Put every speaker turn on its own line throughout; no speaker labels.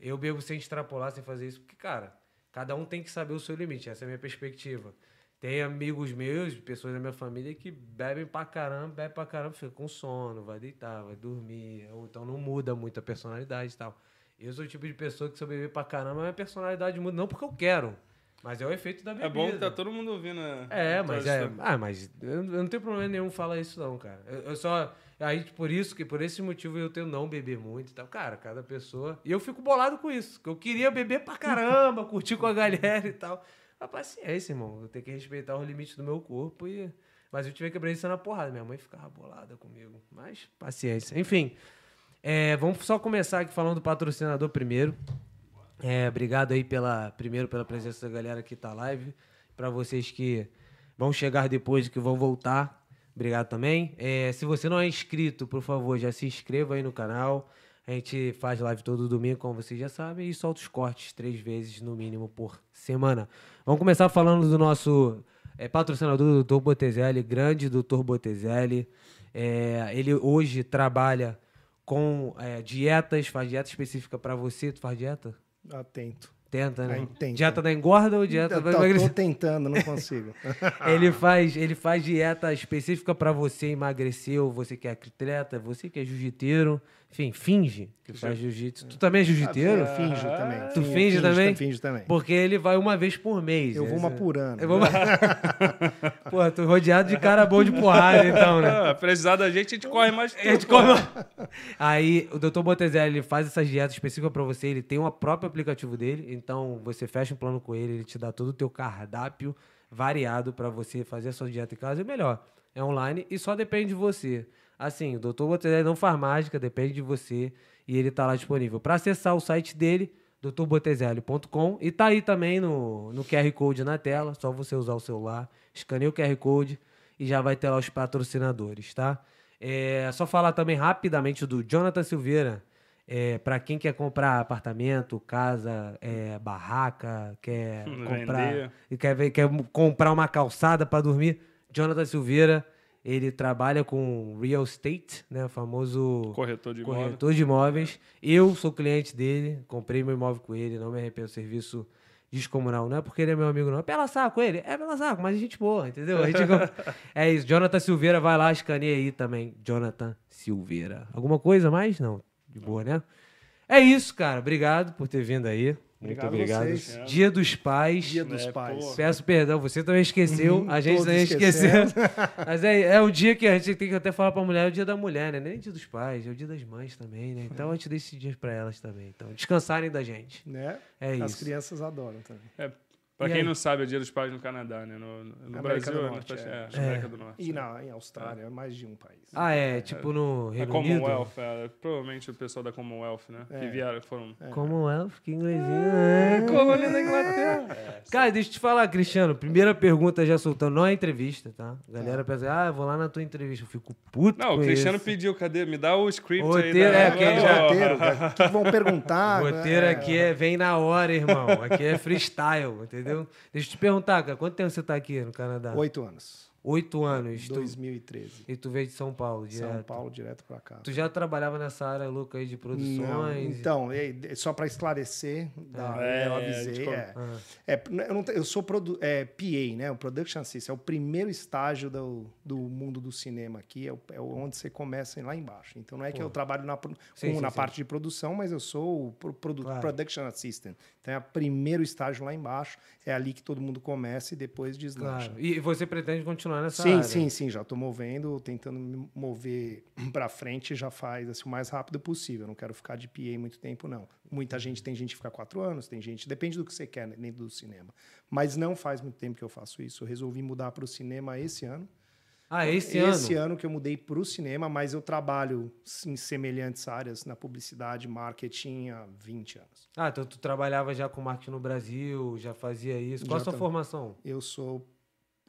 eu bebo sem extrapolar, sem fazer isso, porque, cara, cada um tem que saber o seu limite. Essa é a minha perspectiva. Tem amigos meus, pessoas da minha família que bebem pra caramba, bebem pra caramba, fica com sono, vai deitar, vai dormir, ou então não muda muito a personalidade e tal. Eu sou o tipo de pessoa que se eu beber pra caramba, minha personalidade muda, não porque eu quero, mas é o efeito da
É
bebida.
bom que tá todo mundo ouvindo. né?
É,
Tua
mas é.
história.
Ah, mas eu eu não tenho problema nenhum falar isso, não, cara. Eu, eu só. Aí, por isso, que por esse motivo eu tento não beber muito e tal. Cara, cada pessoa. E eu fico bolado com isso. Que eu queria beber pra caramba, curtir com a galera e tal. Mas paciência, irmão. Eu tenho que respeitar os limites do meu corpo e. Mas eu tive que aprender isso na porrada. Minha mãe ficava bolada comigo. Mas paciência. Enfim. é, vamos só começar aqui falando do patrocinador primeiro. É, obrigado aí pela, primeiro pela presença da galera que tá live. Pra vocês que vão chegar depois e que vão voltar, obrigado também. É, se você não é inscrito, por favor, já se inscreva aí no canal. A gente faz live todo domingo, como vocês já sabem, e solta os cortes três vezes no mínimo por semana. Vamos começar falando do nosso é, patrocinador, do Dr. Botezelli, grande Dr. Botezelli. É, ele hoje trabalha com é, dietas, faz dieta específica pra você. Tu faz dieta?
Atento.
Tenta, né?
Ai, tenta.
Dieta da engorda ou dieta
Eu
da
Tá, tô,
emagrecer?
tô tentando, não consigo.
ele faz, ele faz dieta específica pra você emagrecer, ou você que é atleta, você que é jiu-jiteiro, enfim, finge que faz jiu-jitsu. Tu
Ah,
também é jiu-jiteiro?
Eu finjo também.
Tu
Sim, eu
finge
finjo,
também?
Finjo também.
Porque ele vai uma vez por mês.
Eu vou uma
Essa-
por ano. né?
Eu vou uma... Porra, tô rodeado de cara bom de porrada, então, né?
Ah, precisar da gente, a gente corre mais tempo. né?
A gente come- Aí o Dr. Botezelli ele faz essas dietas específicas pra você, ele tem o próprio aplicativo dele, então você fecha um plano com ele, ele te dá todo o teu cardápio variado pra você fazer a sua dieta em casa, e o melhor, é online e só depende de você. Assim, o Dr. Botezelli não faz mágica, depende de você e ele tá lá disponível. Pra acessar o site dele, drbotezelli.com e tá aí também no, no QR Code na tela, só você usar o celular, escaneia o QR Code e já vai ter lá os patrocinadores, tá? É, só falar também rapidamente do Jonathan Silveira. É, para quem quer comprar apartamento, casa, é, barraca, quer
Vender.
comprar, e quer, ver- quer comprar uma calçada para dormir, Jonathan Silveira, ele trabalha com real estate, né, o famoso
Corretor de moda.
corretor de imóveis. Eu sou cliente dele, comprei meu imóvel com ele, não me arrependo do serviço descomunal. Não é porque ele é meu amigo, não. É pela saco ele. É pela saco, mas a gente boa, entendeu? A gente... é isso. Jonathan Silveira, vai lá, escaneia aí também. Jonathan Silveira. Alguma coisa a mais? Não. De boa, né? É isso, cara. Obrigado por ter vindo aí.
Obrigado a
Muito obrigado.
vocês.
Dia dos Pais.
Dia dos pais.
pô.
Peço perdão, você também esqueceu,
Uhum,
a gente
todos
também esqueceu. Mas é, é o dia que a gente tem que até falar pra mulher, é o dia da mulher, né? Nem dia dos pais, é o dia das mães também, né? Então a gente deixa esse dia pra elas também. Então, descansarem da gente.
Né?
É
As
isso.
crianças adoram também.
É, pra
E
quem
aí?
não sabe, é Dia dos Pais no Canadá, né? No, no
América
Brasil,
do
né?
Norte,
Tá-
é.
é, América do Norte.
E na, em Austrália, é mais de um país.
Ah, é, tipo no
A
Reino Unido.
Commonwealth, é, provavelmente o pessoal da Commonwealth, né?
É.
Que vieram, foram.
Commonwealth, um que inglesinho. É,
Colônia da Inglaterra.
Cara, deixa eu te falar, Cristiano. Primeira pergunta já soltando, não é entrevista, tá? A galera pensa, ah, eu vou lá na tua entrevista. Eu fico puto.
É. Não, o
com
Cristiano
isso.
pediu, cadê? Me dá o script
Roteiro,
aí.
é,
né,
Da...
quem
Oh,
já-
Roteiro, né? o que vão perguntar?
O roteiro
né?
aqui é, vem na hora, irmão. Aqui é freestyle, entendeu? Deixa eu te perguntar, cara, quanto tempo você tá aqui no Canadá?
Oito anos.
Oito anos. tu-
2013.
E tu veio de São Paulo, direto.
São Paulo, direto pra cá.
Tu já trabalhava nessa área louca aí de
Não,
produções? e- Ah.
então, é- é só para esclarecer, da-
É,
eu
a gente
avisei.
come-
É. É, eu, não te- eu sou produ, é, PA, né? O Production Assist. É o primeiro estágio do, do mundo do cinema aqui. É, o- é o- onde você começa lá embaixo. Então, não é que eu trabalho na, pro-
Sim,
com-
sim,
na
sim.
parte de produção, mas eu sou o pro- produ-
Claro.
Production Assistant. Então, é o primeiro estágio lá embaixo. É ali que todo mundo começa e depois deslancha.
Claro. E você pretende continuar nessa
Sim,
área?
sim, sim, já estou movendo, tentando me mover para frente, já faz assim, o mais rápido possível. Eu não quero ficar de PA muito tempo, não. Muita gente, tem gente que fica quatro anos, tem gente, depende do que você quer né, dentro do cinema. Mas não faz muito tempo que eu faço isso. Eu resolvi mudar para o cinema esse ano.
Ah, esse,
Esse
ano?
ano que eu mudei para o cinema, mas eu trabalho em semelhantes áreas na publicidade, marketing há 20 anos.
Ah, então tu trabalhava já com marketing no Brasil, já fazia isso. Qual
Já
a sua
tam-
formação?
Eu sou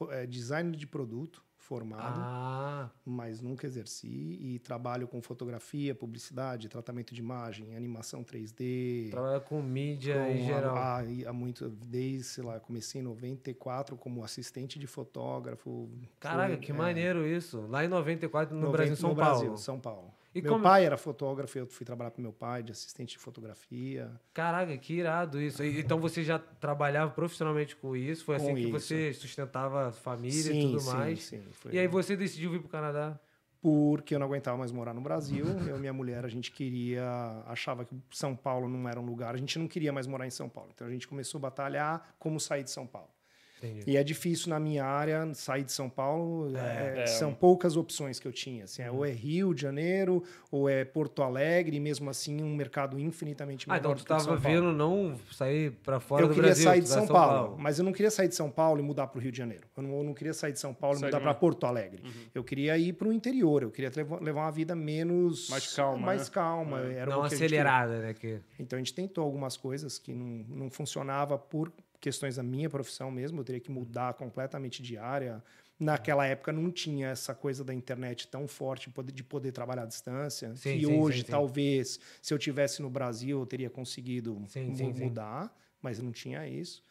eh, designer de produto formado.
Ah,
mas nunca exerci e trabalho com fotografia, publicidade, tratamento de imagem, animação 3D.
trabalha com mídia
com
em geral.
a- a- e há muito desde, sei lá, comecei em 94 como assistente de fotógrafo.
Caraca,
Fui,
que
é,
maneiro isso. Lá em 94, no
90
Brasil, São
no
Paulo.
Brasil, São Paulo.
E
meu
como...
pai era fotógrafo, eu fui trabalhar com meu pai de assistente de fotografia.
Caraca, que irado isso. E- Então você já trabalhava profissionalmente com isso? Foi
Com
assim que
isso.
você sustentava a família
sim,
e tudo
sim,
mais?
sim. Foi-
E aí você decidiu vir pro Canadá?
Porque eu não aguentava mais morar no Brasil. Eu e minha mulher, a gente queria... Achava que São Paulo não era um lugar. A gente não queria mais morar em São Paulo. Então a gente começou a batalhar como sair de São Paulo.
Entendi.
E é difícil na minha área sair de São Paulo. é,
É.
São poucas opções que eu tinha. Assim, é, Ou é Rio de Janeiro, ou é Porto Alegre, e mesmo assim um mercado infinitamente menor
Ah, então
do
tu
que o de
tava
São Paulo.
vendo não sair pra fora
eu
do
queria
Brasil.
sair
tu tá
de
vai
São, Paulo, mas eu não queria sair de São Paulo e mudar para o Rio de Janeiro. Eu não, eu não queria sair de São Paulo e
Sai
mudar
de
para
onde?
Porto Alegre. Eu queria ir para o interior. Eu queria levar levar uma vida menos
Mais calma,
mais
né?
calma.
É.
Era
Não
o que a gente queria.
acelerada, né? Que...
Então a gente tentou algumas coisas que não, não funcionava por questões da minha profissão mesmo, eu teria que mudar completamente de área. Naquela época não tinha essa coisa da internet tão forte de poder- de poder trabalhar à distância.
Sim,
e
sim,
hoje,
sim, sim.
talvez, se eu tivesse no Brasil, eu teria conseguido
Sim,
mu-
sim, sim.
mudar, mas não tinha isso.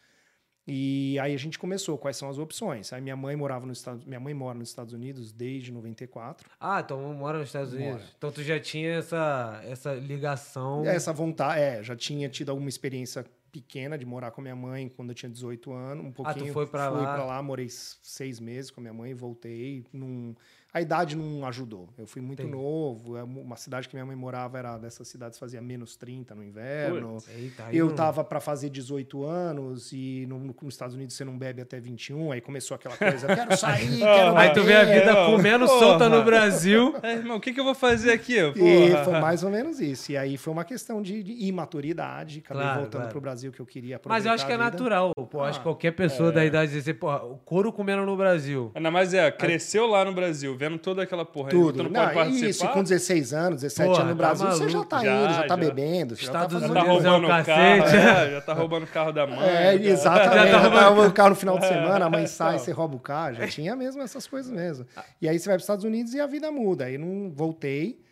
E aí a gente começou, quais são as opções? Aí minha mãe morava nos Estados, minha mãe mora nos Estados Unidos desde 94.
Ah, então mora nos Estados
Mora.
Unidos. Então tu já tinha essa, essa ligação.
Essa vontade, é, já tinha tido alguma experiência pequena de morar com a minha mãe quando eu tinha 18 anos, um pouquinho.
Ah, foi pra
fui
lá.
pra lá, morei s- seis meses com a minha mãe, voltei. Num... A idade não ajudou. Eu fui muito
Entendi.
novo, é uma cidade que minha mãe morava era dessas cidades que fazia menos 30 no inverno.
Eita, aí
Eu
não-
tava pra fazer 18 anos e no, no- nos Estados Unidos você não bebe até 21, aí começou aquela coisa, quero sair, quero
Aí tu vê a
beber.
vida
É, ó.
comendo
Porra.
solta no Brasil.
É, irmão, o que, que eu vou fazer aqui?
E
Porra.
foi mais ou menos isso. E aí foi uma questão de, de imaturidade, acabei
Claro,
voltando
claro.
pro Brasil que eu queria aproveitar
Mas eu acho que é
a vida.
natural. Pô, acho
Ah,
que qualquer pessoa da idade dizer, porra, o couro comendo no Brasil.
Ainda mais é, cresceu lá no Brasil, vendo toda aquela porra. aí,
Tudo.
Tu não,
Não, é
pode participar.
isso, com 16 anos, 17
Porra,
anos no
tá
Brasil, você já
maluco.
tá
Já,
indo, já tá
já.
bebendo. já
Estados
já
tá fazendo
tá
Unidos é um
roubando o carro,
cacete.
é, já tá roubando o carro da mãe.
É,
já.
exatamente.
Já tá
Já
roubando
tava o carro no final de semana, a mãe
É,
sai,
então.
você rouba o carro. Já tinha mesmo essas coisas mesmo.
Ah.
E aí você vai para os Estados Unidos e a vida muda. Aí não voltei.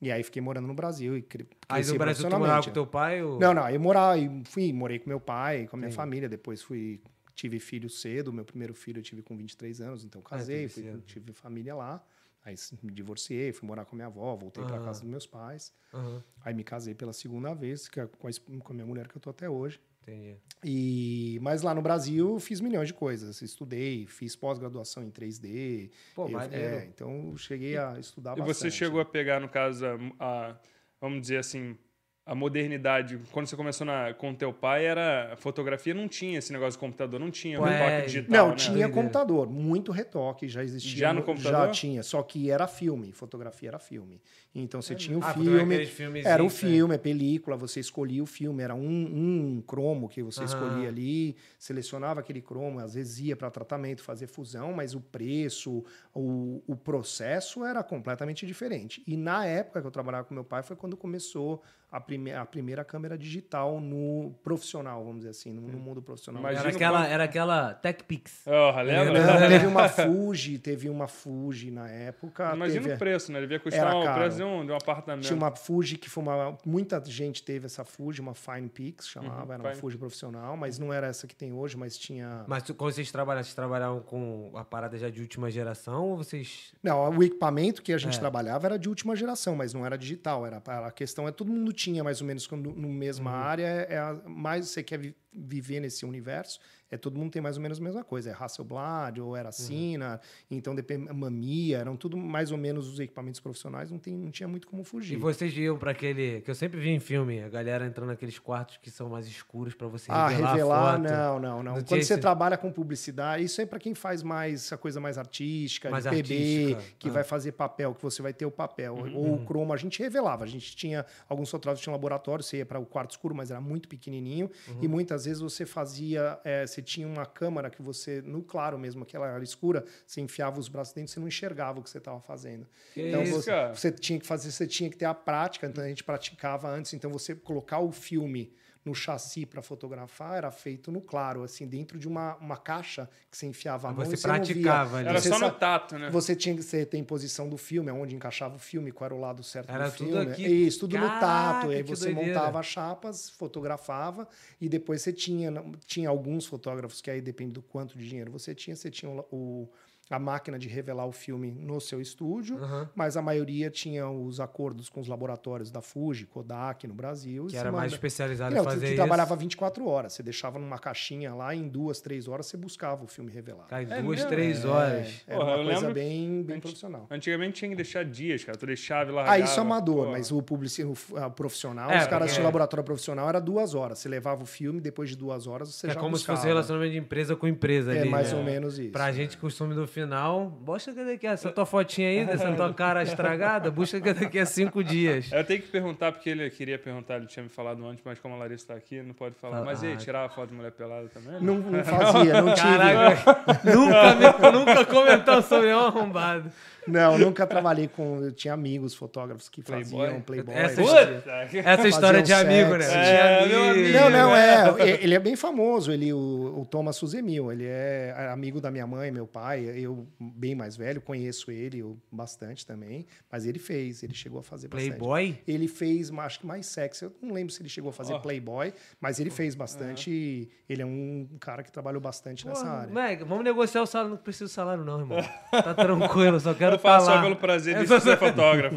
E aí fiquei morando no Brasil e cre-
Aí
cresci
no Brasil tu morava
profissionalmente.
com teu pai? Ou...
Não, não. Eu morava, eu fui, morei com meu pai, com a minha família. Depois fui, tive filho cedo. Meu primeiro filho eu tive com 23 anos, então casei,
teve
fui-
cedo.
tive família lá. Aí s- me divorciei, fui morar com a minha avó, voltei para
Aham.
casa dos meus pais.
Aham,
Aí me casei pela segunda vez que é com a, es- com a minha mulher que eu tô até hoje.
entendi.
E mas lá no Brasil eu fiz milhões de coisas. assim, Estudei, fiz pós-graduação em 3D.
Pô,
Eu-
maneiro.
é, então eu cheguei a estudar
E
bastante.
você chegou a pegar, no caso, a, a- vamos dizer assim, a modernidade. Quando você começou na, com teu pai, era a fotografia não tinha esse negócio de computador, não tinha
Pô,
retoque
é,
digital,
Não,
né?
tinha
Doideira.
computador, muito retoque, já existia.
Já no
Já
computador?
tinha, só que era filme, fotografia era filme. Então você tinha o
Ah, porque
filme,
aqueles filmezinhos,
era o
né?
filme, a película, você escolhia o filme, era um, um cromo que você
Aham.
escolhia ali, selecionava aquele cromo, às vezes ia para tratamento, fazer fusão, mas o preço, o, o processo era completamente diferente. E na época que eu trabalhava com meu pai foi quando começou a, prime a primeira câmera digital no profissional, vamos dizer assim, no, no mundo profissional.
Imagina
Era
o
aquela,
quanto-
era aquela TechPix.
Oh, lembra?
Não, teve uma Fuji, teve uma Fuji na época.
Imagina
teve-
o preço, né? Devia custar
Era
o
caro.
preço de um, de um apartamento.
Tinha uma Fuji que foi uma. Muita gente teve essa Fuji, uma Fine Pix chamava,
Uhum,
era uma
Fine.
Fuji profissional, mas não era essa que tem hoje, mas tinha.
Mas tu, quando vocês trabalharam, vocês trabalhavam com a parada já de última geração ou vocês.
Não, o equipamento que a gente
É.
trabalhava era de última geração, mas não era digital. Era, era- a questão é todo mundo tinha mais ou menos quando, no mesma área. É a, mais você quer vi- viver nesse universo, é todo mundo tem mais ou menos a mesma coisa. É Hasselblad ou era Sina, então depende Mamia, eram tudo mais ou menos os equipamentos profissionais. Não, tem, não tinha muito como
E
fugir.
vocês iam pra aquele. Que eu sempre vi em filme, a galera entrando naqueles quartos que são mais escuros pra você
Ah,
revelar. a
revelar,
foto.
não, não,
Não
não.
tinha
Quando você
esse-
trabalha com publicidade, isso é para quem faz mais a coisa mais artística,
Mais
de PB,
artística, Uhum.
que
ah.
vai fazer papel, que você vai ter o papel. Ou o cromo, a gente revelava. A gente tinha alguns fotógrafos tinham laboratório, você ia para o quarto escuro, mas era muito pequenininho.
Uhum.
E muitas vezes você fazia, eh, você tinha uma câmera que você, no claro mesmo, que ela era escura, você enfiava os braços dentro, você não enxergava o que você estava fazendo.
Que
Então
isso,
você,
cara.
você tinha que fazer, você tinha que ter a prática, então a gente praticava antes, então você colocar o filme no chassi para fotografar era feito no claro, assim, dentro de uma, uma caixa que você enfiava a
Ah,
mão
você
e você não via.
praticava ali.
Era
Você
só
sa-
no tato,
É.
né?
Você tinha que você ter em posição do filme, aonde encaixava o filme, qual era o lado certo
Era
do
tudo
filme. É
aqui.
Isso, tudo no
Caraca,
tato. E aí
que
você
doideira.
montava as chapas, fotografava e depois você tinha, tinha alguns fotógrafos que aí depende do quanto de dinheiro você tinha, você tinha o, o- a máquina de revelar o filme no seu estúdio,
Aham.
mas a maioria tinha os acordos com os laboratórios da Fuji, Kodak no Brasil. e
Que
se
era mais
manda-
especializado
Não,
em fazer
que
isso.
trabalhava 24 horas. Você deixava numa caixinha lá, em duas, três horas, você buscava o filme revelado.
Cara,
É
duas,
mesmo?
três
É,
horas.
Era
Porra,
uma
eu
coisa
lembro-
bem, bem
Anti-
profissional.
Antigamente tinha que deixar dias, cara. Tu deixava e largava.
Ah, isso é amador,
Pô,
mas o publicitário profissional,
É,
os caras
porque-
tinham laboratório profissional, era duas horas. Você levava o filme, depois de duas horas, você
É
já
como se
buscava.
fosse relacionamento de empresa com empresa
né? É
ali.
mais
né?
ou menos isso.
Pra gente, costume do final, bosta que daqui a... Essa tua fotinha aí, dessa tua cara estragada, busca que daqui a cinco dias.
Eu tenho que perguntar, porque ele queria perguntar, ele tinha me falado antes, mas como a Larissa tá aqui, não pode falar.
Fala-
Mas e aí,
Ah.
tirar a foto de mulher pelada também? né?
Não, não fazia, não tive.
Caraca, nunca, me- nunca comentou sobre um arrombado.
Não, nunca trabalhei com. Eu tinha amigos fotógrafos que faziam Playboy.
Essa
fazia-
história- Essa história de
Fazer um
amigo, né?
sexo.
De
É, meu amigo.
Não, não,
né?
é. e- Ele é bem famoso, ele, o, o Thomas Suzemil. Ele é amigo da minha mãe, meu pai. Eu, bem mais velho, conheço ele eu, bastante também. Mas ele fez, ele chegou a fazer bastante.
Playboy?
Ele fez, ma- acho que mais sexy. Eu não lembro se ele chegou a fazer
Ó.
Playboy, mas ele fez bastante. e Ele é um cara que trabalhou bastante nessa
Porra,
área.
Meg, vamos negociar o salário. Não preciso do salário, não, irmão. Tá tranquilo, só quero
Eu faço
falar. É
só pelo prazer de
Só-
ser fotógrafo.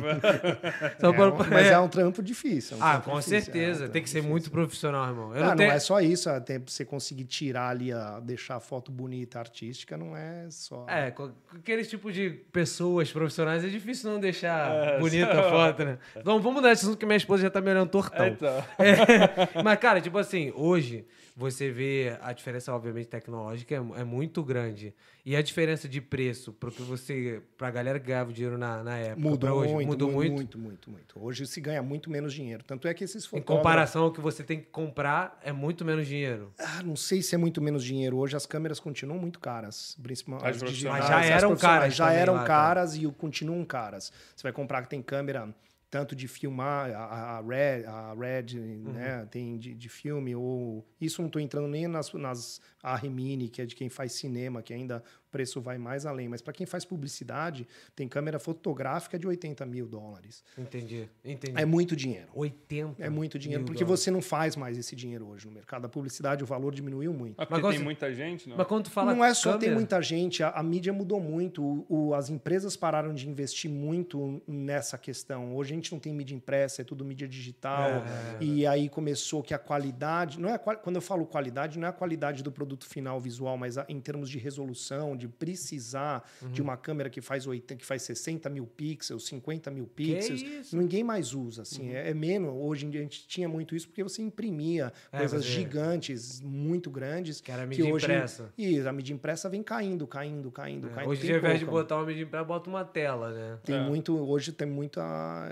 só
É
pelo-
um- mas é um trampo difícil. é um
Ah,
trampo
com
difícil, é um
certeza.
trampo
Tem que ser
difícil.
muito profissional, irmão. Eu
Ah,
não,
não
tenho...
é só isso, até você conseguir tirar ali, a, deixar a foto bonita, artística, não é só.
É, com com aqueles tipo de pessoas profissionais é difícil não deixar
É,
bonita a
só-
foto, né? Então vamos mudar de assunto que minha esposa já tá me olhando tortão.
Então.
É, mas, cara, tipo assim, hoje você vê a diferença, obviamente, tecnológica é, mu- é muito grande. E a diferença de preço pro que você. pra galera que ganhava dinheiro na, na época. pra
Mudou,
hoje,
muito,
mudou muito.
muito, muito, muito. Hoje se ganha muito menos dinheiro. Tanto é que esses
Em
fotógrafos.
comparação ao que você tem que comprar, é muito menos dinheiro.
Ah, não sei se é muito menos dinheiro. Hoje as câmeras continuam muito caras. Principalmente
As profissionais.
digitais,
Mas já
Ah,
as
eram
profissionais
caras
Já
também
eram
lá, tá. cara.
caras e o- continuam caras. Você vai comprar que tem câmera tanto de filmar, a- a, a Red, a Red
Uhum.
né, tem de, de filme, ou... Isso não estou entrando nem nas, nas Arrimini, que é de quem faz cinema, que ainda o preço vai mais além. Mas para quem faz publicidade, tem câmera fotográfica de 80 mil dólares.
Entendi. Entendi.
É muito dinheiro.
80.
É muito dinheiro,
mil
porque
dólares.
você não faz mais esse dinheiro hoje no mercado. A publicidade, o valor diminuiu muito.
Ah,
Mas
porque tem
você-
muita gente, não?
Mas quando tu fala.
não é só tem
câmera-
muita gente, a, a mídia mudou muito, o- o- as empresas pararam de investir muito nessa questão. Hoje a gente não tem mídia impressa, é tudo mídia digital.
É.
E aí começou que a qualidade, não é a quali- quando eu falo qualidade, não é a qualidade do produto final visual, mas a- em termos de resolução, de precisar
Uhum.
de uma câmera que faz 80, que faz 60 mil pixels, 50 mil
Que
pixels.
isso? Uhum.
Ninguém mais usa, assim, é, é menos. Hoje em dia a gente tinha muito isso porque você imprimia
É,
coisas
você-
gigantes, muito grandes,
Que era a
que
mídia
hoje
impressa.
e a mídia impressa vem caindo, caindo, caindo,
É,
caindo.
hoje,
Tem né?
ao invés de
pouca,
botar uma mídia impressa, bota uma tela, né?
tem
É.
muito, hoje tem muita,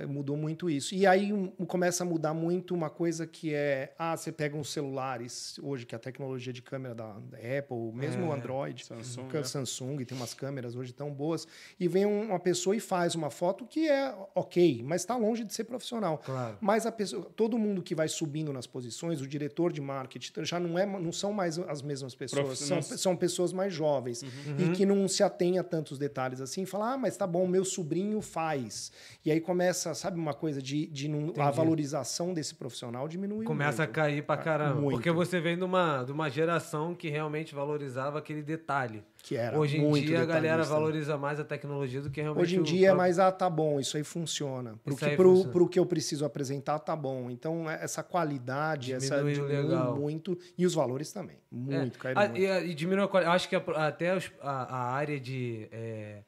mudou muito isso. E aí um, começa a mudar muito uma coisa que é, ah, você pega uns celulares hoje que a tecnologia de câmera da, da Apple, mesmo o
É,
Android,
Samsung,
Samsung,
né?
Samsung tem umas câmeras hoje tão boas e vem um- uma pessoa e faz uma foto que é ok, mas está longe de ser profissional.
Claro.
Mas a pessoa, todo mundo que vai subindo nas posições, o diretor de marketing, já não, é, não são mais as mesmas pessoas,
Profi-
são,
não-
são pessoas mais jovens
Uhum.
e que não se atenha a tantos detalhes assim. Fala, ah, mas tá bom, meu sobrinho faz. E aí começa, sabe, uma coisa de, de não- a
Entendi.
valorização desse profissional diminuiu.
Começa a
muito.
cair pra
Ca-
caramba.
muito.
Porque você vem de uma, de uma geração que realmente valorizava aquele detalhe.
que era
Hoje em
muito
dia a galera
detalhista, né?
valoriza mais a tecnologia do que realmente
Hoje em
o
dia é
próprio-
mais, ah, tá bom, isso aí funciona. Pro,
Isso
que,
aí
pro,
funciona.
pro que eu preciso apresentar, tá bom. Então, é- essa qualidade, essa
Diminuiu legal.
muito. E os valores também. Muito,
É.
caíram
Ah,
muito.
E, a- e diminui a qualidade. Acho que a pro- até os- a, a área de é,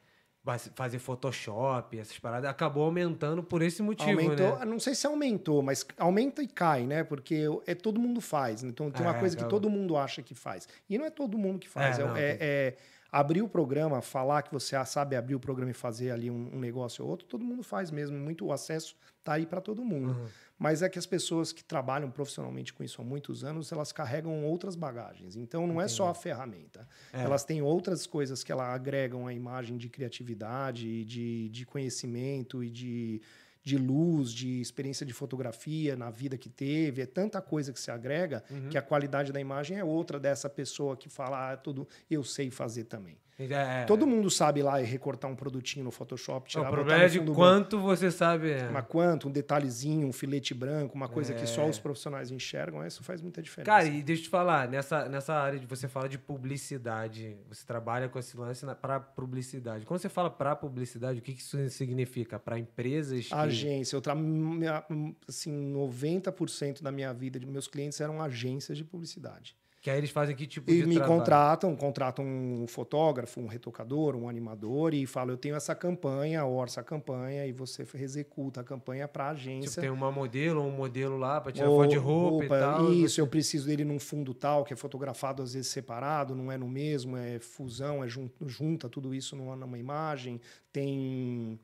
vai- fazer Photoshop, essas paradas, acabou aumentando por esse motivo,
aumentou,
né?
não sei se aumentou, mas aumenta e cai, né? Porque é todo mundo faz. né? Então tem uma
É,
coisa que
acaba.
todo mundo acha que faz. E não é todo mundo que faz.
É,
É,
não,
é-
tem-
é abrir o programa, falar que você ah, sabe abrir o programa e fazer ali um, um negócio ou outro, todo mundo faz mesmo. Muito o acesso tá aí para todo mundo.
Uhum.
Mas é que as pessoas que trabalham profissionalmente com isso há muitos anos, elas carregam outras bagagens. Então não é só a ferramenta.
É.
Elas têm outras coisas que elas agregam à imagem de criatividade, e de, de conhecimento e de, de luz, de experiência de fotografia na vida que teve. É tanta coisa que se
Uhum.
agrega que a qualidade da imagem é outra dessa pessoa que fala, ah, tudo eu é sei fazer também.
É,
Todo mundo sabe lá e recortar um produtinho no Photoshop, tirar
Não, O
botar
problema é
no
de
fundo
quanto você sabe. é.
Uma quanto, um detalhezinho, um filete branco, uma coisa que só os profissionais enxergam, isso faz muita diferença.
Cara, e deixa eu te falar, nessa, nessa área de você fala de publicidade, você trabalha com esse lance na, pra publicidade. Quando você fala pra publicidade, o que, que isso significa? Pra empresas? que-
Agência, eu tra... minha- assim, 90% da minha vida, de meus clientes eram agências de publicidade.
Que aí eles fazem que tipo
E
de
me
trabalho?
contratam, contratam um fotógrafo, um retocador, um animador e falam, eu tenho essa campanha, orça a campanha e você executa a campanha para a
Tipo,
agência.
tem uma modelo, um modelo lá pra tirar
é Ou
foto de roupa, e tal. né?
Isso, eu preciso dele num fundo tal, que é fotografado às vezes separado, não é no mesmo, é fusão, é jun- junta tudo isso numa, numa imagem. Tem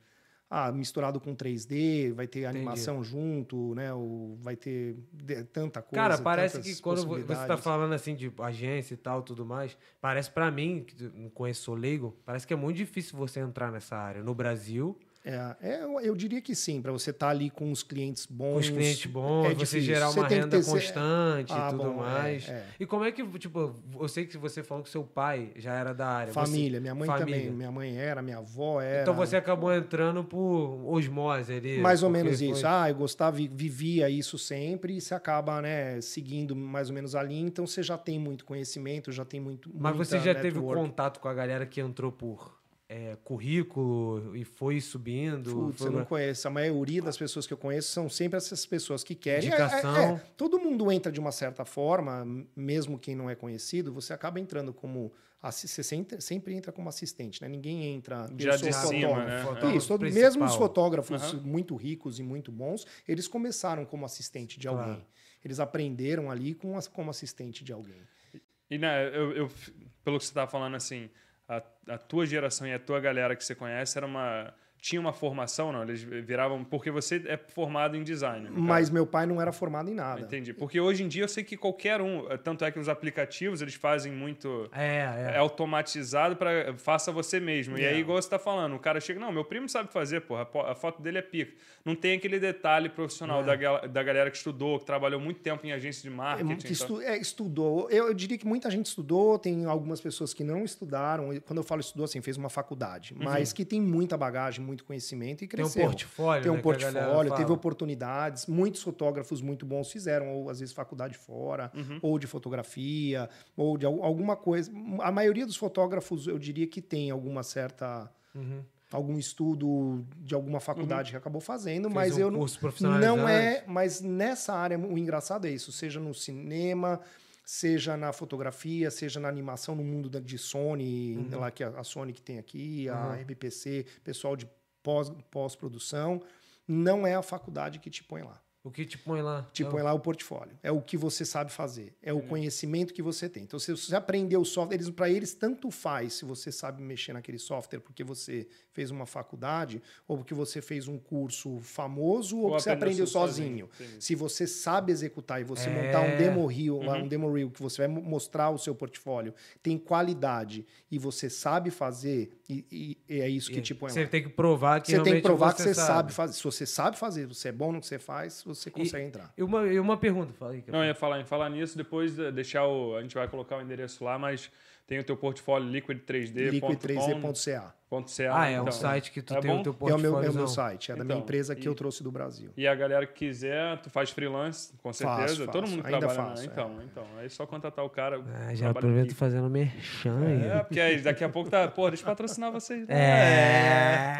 ah, misturado com 3D, vai ter animação junto, né? O, vai ter de- tanta coisa.
Cara, parece
tantas
que quando vo- você tá
possibilidades.
falando assim de agência e tal, tudo mais, parece pra mim, que eu não conheço, sou leigo, parece que é muito difícil você entrar nessa área no Brasil,
É, é, eu, eu diria que sim, para você estar ali com os clientes bons.
com os clientes bons,
é
você
difícil.
gerar
Você
uma
tem que
renda
ter-
constante
Ah,
e tudo
bom, é,
mais.
é.
E como é que, tipo, eu sei que você falou que seu pai já era da área. você-
Família, minha mãe também.
família.
Minha mãe era, minha avó era.
Então você acabou entrando por osmose ali.
Mais ou
porque
menos
foi-
isso. Ah, eu gostava, vi- vivia isso sempre e você acaba, né, seguindo mais ou menos a linha. Então você já tem muito conhecimento, já tem muito.
Mas
muita
você já teve
network.
contato com a galera que entrou por é, currículo e foi subindo?
Putz,
foi
eu não
uma-
conheço. A maioria das pessoas que eu conheço são sempre essas pessoas que querem. É, é,
Indicação.
é. Todo mundo entra de uma certa forma, m- mesmo quem não é conhecido, você acaba entrando como. assi- Você sempre sempre entra como assistente, né? Ninguém entra.
Já
eu sou
de cima,
fotógrafo.
né?
fotógrafo
Isso, todo-
principal.
mesmo os fotógrafos
Aham.
muito ricos e muito bons, eles começaram como assistente de
Claro.
alguém. Eles aprenderam ali com as- como assistente de alguém.
assim.
E né, eu, eu- pelo que você estava falando, assim, a, a tua geração e a tua galera que você conhece era uma tinha uma formação, não? Eles viravam porque você é formado em design. no caso.
Mas meu pai não era formado em nada.
entendi. Porque hoje em dia eu sei que qualquer um, tanto é que os aplicativos eles fazem muito
É,
é,
é.
automatizado para faça você mesmo. E aí,
É.
igual você tá falando, o cara chega, não, meu primo sabe fazer, porra, a po- a foto dele é pica. Não tem aquele detalhe profissional da, gal- da galera que estudou, que trabalhou muito tempo em agência de
É,
marketing. então,
muito
e tal.
estu- é, estudou. Eu, eu diria que muita gente estudou, tem algumas pessoas que não estudaram. E Quando eu falo estudou, assim, fez uma faculdade,
Uhum.
mas que tem muita bagagem, muito conhecimento e
Tem um
cresceu.
portfólio,
Tem um
né, que a galera
portfólio, teve
fala.
oportunidades. Muitos fotógrafos muito bons fizeram, ou às vezes faculdade fora,
Uhum.
ou de fotografia, ou de al- alguma coisa. A maioria dos fotógrafos, eu diria que tem alguma certa.
Uhum.
Algum estudo de alguma faculdade que acabou fazendo,
Fez
mas
um
eu não,
curso profissionalizante.
não é, mas nessa área o engraçado é isso, seja no cinema, seja na fotografia, seja na animação no mundo da, de Sony, lá que a, a Sony que tem aqui, a
Uhum.
MPC, pessoal de pós- pós-produção, não é a faculdade que te põe lá.
O que te põe lá?
Te
É o-
põe Tipo, lá o portfólio. É o que você sabe fazer. É o conhecimento que você tem. Então, se você aprendeu o software, eles, para eles, tanto faz se você sabe mexer naquele software porque você fez uma faculdade ou porque você fez um curso famoso ou,
Ou
que você
aprendeu
aprendeu
sozinho.
sozinho.
Entendi.
Se você sabe executar e você
É.
montar um demo reel, lá, um demo reel que você vai mo- mostrar o seu portfólio, tem qualidade e você sabe fazer, e, e- e é isso que te põe
Você
lá.
tem que provar que
Você tem que
realmente
provar que você sabe. fazer. Se você sabe fazer, você é bom no que você faz, você consegue entrar.
E uma, e uma pergunta, fala aí.
Não, é eu ia falar, em falar nisso, depois eh, deixar o. A gente vai colocar o endereço lá, mas tem o teu portfólio liquid3d.com.ca.
liquid3d.ca.
Ah, é um
então.
site que tu
É
tem
bom?
o teu
É o meu, é o
portfólio.
meu site, é da minha
Então,
empresa que
e-
eu trouxe do Brasil.
E a galera que quiser, tu faz freelance, com
Faço,
certeza. Todo
faço.
mundo que
Ainda
trabalha. na-
faço, é.
Então, então. Aí só contratar o cara.
Ah, já
trabalha
aproveito
aqui.
fazendo merchan aí.
É, porque aí daqui a pouco tá. Pô, deixa eu patrocinar vocês. né?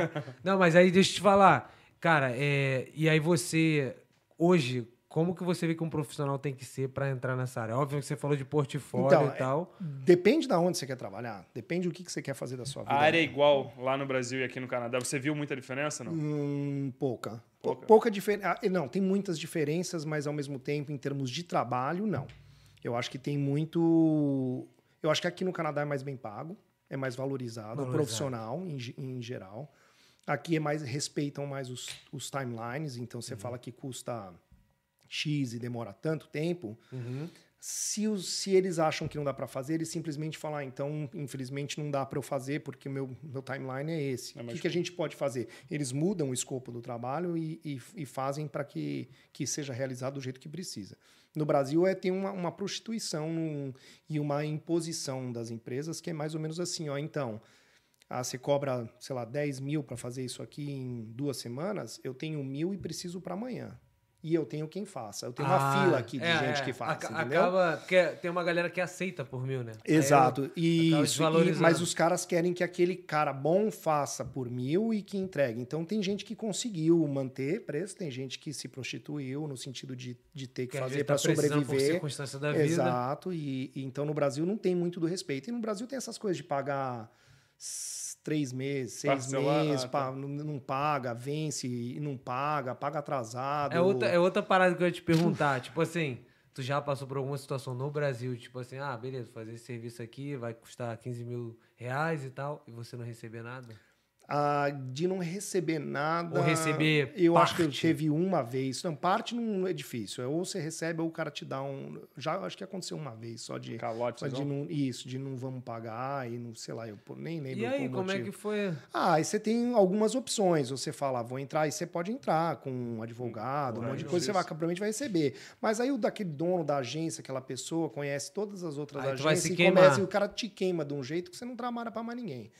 É. Não, mas aí deixa eu te falar. Cara, é, e aí você, hoje, como que você vê que um profissional tem que ser pra entrar nessa área? Óbvio que você falou de portfólio
Então,
e tal.
Depende da onde você quer trabalhar, depende do que que você quer fazer da sua vida.
A área é igual lá no Brasil e aqui no Canadá. Você viu muita diferença, não?
Hum, pouca. Pou-
Pouca.
Pouca, diferença. Não, tem muitas diferenças, mas ao mesmo tempo, em termos de trabalho, não. Eu acho que tem muito. Eu acho que aqui no Canadá é mais bem pago, é mais valorizado,
Valorizado.
profissional em, ge- em geral. Aqui é mais respeitam mais os, os timelines, então você fala que custa X e demora tanto tempo. Se, os- se eles acham que não dá para fazer, eles simplesmente falam, ah, então, infelizmente, não dá para eu fazer porque o meu, meu timeline é esse.
É
o
mais
que, que a gente pode fazer? Eles mudam o escopo do trabalho e, e- e fazem para que, que seja realizado do jeito que precisa. No Brasil é, tem uma, uma prostituição um, e uma imposição das empresas que é mais ou menos assim, ó, então, ah, você cobra, sei lá, 10 mil para fazer isso aqui em duas semanas, eu tenho mil e preciso para amanhã. E eu tenho quem faça. Eu tenho uma
Ah,
fila aqui de
é,
gente
é.
que faz,
Aca-
entendeu?
Acaba, que é, tem uma galera que aceita por mil, né?
Exato. E
acaba
isso, e,
desvalorizando.
mas os caras querem que aquele cara bom faça por mil e que entregue. Então tem gente que conseguiu manter preço, tem gente que se prostituiu no sentido de, de ter que
Aí,
fazer para
tá Por
sobreviver.
circunstância da vida. né?
Exato. E, e então no Brasil não tem muito do respeito. E no Brasil tem essas coisas de pagar s- três meses, seis
Parcelar,
meses,
ah, tá.
pa- não, não paga, vence e não paga, paga atrasado.
É outra, é outra parada que eu ia te perguntar. tipo assim, tu já passou por alguma situação no Brasil, tipo assim, ah, beleza, fazer esse serviço aqui vai custar 15 mil reais e tal, e você não receber nada?
Ah, de não receber nada.
Ou receber
Eu acho que eu
parte.
teve uma vez. Não, parte não é difícil. É ou você recebe ou o cara te dá um. Já acho que aconteceu uma vez só de.
Calote,
só de não, isso, de não vamos pagar e não, sei lá, eu nem lembro
E
o
aí,
motivo.
como é que foi?
Ah, aí você tem algumas opções. Você fala, "Ah, vou entrar, e você pode entrar com um advogado, um
Hum,
Vai,
monte de
é,
não
coisa, você
sei
vai, provavelmente vai receber. Mas aí o daquele dono da agência, aquela pessoa, conhece todas as outras
Aí tu vai
agências
se
e
queimar.
começa e o cara te queima de um jeito que você não trabalha pra mais ninguém.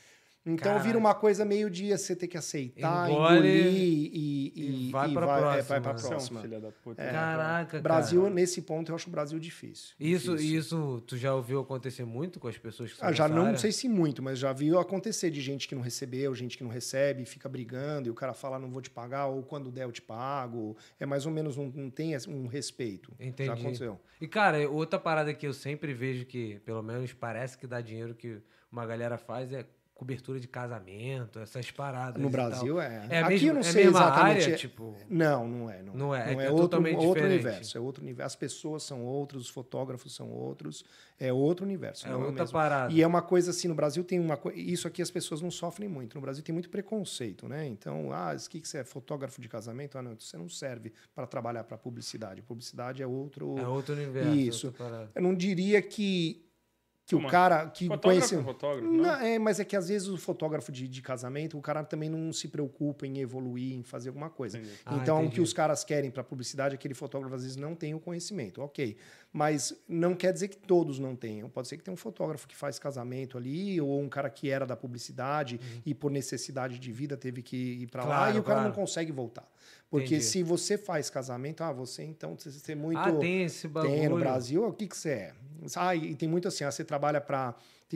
Então
Caralho.
vira uma coisa meio de você ter que aceitar,
Engole
engolir e, e,
e vai pra
é,
próxima.
vai pra
Você é um
próxima.
Filha da puta.
Caraca,
Brasil,
cara.
nesse ponto, eu acho o Brasil difícil.
Isso,
Difícil.
isso, tu já ouviu acontecer muito com as pessoas que são
Ah, já
dessa
não
área?
sei se muito, mas já viu acontecer de gente que não recebeu, gente que não recebe, fica brigando e o cara fala não vou te pagar ou quando der eu te pago. É mais ou menos um, não tem esse- um respeito. Já
Entendi.
aconteceu.
E, cara, outra parada que eu sempre vejo que, pelo menos, parece que dá dinheiro que uma galera faz é cobertura de casamento, essas paradas.
No
e tal.
Brasil é.
É a
Aqui
mesma-
eu não
é a
sei
mesma
exatamente.
área, tipo-
Não, não é. Não,
Não é, é
outro,
totalmente
outro
diferente.
universo. É outro universo. As pessoas são outros, os fotógrafos são outros. É outro universo.
É
não o
outra
mesmo.
parada.
E é uma coisa assim, no Brasil tem uma coisa. Isso aqui as pessoas não sofrem muito. No Brasil tem muito preconceito, né? Então, ah, o que, que você é? Fotógrafo de casamento? Ah, não, você não serve para trabalhar para publicidade. Publicidade é outro.
É outro universo.
Isso.
outra parada.
Eu não diria que, que o
Uma-
cara que
Fotógrafo,
conhece.
fotógrafo, não?
Não, é, mas é que às vezes o fotógrafo de, de casamento, o cara também não se preocupa em evoluir, em fazer alguma coisa.
Entendi.
Ah,
então, o
entendi.
que os caras querem para publicidade, é aquele fotógrafo às vezes não tem o conhecimento, ok. Mas não quer dizer que todos não tenham. Pode ser que tenha um fotógrafo que faz casamento ali, ou um cara que era da publicidade e por necessidade de vida teve que ir para lá
Uhum. Claro,
e o cara
claro.
não consegue voltar. Porque
Entendi.
se você faz casamento, ah, você então você tem muito.
Ah, tem esse bagulho.
Tem, no Brasil, o que que você é? Ah, e tem muito assim, ah, você trabalha para...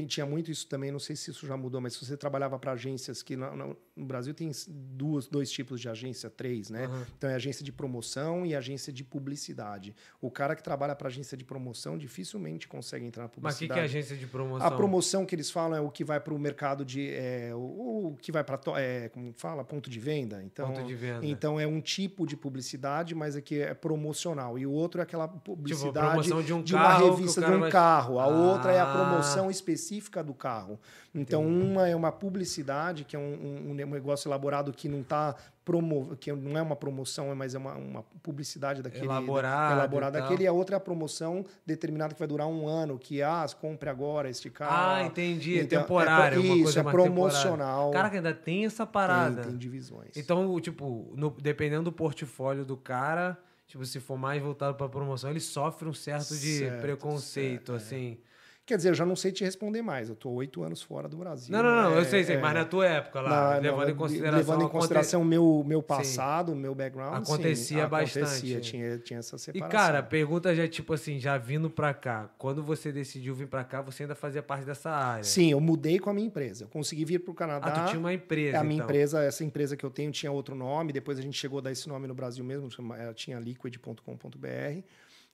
Tinha muito isso também, não sei se isso já mudou, mas se você trabalhava para agências que... na- na- No, Brasil tem duas, dois tipos de agência, três, né?
Aham.
Então é agência de promoção e agência de publicidade. O cara que trabalha para agência de promoção dificilmente consegue entrar na
Mas o que,
publicidade.
que é agência de promoção?
A promoção que eles falam é o que vai para o mercado de... É, o, o que vai para... É, como fala? Ponto de venda. Então,
Ponto de venda.
então é um tipo de publicidade, mas aqui é promocional. E o outro é aquela
tipo, a
publicidade
promoção de um
de
carro. que
uma
o
revista de
cara
um
vai-
carro. A outra é a
Ah.
promoção específica do carro. Então, uma é uma publicidade, que é um, um- um negócio elaborado que não está promo que não é uma promoção, mas é uma, uma publicidade daquele
Elaborada
elaborada
e tal. Ah,
daquele. E a outra é a promoção determinada que vai durar um ano, que ah, compre agora este
Ah,
carro.
entendi.
Então, é
temporário.
pro-
uma
isso,
coisa
é
mais temporária.
promocional.
Caraca, ainda tem essa
Tem-
parada.
tem, divisões.
Então, o tipo, no- dependendo do portfólio do cara, tipo, se for mais voltado pra promoção, ele sofre um certo de
Certo,
preconceito, assim.
Quer dizer, eu já não sei te responder mais. Eu tô oito anos fora do Brasil.
Não, não, não, eu
É,
sei, sei, mas
é.
na tua época lá,
Na-
levando,
não, é,
em consideração
levando em
aconte-
consideração o meu, meu passado, o meu background. sim,
Acontecia bastante,
acontecia,
é.
tinha, tinha essa
E
separação.
cara, a pergunta já tipo assim, já vindo pra cá, quando você decidiu vir pra cá, você ainda fazia parte dessa área?
Sim, eu mudei com a minha empresa. Eu consegui vir para o
Ah,
Canadá.
tu tinha uma empresa,
É a minha
então.
empresa, essa empresa que eu tenho tinha outro nome, depois a gente chegou a dar esse nome no Brasil mesmo, chama- ela tinha liquid.com.br.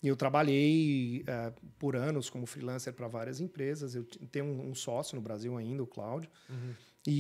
E eu trabalhei eh, por anos como freelancer para várias empresas. Eu ti- tenho um, um sócio no Brasil ainda, o Cláudio.
Uhum.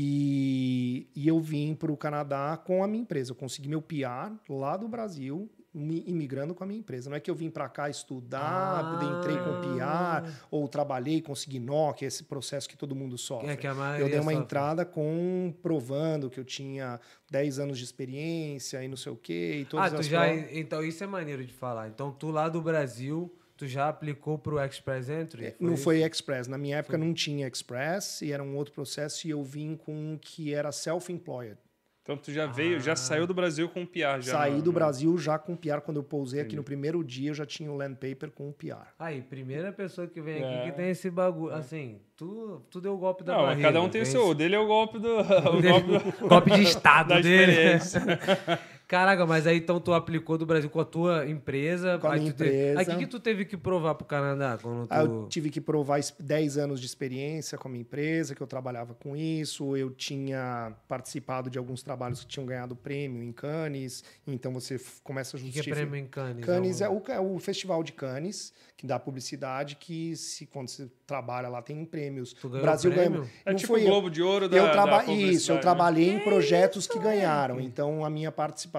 E, e eu vim para o Canadá com a minha empresa. Eu consegui meu PR lá do Brasil, me imigrando com a minha empresa. Não é que eu vim para cá estudar,
Ah.
entrei com PR, ou trabalhei, consegui NOC, esse processo que todo mundo sofre.
É que a maioria
Eu dei uma
sofre.
entrada com provando que eu tinha 10 anos de experiência e não sei o quê. E todas
ah, tu
as
já.
provas.
Então, isso é maneiro de falar. Então, tu lá do Brasil, tu já aplicou pro Express Entry?
É, não
isso?
foi Express. Na minha época não tinha Express e era um outro processo e eu vim com um que era self-employed.
Então tu já veio,
Ah.
já saiu do Brasil com um PR. Já
Saí
no-
do
no-
Brasil já com PR. Quando eu pousei aqui
Entendi.
no primeiro dia, eu já tinha o land paper com o PR.
Aí, primeira pessoa que vem
É.
aqui que tem esse bagulho. Assim, tu, tu deu o golpe da
Não, mas
barriga.
cada um tem o seu. O dele é o golpe do. O
dele-
golpe do-
golpe de estado
da
dele.
experiência.
Caraca, mas aí então tu aplicou do Brasil com a tua empresa.
Com a
aí
minha
tu teve-
empresa.
Aí o que, que tu teve que provar pro Canadá quando tu.
Aí eu tive que provar es- 10 anos de experiência com a minha empresa, que eu trabalhava com isso. Eu tinha participado de alguns trabalhos que tinham ganhado prêmio em Cannes. Então você f- começa a
O que, que é
justificar.
prêmio em Cannes?
Cannes é
Algum-
o, é o festival de Cannes, que dá publicidade, que se, quando você trabalha lá tem prêmios.
Tu
O
ganhou
Brasil
prêmio?
ganhou.
É
Não
tipo
foi
o
eu.
Globo de Ouro da,
eu
da
traba-
publicidade,
Isso, eu
né?
trabalhei em projetos que ganharam. Então a minha participação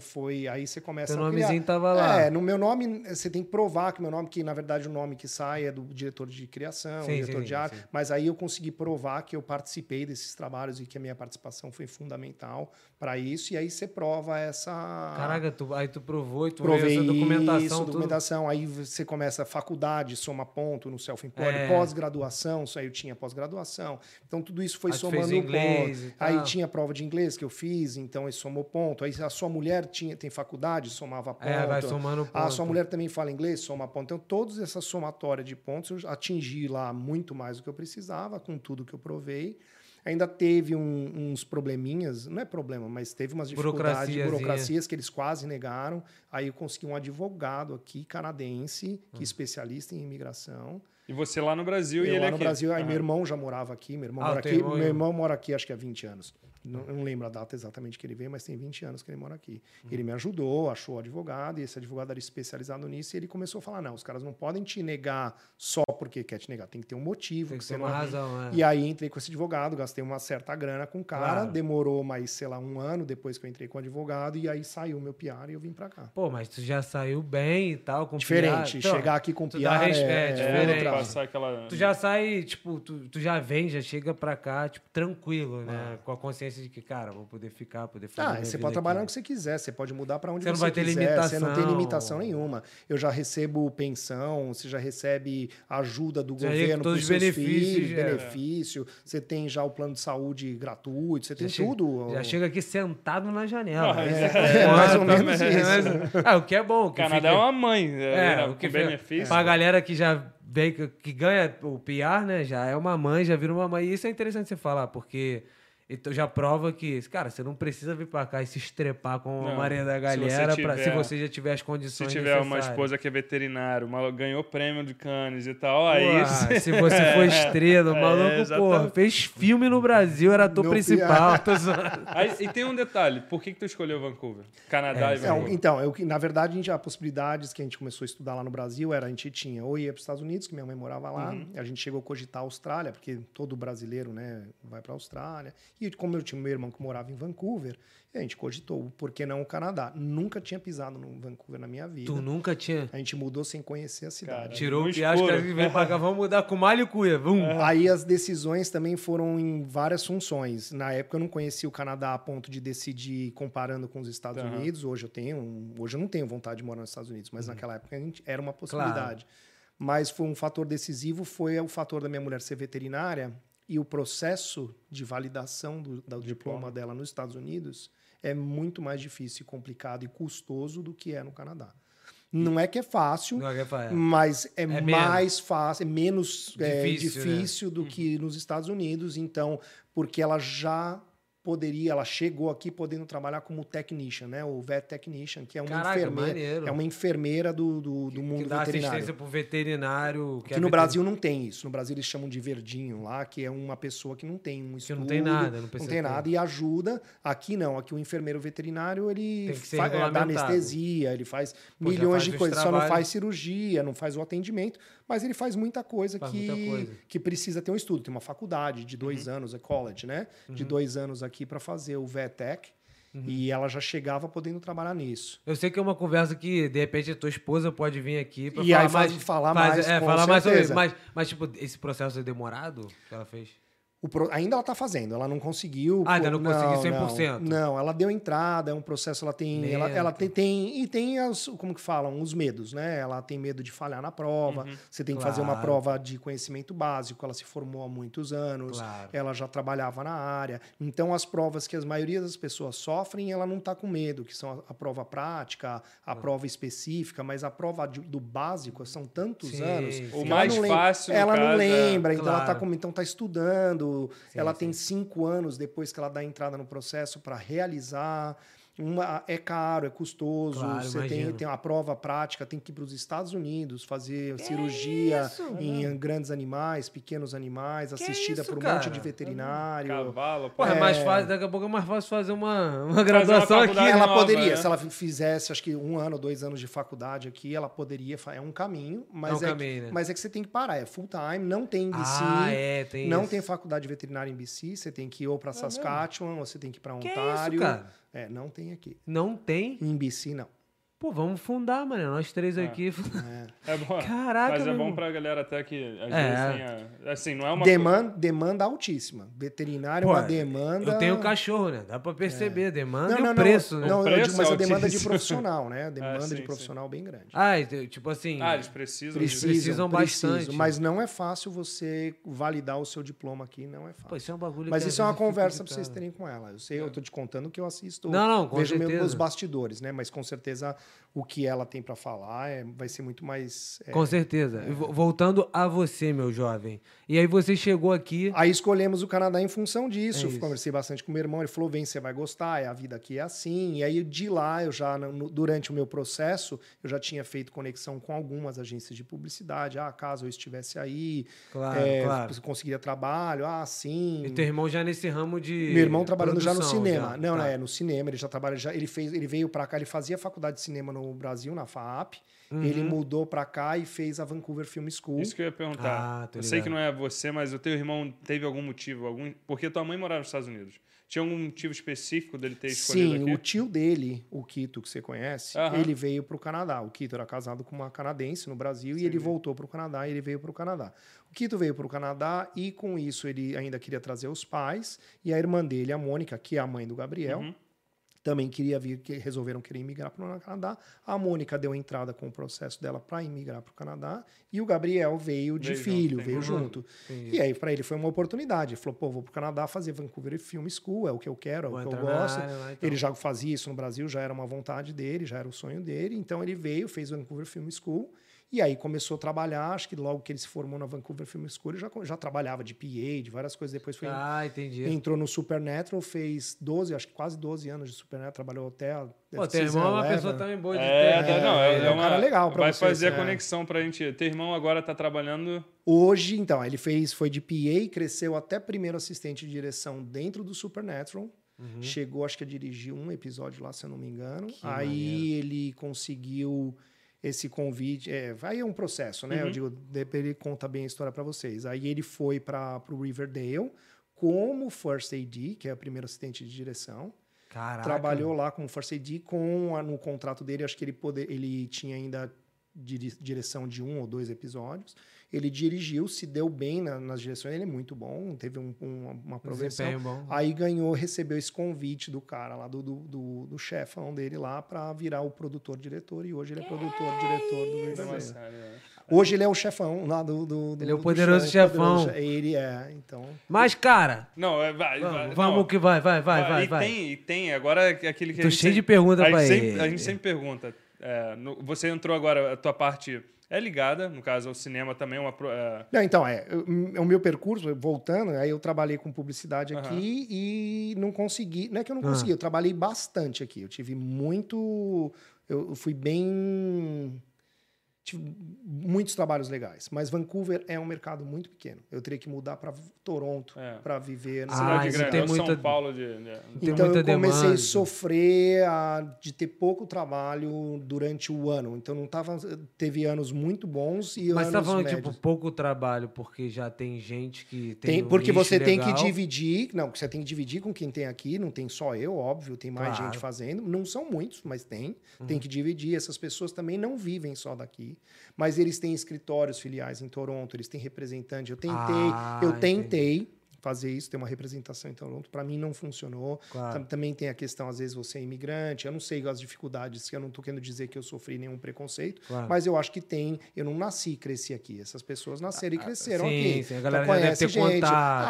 foi. Aí você começa
Teu
a criar.
nomezinho tava lá.
É, no meu nome, eh, você tem que provar que meu nome, que na verdade o nome que sai é do diretor de criação,
Sim,
diretor
sim,
de arte,
sim.
mas aí eu consegui provar que eu participei desses trabalhos e que a minha participação foi fundamental para isso, e aí você prova essa.
Caraca, tu, aí tu provou e tu veio
Provei
essa documentação.
isso,
tudo.
documentação. Aí você começa a faculdade, soma ponto no self-employed,
É.
pós-graduação, isso aí eu tinha pós-graduação. Então tudo isso foi
Aí tu fez
somando ponto.
inglês e
Aí
tal.
tinha prova de inglês que eu fiz, então isso somou ponto. Aí a sua mulher tinha, tem faculdade, somava ponto.
É, vai somando ponto.
A Ah, sua mulher também fala inglês, soma ponto. Então, toda essa somatória de pontos, eu atingi lá muito mais do que eu precisava, com tudo que eu provei. Ainda teve um- uns probleminhas, não é problema, mas teve umas dificuldades,
Burocraciazinha.
burocracias que eles quase negaram. Aí eu consegui um advogado aqui, canadense, que é especialista em imigração.
E você lá no Brasil e
eu
ele
lá no
aqui.
Brasil, aí
Aham.
meu irmão já morava aqui, meu irmão
Ah,
mora
teu
aqui,
irmão
meu
e-
irmão mora aqui acho que há 20 anos. Não, eu não lembro a data exatamente que ele veio, mas tem 20 anos que ele mora aqui.
Hum.
Ele me ajudou, achou o advogado, e esse advogado era especializado nisso, e ele começou a falar: não, os caras não podem te negar só porque quer te negar, tem que ter um motivo
Tem
que
que
você
ter
não.
uma razão, é.
E aí entrei com esse advogado, gastei uma certa grana com o cara,
Claro.
demorou mais, sei lá, um ano depois que eu entrei com o advogado, e aí saiu o meu PR e eu vim pra cá.
Pô, mas tu já saiu bem e tal, com
Diferente,
piada. Então,
chegar aqui com
tu
PR
dá
é,
respeito,
é,
diferente.
É,
outra.
passar aquela...
Tu já sai, tipo, tu, tu já vem, já chega pra cá, tipo, tranquilo, né? Com a consciência de que, cara, vou poder ficar, poder fazer.
É. Ah,
minha
e você
vida
pode trabalhar no
aqui.
que você quiser, você pode mudar para onde
Você
você,
não vai ter
quiser, você não tem
limitação.
limitação nenhuma. Eu já recebo pensão, você já recebe ajuda do
Já recebe
governo
todos
para
os
os seus
benefícios, é.
filhos,
já.
benefício, você tem já o plano de saúde gratuito, você tem
chega-
tudo.
Já chega aqui sentado na janela.
Ah,
né?
é,
mais ou
Tá,
menos
mas-
isso.
Ah, o que é bom.
O
que
Canadá
fica-
é uma mãe. É,
É,
né,
o que
com
fica-
benefício.
Pra galera que já vem, que, que ganha o PR, né? Já é uma mãe, já vira uma mãe. E isso é interessante você falar, porque então já prova que, cara, você não precisa vir pra cá e se estrepar com a
Não,
maioria da
se
galera
você
pra- se
tiver-
você já tiver as
Se
condições.
tiver uma
necessárias.
esposa que é veterinário, uma, ganhou prêmio de Cannes e tal,
Pô,
aí...
ah, se você for estrela, o
É,
maluco,
exatamente.
porra, fez filme no Brasil, era ator
No
principal. Tô zoando.
Aí, e tem um detalhe, por que, que tu escolheu Vancouver? Canadá
É,
e
Então,
Vancouver.
então eu, que- na verdade, a gente, as possibilidades que a gente começou a estudar lá no Brasil era a gente tinha ou ia para os Estados Unidos, que minha mãe morava lá,
Uhum.
a gente chegou a cogitar a Austrália, porque todo brasileiro né, vai para a Austrália. E como eu tinha meu irmão que morava em Vancouver, a gente cogitou, por que não o Canadá? Nunca tinha pisado no Vancouver na minha vida.
tu nunca tinha.
A gente mudou sem conhecer a cidade.
Tirou o
muito
piasco,
escuro.
cara, que vem pra cá, vamos mudar com malho e cuia. Vum.
Aí as decisões também foram em várias funções. Na época eu não conhecia o Canadá a ponto de decidir comparando com os Estados
Aham.
Unidos. Hoje eu tenho, um, hoje eu não tenho vontade de morar nos Estados Unidos, mas naquela época a gente- era uma possibilidade. Mas foi um fator decisivo foi o fator da minha mulher ser veterinária e o processo de validação do, do diploma dela nos Estados Unidos é muito mais difícil, complicado e custoso do que é no Canadá. Não é que é fácil,
Não, é pra-
mas é,
menos.
mais fácil, é menos é,
Difícil,
difícil,
né?
do que nos Estados Unidos, então, porque ela já poderia, ela chegou aqui podendo trabalhar como technician, né? O vet technician, que é uma
Caraca,
enfermeira,
maneiro.
é uma enfermeira do, do, do mundo
que dá assistência
veterinário.
pro veterinário.
Que
é
no
veter-
Brasil não tem isso. No Brasil eles chamam de verdinho lá, que é uma pessoa que não tem um
Que
estudo,
não tem nada, não
não
precisa
tem
ter.
nada e ajuda. Aqui não, aqui o enfermeiro veterinário ele
Tem que ser
fa- é, dá
regulamentado.
anestesia, ele faz
Pô, já
milhões
faz
de
os
coisas, só não
trabalhos.
faz cirurgia, não faz o atendimento, mas ele faz muita coisa,
Faz
que,
muita coisa. Uhum.
que precisa ter um estudo. Tem uma faculdade de dois anos, é college, né? De dois anos aqui para fazer o VETEC.
Uhum.
E ela já chegava podendo trabalhar nisso.
Eu sei que é uma conversa que, de repente, a tua esposa pode vir aqui pra
E
falar
aí faz-
mais.
falar mais,
É,
com
falar mais sobre
certeza.
mas, mas, tipo, esse processo é demorado que ela fez?
O pro- Ainda ela está fazendo, ela não conseguiu.
Ah, ainda
pô,
não conseguiu 100%.
Não, não, ela deu entrada, é um processo, ela tem. Ela, ela
Lento.
tem, tem- E tem as, como que falam, os medos, né? Ela tem medo de falhar na prova. Você tem que fazer uma
Uhum. Claro.
prova de conhecimento básico, ela se formou há muitos anos,
Claro.
ela já trabalhava na área. Então, as provas que a maioria das pessoas sofrem, ela não está com medo, que são a, a prova prática, a prova específica, mas a prova de- do básico são tantos
Sim,
anos.
sim.
que
O
ela
mais
não lembra-
fácil, no
Ela não
caso, é-
lembra, então ela está
Claro.
como então está estudando,
Sim,
ela tem cinco anos depois que ela dá entrada no processo para realizar. Uma, é caro, é custoso.
Claro,
você tem,
imagino.
tem uma prova prática, tem que ir para os Estados Unidos fazer cirurgia
isso?
em grandes animais, pequenos animais,
Que
assistida
isso,
por um
cara?
monte de veterinário.
Cavalo, pô.
Porra, é mais
É.
fácil, daqui a pouco é mais fácil fazer uma, uma graduação aqui.
faculdade.
ela
nova,
poderia,
né?
se ela fizesse acho que um ano, dois anos de faculdade aqui, ela poderia. fa- É um caminho,
É
mas,
um
é,
caminho,
que,
né?
mas é que você tem que parar. É full time, não tem VC.
Ah, é, tem
não
isso.
tem faculdade veterinária em BC, você tem que ir ou para Saskatchewan, ou você tem que ir para
É Que
Ontário.
isso, cara?
É, não tem aqui.
Não tem?
Em BC, não.
Pô, vamos fundar, mano. Nós três aqui.
É bom.
Caraca,
Mas é
meu
bom
irmão.
pra galera até que às
É.
vezes tem a- Assim, não é uma
Demanda, demanda altíssima. Veterinário é
Pô,
uma demanda. É.
Eu tenho cachorro, né? Dá pra perceber. Demanda
Não,
e
não,
o
não.
preço, Ah, né?
não, eu
preço
digo, mas
é
a demanda de
altíssimo.
profissional, né? A demanda
sim,
de
sim.
profissional bem grande.
Ah, e, tipo assim.
Ah, eles precisam.
Preci-
Preciso.
precisam bastante.
Mas não é fácil você validar o seu diploma aqui, não é fácil.
Pô, isso é um bagulho
Mas
que
isso é
às
uma
vezes eu fico
conversa
de
pra vocês
cara.
terem com ela. Eu sei, eu tô te contando que eu assisto.
Não, não, com
vejo mesmo
certeza.
os bastidores, né? Mas com certeza o que ela tem pra falar é- vai ser muito mais. é,
Com certeza. E vo- Voltando a você, meu jovem. E aí você chegou aqui.
Aí escolhemos o Canadá em função disso.
É isso.
Eu Conversei bastante com meu irmão, ele falou: vem, você vai gostar, é a vida aqui é assim. E aí de lá, eu já, no- durante o meu processo, eu já tinha feito conexão com algumas agências de publicidade. Ah, caso eu estivesse aí,
Claro,
é,
claro.
você conseguiria trabalho, ah, sim.
E teu irmão já nesse ramo de.
Meu irmão trabalhando já no
produção,
cinema.
já.
Não,
Tá.
é, no cinema, ele já trabalha, já, ele fez, ele veio pra cá, ele fazia faculdade de cinema no Brasil, na FAAP.
Uhum.
Ele mudou pra cá e fez a Vancouver Film School.
Isso que eu ia perguntar.
Ah, tô
eu sei
ligado.
que não é você, mas o teu irmão teve algum motivo, algum. Porque tua mãe morava nos Estados Unidos. Tinha algum motivo específico dele ter escolhido aqui?
Sim, o
tipo
tio dele, o Quito, que você conhece,
Aham.
ele veio para o Canadá. O Quito era casado com uma canadense no Brasil e ele voltou para o Canadá e ele veio para o Canadá. O Quito veio para o Canadá e com isso ele ainda queria trazer os pais e a irmã dele, a Mônica, que é a mãe do Gabriel.
Uhum.
Também queria vir, que resolveram querer imigrar para o Canadá. A Mônica deu entrada com o processo dela para imigrar para o Canadá. E o Gabriel veio de
Veio junto, Uhum.
filho,
tem
veio
como.
junto.
Entendi.
E aí, para ele, foi uma oportunidade. Ele falou: pô, vou para o Canadá fazer Vancouver Film School, é o que eu quero, é
Vou
o que eu
entrar na
gosto.
área lá, então.
Ele já fazia isso no Brasil, já era uma vontade dele, já era o sonho dele. Então ele veio, fez o Vancouver Film School e aí começou a trabalhar. Acho que logo que ele se formou na Vancouver Film School, ele já, co- já trabalhava de PA, de várias coisas. Depois foi,
Ah, entendi.
entrou no Supernatural, fez 12, acho que quase 12 anos de Supernatural, trabalhou até. a-
Pô, teu
season
irmão é uma
11.
pessoa também boa de
É,
ter,
tá-
né?
não, é,
ele
é
é um
uma-
cara legal pra
Vai
vocês,
fazer a
é.
conexão pra gente. Teu irmão agora tá trabalhando.
Hoje, então, ele fez, foi de PA, cresceu até primeiro assistente de direção dentro do Supernatural. Chegou, acho que a dirigir um episódio lá, se eu não me engano. aí
maneiro.
ele conseguiu esse convite. É, aí é um processo, né? Eu digo, depois ele conta bem a história pra vocês. Aí ele foi para o Riverdale como First AD, que é o primeiro assistente de direção.
Caraca.
Trabalhou lá com o Force AD, com a- no contrato dele, acho que ele, poder, ele tinha ainda diri- direção de um ou dois episódios. Ele dirigiu, se deu bem na- nas direções, ele é muito bom, teve um- um- uma
é
progressão.
Desempenho bom.
Aí ganhou, recebeu esse convite do cara lá, do, do, do, do chefão dele lá, pra virar o produtor-diretor, e hoje ele é produtor-diretor do Riverdale. Hoje ele é o chefão lá do... do, do
é. Ele é o
do
poderoso
show, poderoso
chefão.
che- Ele é, então...
Mas, cara,
Não, é, vai, vai,
vamos,
não.
vamos que vai, vai, vai,
Ah,
vai,
e
vai.
Tem, e tem, agora é aquele que
Tô
a gente
cheio de
sempre-
pergunta
a gente
pra
sempre-
ele.
A gente sempre pergunta. é, no- você entrou agora, a tua parte é ligada, no caso, ao cinema também, uma. pro- é,
Não, então, é. eu- m- O meu percurso, voltando, né, aí eu trabalhei com publicidade aqui e não consegui. Não é que eu não consegui, eu trabalhei bastante aqui. Eu tive muito. Eu eu fui bem. Tive muitos trabalhos legais. Mas Vancouver é um mercado muito pequeno. Eu teria que mudar para Toronto
É.
para viver na
Ah,
cidade
isso
grande,
tem
é o
muita-
São Paulo de. de-
Tem
então
muita
eu comecei
demanda.
a sofrer a- de ter pouco trabalho durante o ano. Então não tava. Teve anos muito bons e
Mas
anos
você tá falando,
médios.
tipo, pouco trabalho, porque já tem gente que tem.
Tem-
um
porque
nicho
você tem que
legal.
dividir, não, que você tem que dividir com quem tem aqui, não tem só eu, óbvio, tem mais
Claro. Uhum.
gente fazendo, não são muitos, mas tem, tem que dividir, essas pessoas também não vivem só daqui, mas eles têm escritórios filiais em Toronto, eles têm representante, eu tentei,
Ah,
eu tentei fazer isso, ter uma representação em Toronto. Para mim não funcionou.
Claro.
Tam- Também tem a questão, às vezes você é imigrante, eu não sei as dificuldades, que eu não estou querendo dizer que eu sofri nenhum preconceito,
Claro.
mas eu acho que tem. Eu não nasci e cresci aqui. Essas pessoas nasceram e cresceram
Ah, sim,
aqui.
sim, a
Então
galera deve ter
Ah,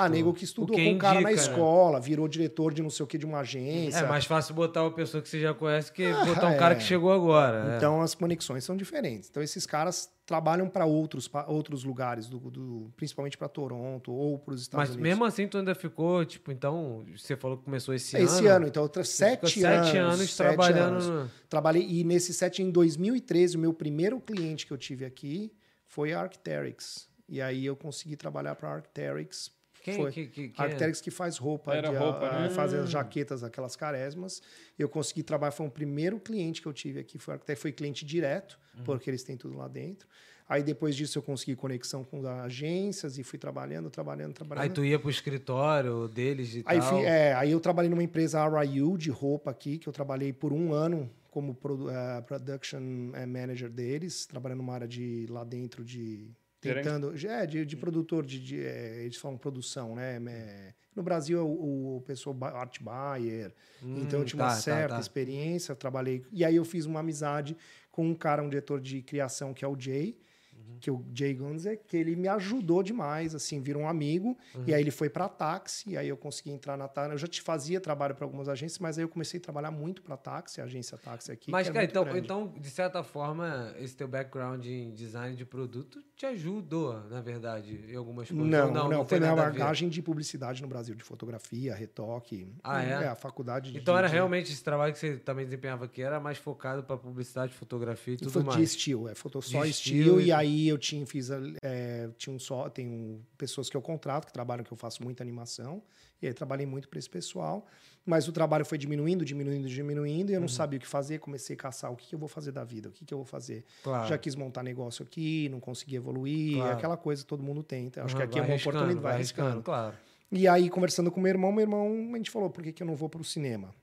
contato.
nego que
O
estudou
que
com um cara na
indica, né?
escola, virou diretor de não sei o que de uma agência.
É mais fácil botar uma pessoa que você já conhece que
Ah,
botar um cara
é.
que chegou agora. né?
Então as conexões são diferentes. Então esses caras trabalham para outros, pa- outros lugares, do, do- principalmente para Toronto ou para os Estados
Mas
Unidos.
mesmo assim, tu ainda ficou, tipo, então, você falou que começou esse,
esse ano, então, tra-
assim, Você ficou
sete, anos,
Sete anos
sete
trabalhando.
anos.
no-
Trabalhei, e nesse sete, em 2013, o meu primeiro cliente que eu tive aqui foi a Arcteryx. E aí eu consegui trabalhar para a Arcteryx.
Quem,
Foi.
que- que- quem
A
é?
Arcteryx que faz roupa,
Era
de,
roupa,
a-
né?
fazer
Ah.
as jaquetas, aquelas caresmas. Eu consegui trabalhar, foi o primeiro cliente que eu tive aqui, foi, a Arcteryx, foi cliente direto,
Uhum.
porque eles têm tudo lá dentro. Aí depois disso eu consegui conexão com agências e fui trabalhando, trabalhando, trabalhando.
Aí tu ia pro escritório deles e
Aí,
tal.
fi- é, aí eu trabalhei numa empresa RIU de roupa aqui, que eu trabalhei por um ano como produ- eh, production eh, manager deles, trabalhando numa área de lá dentro de.
Gerente?
Tentando. É, de,
Uhum.
de produtor, de, de, eh, eles falam produção, né? Eh, No Brasil é o, o pessoal ba- art buyer.
Hum,
então eu tinha
tá,
uma
tá,
certa
tá.
experiência, trabalhei. E aí eu fiz uma amizade com um cara, um diretor de criação, que é o Jay
Uhum.
que o Jay Gunzer, que ele me ajudou demais, assim, virou um amigo.
Uhum.
E aí ele foi para táxi, e aí eu consegui entrar na táxi. Eu já te fazia trabalho para algumas agências, mas aí eu comecei a trabalhar muito para táxi, a agência táxi aqui.
Mas,
que é
cara,
muito
então,
grande.
então, de certa forma, esse teu background em design de produto te ajudou, na verdade, em algumas coisas.
Não,
Ou
não, foi
então, tem
minha
nada a ver?
bagagem de publicidade no Brasil, de fotografia, retoque.
Ah, é?
a faculdade de-
Então era
de,
realmente esse trabalho que você também desempenhava aqui, era mais focado pra publicidade, fotografia e
E
tudo
foi de
mais.
estilo, é, foto só
De
estilo,
estilo e
e
tudo.
aí eu tinha, fiz, a- é, tinha um só, tem um- pessoas que eu contrato, que trabalham, que eu faço muita animação, e aí trabalhei muito para esse pessoal, mas o trabalho foi diminuindo, diminuindo, diminuindo, e eu não
Uhum.
sabia o que fazer, comecei a caçar o que, que eu vou fazer da vida, o que, que eu vou fazer.
Claro.
Já quis montar negócio aqui, não consegui evoluir,
Ah. Claro.
aquela coisa que todo mundo tenta, acho
Aham,
que aqui é
vai
uma
arriscando,
oportunidade, vai
arriscando,
arriscando.
Claro.
E aí, conversando com meu irmão, meu irmão, a gente falou, por que, que eu não vou para o cinema?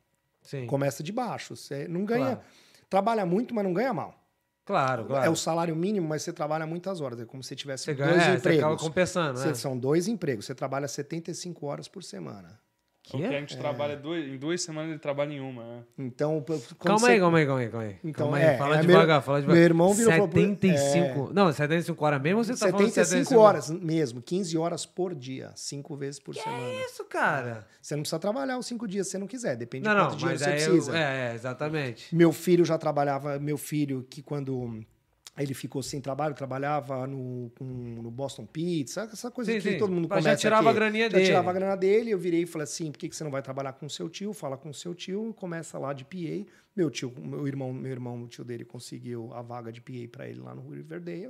Sim.
Começa de baixo, você não ganha,
Claro.
trabalha muito, mas não ganha mal.
Claro, claro.
É o salário mínimo, mas você trabalha muitas horas. É como se você tivesse
Você
dois
ganha, é, você acaba
empregos.
compensando,
Você-
né?
São dois empregos. Você trabalha 75 horas por semana.
é?
Porque a gente trabalha dois, em duas semanas, ele trabalha em uma. né?
Então, p- quando
Calma
você-
aí, calma aí, calma aí, calma aí.
Então,
calma aí,
é,
fala
é, meu-
devagar, fala devagar.
meu irmão virou é. e falou,
75. Não, 75 horas mesmo ou você tá falando
75 horas mesmo, 15 horas por dia, cinco vezes por semana.
Que isso, cara?
Você não precisa trabalhar os cinco dias se você não quiser, depende
não,
de
não,
quanto dinheiro
mas
você
aí. eu-
precisa.
é, é, exatamente.
Meu filho já trabalhava, meu filho que quando ele ficou sem trabalho, trabalhava no, com- no Boston Pizza, essa coisa
Sim,
que
sim.
todo mundo
Mas
começa
já tirava
aqui.
a graninha
já
dele.
tirava a grana dele, eu virei e falei assim, por que, que você não vai trabalhar com seu tio? Fala com seu tio, começa lá de PA. Meu tio, meu irmão, meu irmão, o tio dele conseguiu a vaga de PA para ele lá no Riverdale.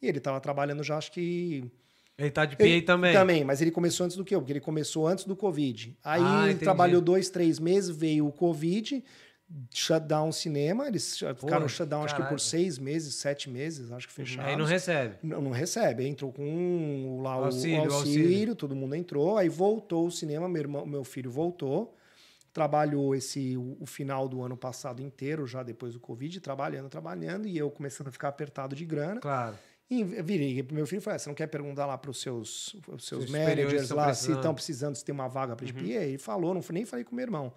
E ele tava trabalhando já, acho que
Ele tá de PA
ele-
também.
mas ele começou antes do que eu, porque ele começou antes do Covid. Aí
Ah,
ele
entendi.
trabalhou dois, três meses, veio o Covid, shutdown cinema, eles sh- ficaram shutdown acho que por
caralho. Uhum.
seis meses, sete meses, acho que fecharam.
Aí não recebe.
Não, não recebe. Entrou com um, lá o
Auxílio,
auxílio,
auxílio.
todo mundo entrou. Aí voltou o cinema, meu, irmão, meu filho voltou. Trabalhou esse o o final do ano passado inteiro, já depois do Covid, trabalhando, trabalhando, e eu começando a ficar apertado de grana.
Claro.
E virei pro meu filho e falei: "Ah, você não quer perguntar lá para os seus, os seus
Seus superiores
managers
estão
lá se
precisando."
estão precisando, se tem uma vaga para uhum. Ele falou, não, nem falei com meu irmão.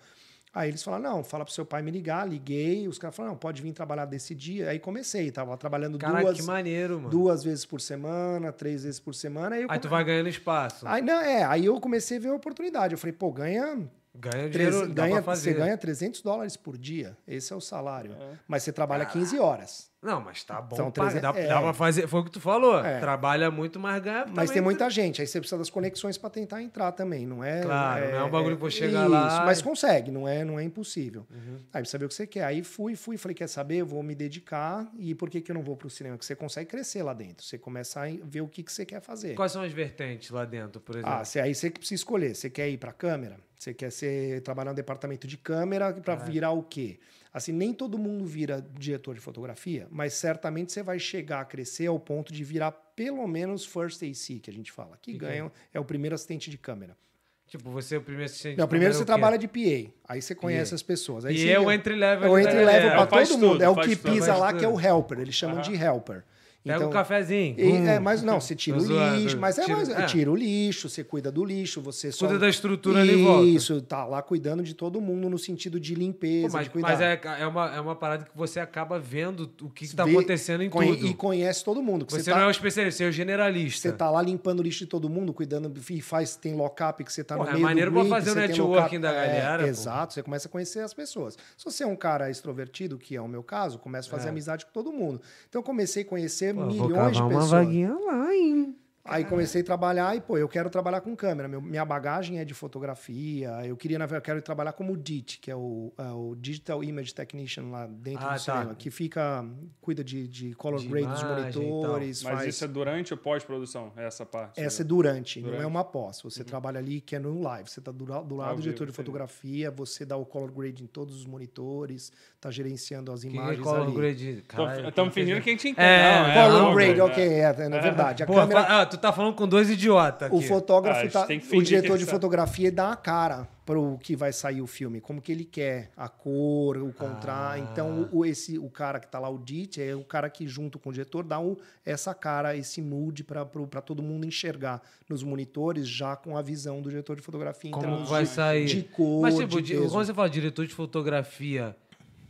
Aí eles falaram: não, fala pro seu pai me ligar. Liguei, os caras falaram: não, pode vir trabalhar desse dia. Aí comecei, tava trabalhando
Caraca,
duas,
que maneiro, mano.
duas vezes por semana, três vezes por semana. Aí, eu
Aí tu vai ganhando espaço.
Aí, não, é, aí eu comecei a ver a oportunidade. Eu falei: pô, ganha
Ganha dinheiro,
Treze-
dá
ganha-
pra fazer.
você ganha 300 dólares por dia. Esse é o salário.
É.
Mas você
Ah,
trabalha 15 horas.
Não, mas tá bom.
São
pra-
300
dá,
é.
dá pra fazer. Foi o que tu falou.
É.
Trabalha muito, mas ganha.
Mas
também
tem muita gente, aí você precisa das conexões para tentar entrar também, não é?
Claro, não é um bagulho que vou chegar lá Uhum.
Mas
e-
consegue, não é, não é impossível. Aí precisa ver o que você quer. Aí fui, fui, falei, quer saber? Eu vou me dedicar. E por que, que eu não vou pro cinema? Porque você consegue crescer lá dentro. Você começa a ver o que, que você quer fazer.
Quais são as vertentes lá dentro, por exemplo?
Ah, cê- aí você que precisa escolher. Você quer ir para câmera? Você quer ser, trabalhar no departamento de câmera
É.
para virar o quê? Assim, nem todo mundo vira diretor de fotografia, mas certamente você vai chegar a crescer ao ponto de virar pelo menos first AC, que a gente fala, que,
Que que é?
ganha é o primeiro assistente de câmera.
Tipo, você é o primeiro assistente.
Não,
de câmera,
primeiro você
o quê?
trabalha de PA, aí você conhece
PA.
as pessoas. Aí
E
você-
é o entry level.
é o
né?
entry
É,
level para
faz
todo
tudo,
mundo. É o
faz
que
tudo,
pisa
faz
lá
tudo.
que é o helper. Eles chamam
Aham.
de helper.
Pega um cafezinho.
E-
Hum.
é, mas não, você tira
Tô
o
zoando.
lixo, mas é
Tira-
mais.
é.
Tira o lixo, você cuida do lixo, você só.
Cuida da estrutura ali em volta.
Isso, tá lá cuidando de todo mundo no sentido de limpeza,
Pô, mas
de cuidar.
mas é, é, uma, é uma parada que você acaba vendo o que está
Vê-
acontecendo em
conhe-
tudo.
E conhece todo mundo. que
você
você tá,
não é o especialista, você é o generalista.
você tá lá limpando o lixo de todo mundo, cuidando, e faz, tem lockup que você tá
Porra,
no
é
meio
maneiro
do
pra
grid,
fazer o
você tem
networking
lockup- É,
da galera, pô.
Exato, você começa a conhecer as pessoas. Se você é um cara extrovertido, que é o meu caso, começa a fazer
É.
amizade com todo mundo. Então eu comecei a conhecer
Pô, vou
milhões de
cavar uma
pessoas.
vaguinha lá, hein?
Aí comecei a trabalhar e, pô, eu quero trabalhar com câmera. Meu- minha bagagem é de fotografia. Eu queria, na verdade, eu quero trabalhar como DIT, que é o, é o Digital Image Technician lá dentro
Ah,
do
tá.
cinema, que fica, cuida de, de color
De
grade dos
imagem e tal.
monitores.
Mas
faz...
isso é durante ou pós-produção, essa parte?
Essa é durante,
Durante.
não é uma pós. Você
Uhum.
trabalha ali que é no live. Você está do, la- do lado
Ao
do diretor
vivo,
de fotografia, você dá o color grade em todos os monitores, está gerenciando as
Que é
imagens
cola
ali.
o grade. Caralho,
Estamos
não sei
fingindo
se-
que a gente entende.
É,
não, né?
color
não,
color grade,
velho,
ok, é, é, na verdade. A
Pô,
câmera,
fa- ah, tu tá falando com dois idiotas aqui.
o
Ah, a
fotógrafo,
gente
tá-
tem que
o
fingir
diretor
que
de
sabe.
fotografia dá a cara para o que vai sair o filme, como que ele quer, a cor, o contraste.
Ah.
Então, o, esse, o cara que está lá, o DIT, é o cara que, junto com o diretor, dá o- essa cara, esse mood para todo mundo enxergar nos monitores, já com a visão do diretor de fotografia. em
Como
termos
vai
Então, de,
sair.
de cor,
Mas, tipo,
de
di-
peso.
quando você fala diretor de fotografia,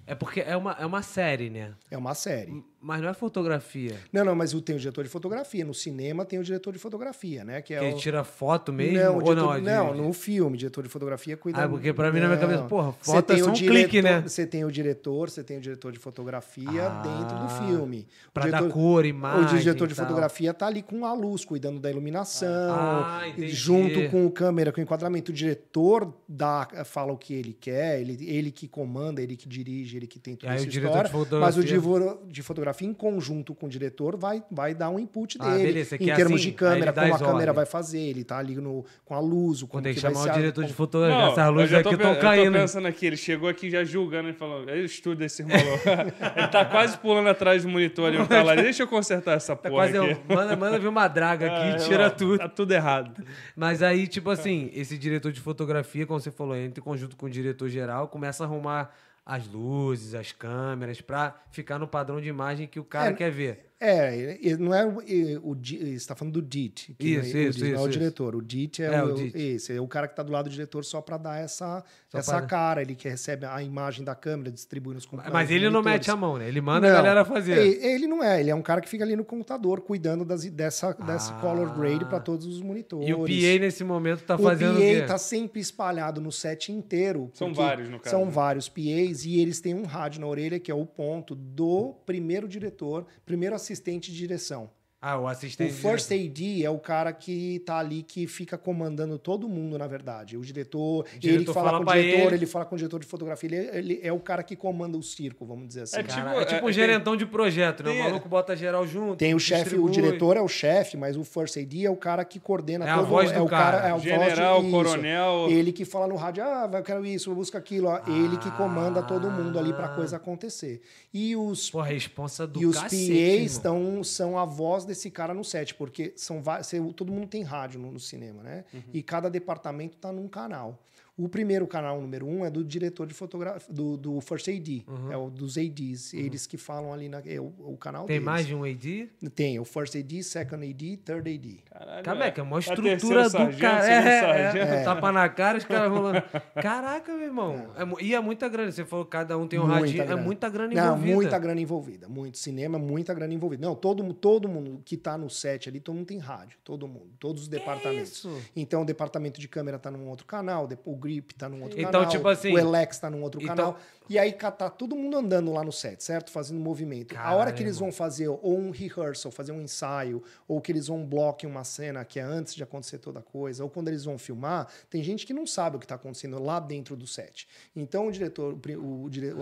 é porque é uma, é uma série, né?
É uma série.
M- Mas não é fotografia.
Não, não, mas o- tem o diretor de fotografia. No cinema tem o diretor de fotografia, né? Que é
que ele
o-
tira foto mesmo?
Não, o
ou
diretor-
não? é de-
não, no filme, diretor de fotografia cuida.
Ah, porque pra mim, na minha
Não.
cabeça, porra,
Você
foto é
tem
só
o
um clique, né?
diretor- Você tem o diretor, você tem o diretor de fotografia
Ah,
dentro do filme. O
Pra
diretor-
dar cor, imagem.
O diretor de
e tal.
fotografia tá ali com a luz, cuidando da iluminação,
Ah, entendi.
junto com o câmera, com o enquadramento. O diretor dá, fala o que ele quer, ele, ele que comanda, ele que dirige, ele que tem
E
toda
aí
essa
o diretor
história.
de fotografia.
Mas o divor- de fotografia, em conjunto com o diretor, vai, vai dar um input
Ah,
dele.
beleza, você
em
quer assim?
termos de
Aí ele
câmera,
dá
como a
as
câmera
ordens.
vai fazer, ele tá ali no, com a luz, o
Vou
como
ter
que,
que
vai
chamar
ser
o
a-
diretor de
como-
fotografia.
eu
Essas luzes
já
aqui
tô pe-
estão caindo.
Eu tô pensando aqui, ele chegou aqui já julgando e falou: eu estudo esse irmão. ele tá quase pulando atrás do monitor ali. Eu tava lá, deixa eu consertar essa
Tá
porra.
quase
aqui.
eu- manda, manda vir uma draga
É,
aqui e tira
ó,
tudo.
Tá tudo errado.
Mas aí, tipo assim, esse diretor de fotografia, como você falou, entra em conjunto com o diretor geral, começa a arrumar as luzes, as câmeras, pra ficar no padrão de imagem que o cara
É,
quer ver.
É, e- e não é o, e- o di- você está falando do DIT, que
Isso,
não é, o
isso,
DIT, não é
isso,
o
isso.
diretor. O DIT é,
É, o
o,
DIT.
esse, é o cara que está do lado do diretor só para dar essa,
Só
essa
pra-
cara, ele que recebe a imagem da câmera, distribui nos computadores.
Mas ele não mete a mão, né? Ele manda a galera fazer.
Ele, ele não é, ele é um cara que fica ali no computador cuidando das, dessa, dessa
Ah.
color grade para todos os monitores.
E o PA, nesse momento, tá
O
fazendo o
PA
quê?
está sempre espalhado no set inteiro.
São
porque
vários, no caso,
São
né?
vários PAs e eles têm um rádio na orelha que é o ponto do primeiro diretor, primeiro assistente de direção.
Ah, o assistente.
O First AD é o cara que tá ali, que fica comandando todo mundo, na verdade. O diretor,
diretor
ele fala,
fala
com o
pra
diretor,
ele.
ele. fala com o diretor de fotografia, ele, ele é o cara que comanda o circo, vamos dizer assim.
É,
Cara,
Tipo,
é tipo
é-
um
é-
gerentão de projeto, né? O
tem-
maluco bota geral junto.
é. Tem o chefe, o
distribui.
diretor é o chefe, mas o First AD é o cara que coordena
É a
todo
voz
é
do
o cara,
cara.
é a
General,
voz de, isso.
coronel.
Ele que fala no rádio, ah, eu quero isso, eu busco aquilo. ó. ele que comanda todo mundo ali pra
Ah.
coisa acontecer. E os
Pô, a responsa do
e os
cacete, irmão.
PAs estão, são a voz desse cara no set, porque são va- cê- todo mundo tem rádio no, no cinema, né?
Uhum.
E cada departamento tá num canal. O primeiro canal, o número um, é do diretor de fotografia, do, do First AD,
Uhum.
é o dos ADs, eles que falam ali, na, é o, o canal
Tem
deles.
mais de um AD?
Tem, é o First AD, Second AD, Third AD.
Caralho, Tá
Caraca, é a maior
terceiro
estrutura do
sargento,
cara.
segundo
É,
sargento.
é, é. Tapa na cara, os caras rolando. Caraca, meu irmão. É mu- e é muita grana. Você falou que cada um tem um
Muita
radinho. É
grana.
muita grana
Não,
envolvida.
muita grana envolvida. Muito cinema, muita grana envolvida. Não, todo, mu- todo mundo que tá no set ali, todo mundo tem rádio, todo mundo, todos os departamentos.
isso?
Então o departamento de câmera tá num outro canal, de- o grip tá num outro
Então,
canal,
tipo assim,
o Elex tá num outro
então-
canal. E aí ca- tá todo mundo andando lá no set, certo? Fazendo movimento. A hora que eles
Caramba.
vão fazer ou um rehearsal, fazer um ensaio, ou que eles vão bloquear uma cena que é antes de acontecer toda coisa, ou quando eles vão filmar, tem gente que não sabe o que tá acontecendo lá dentro do set. então o diretor, o pri- o, dire- o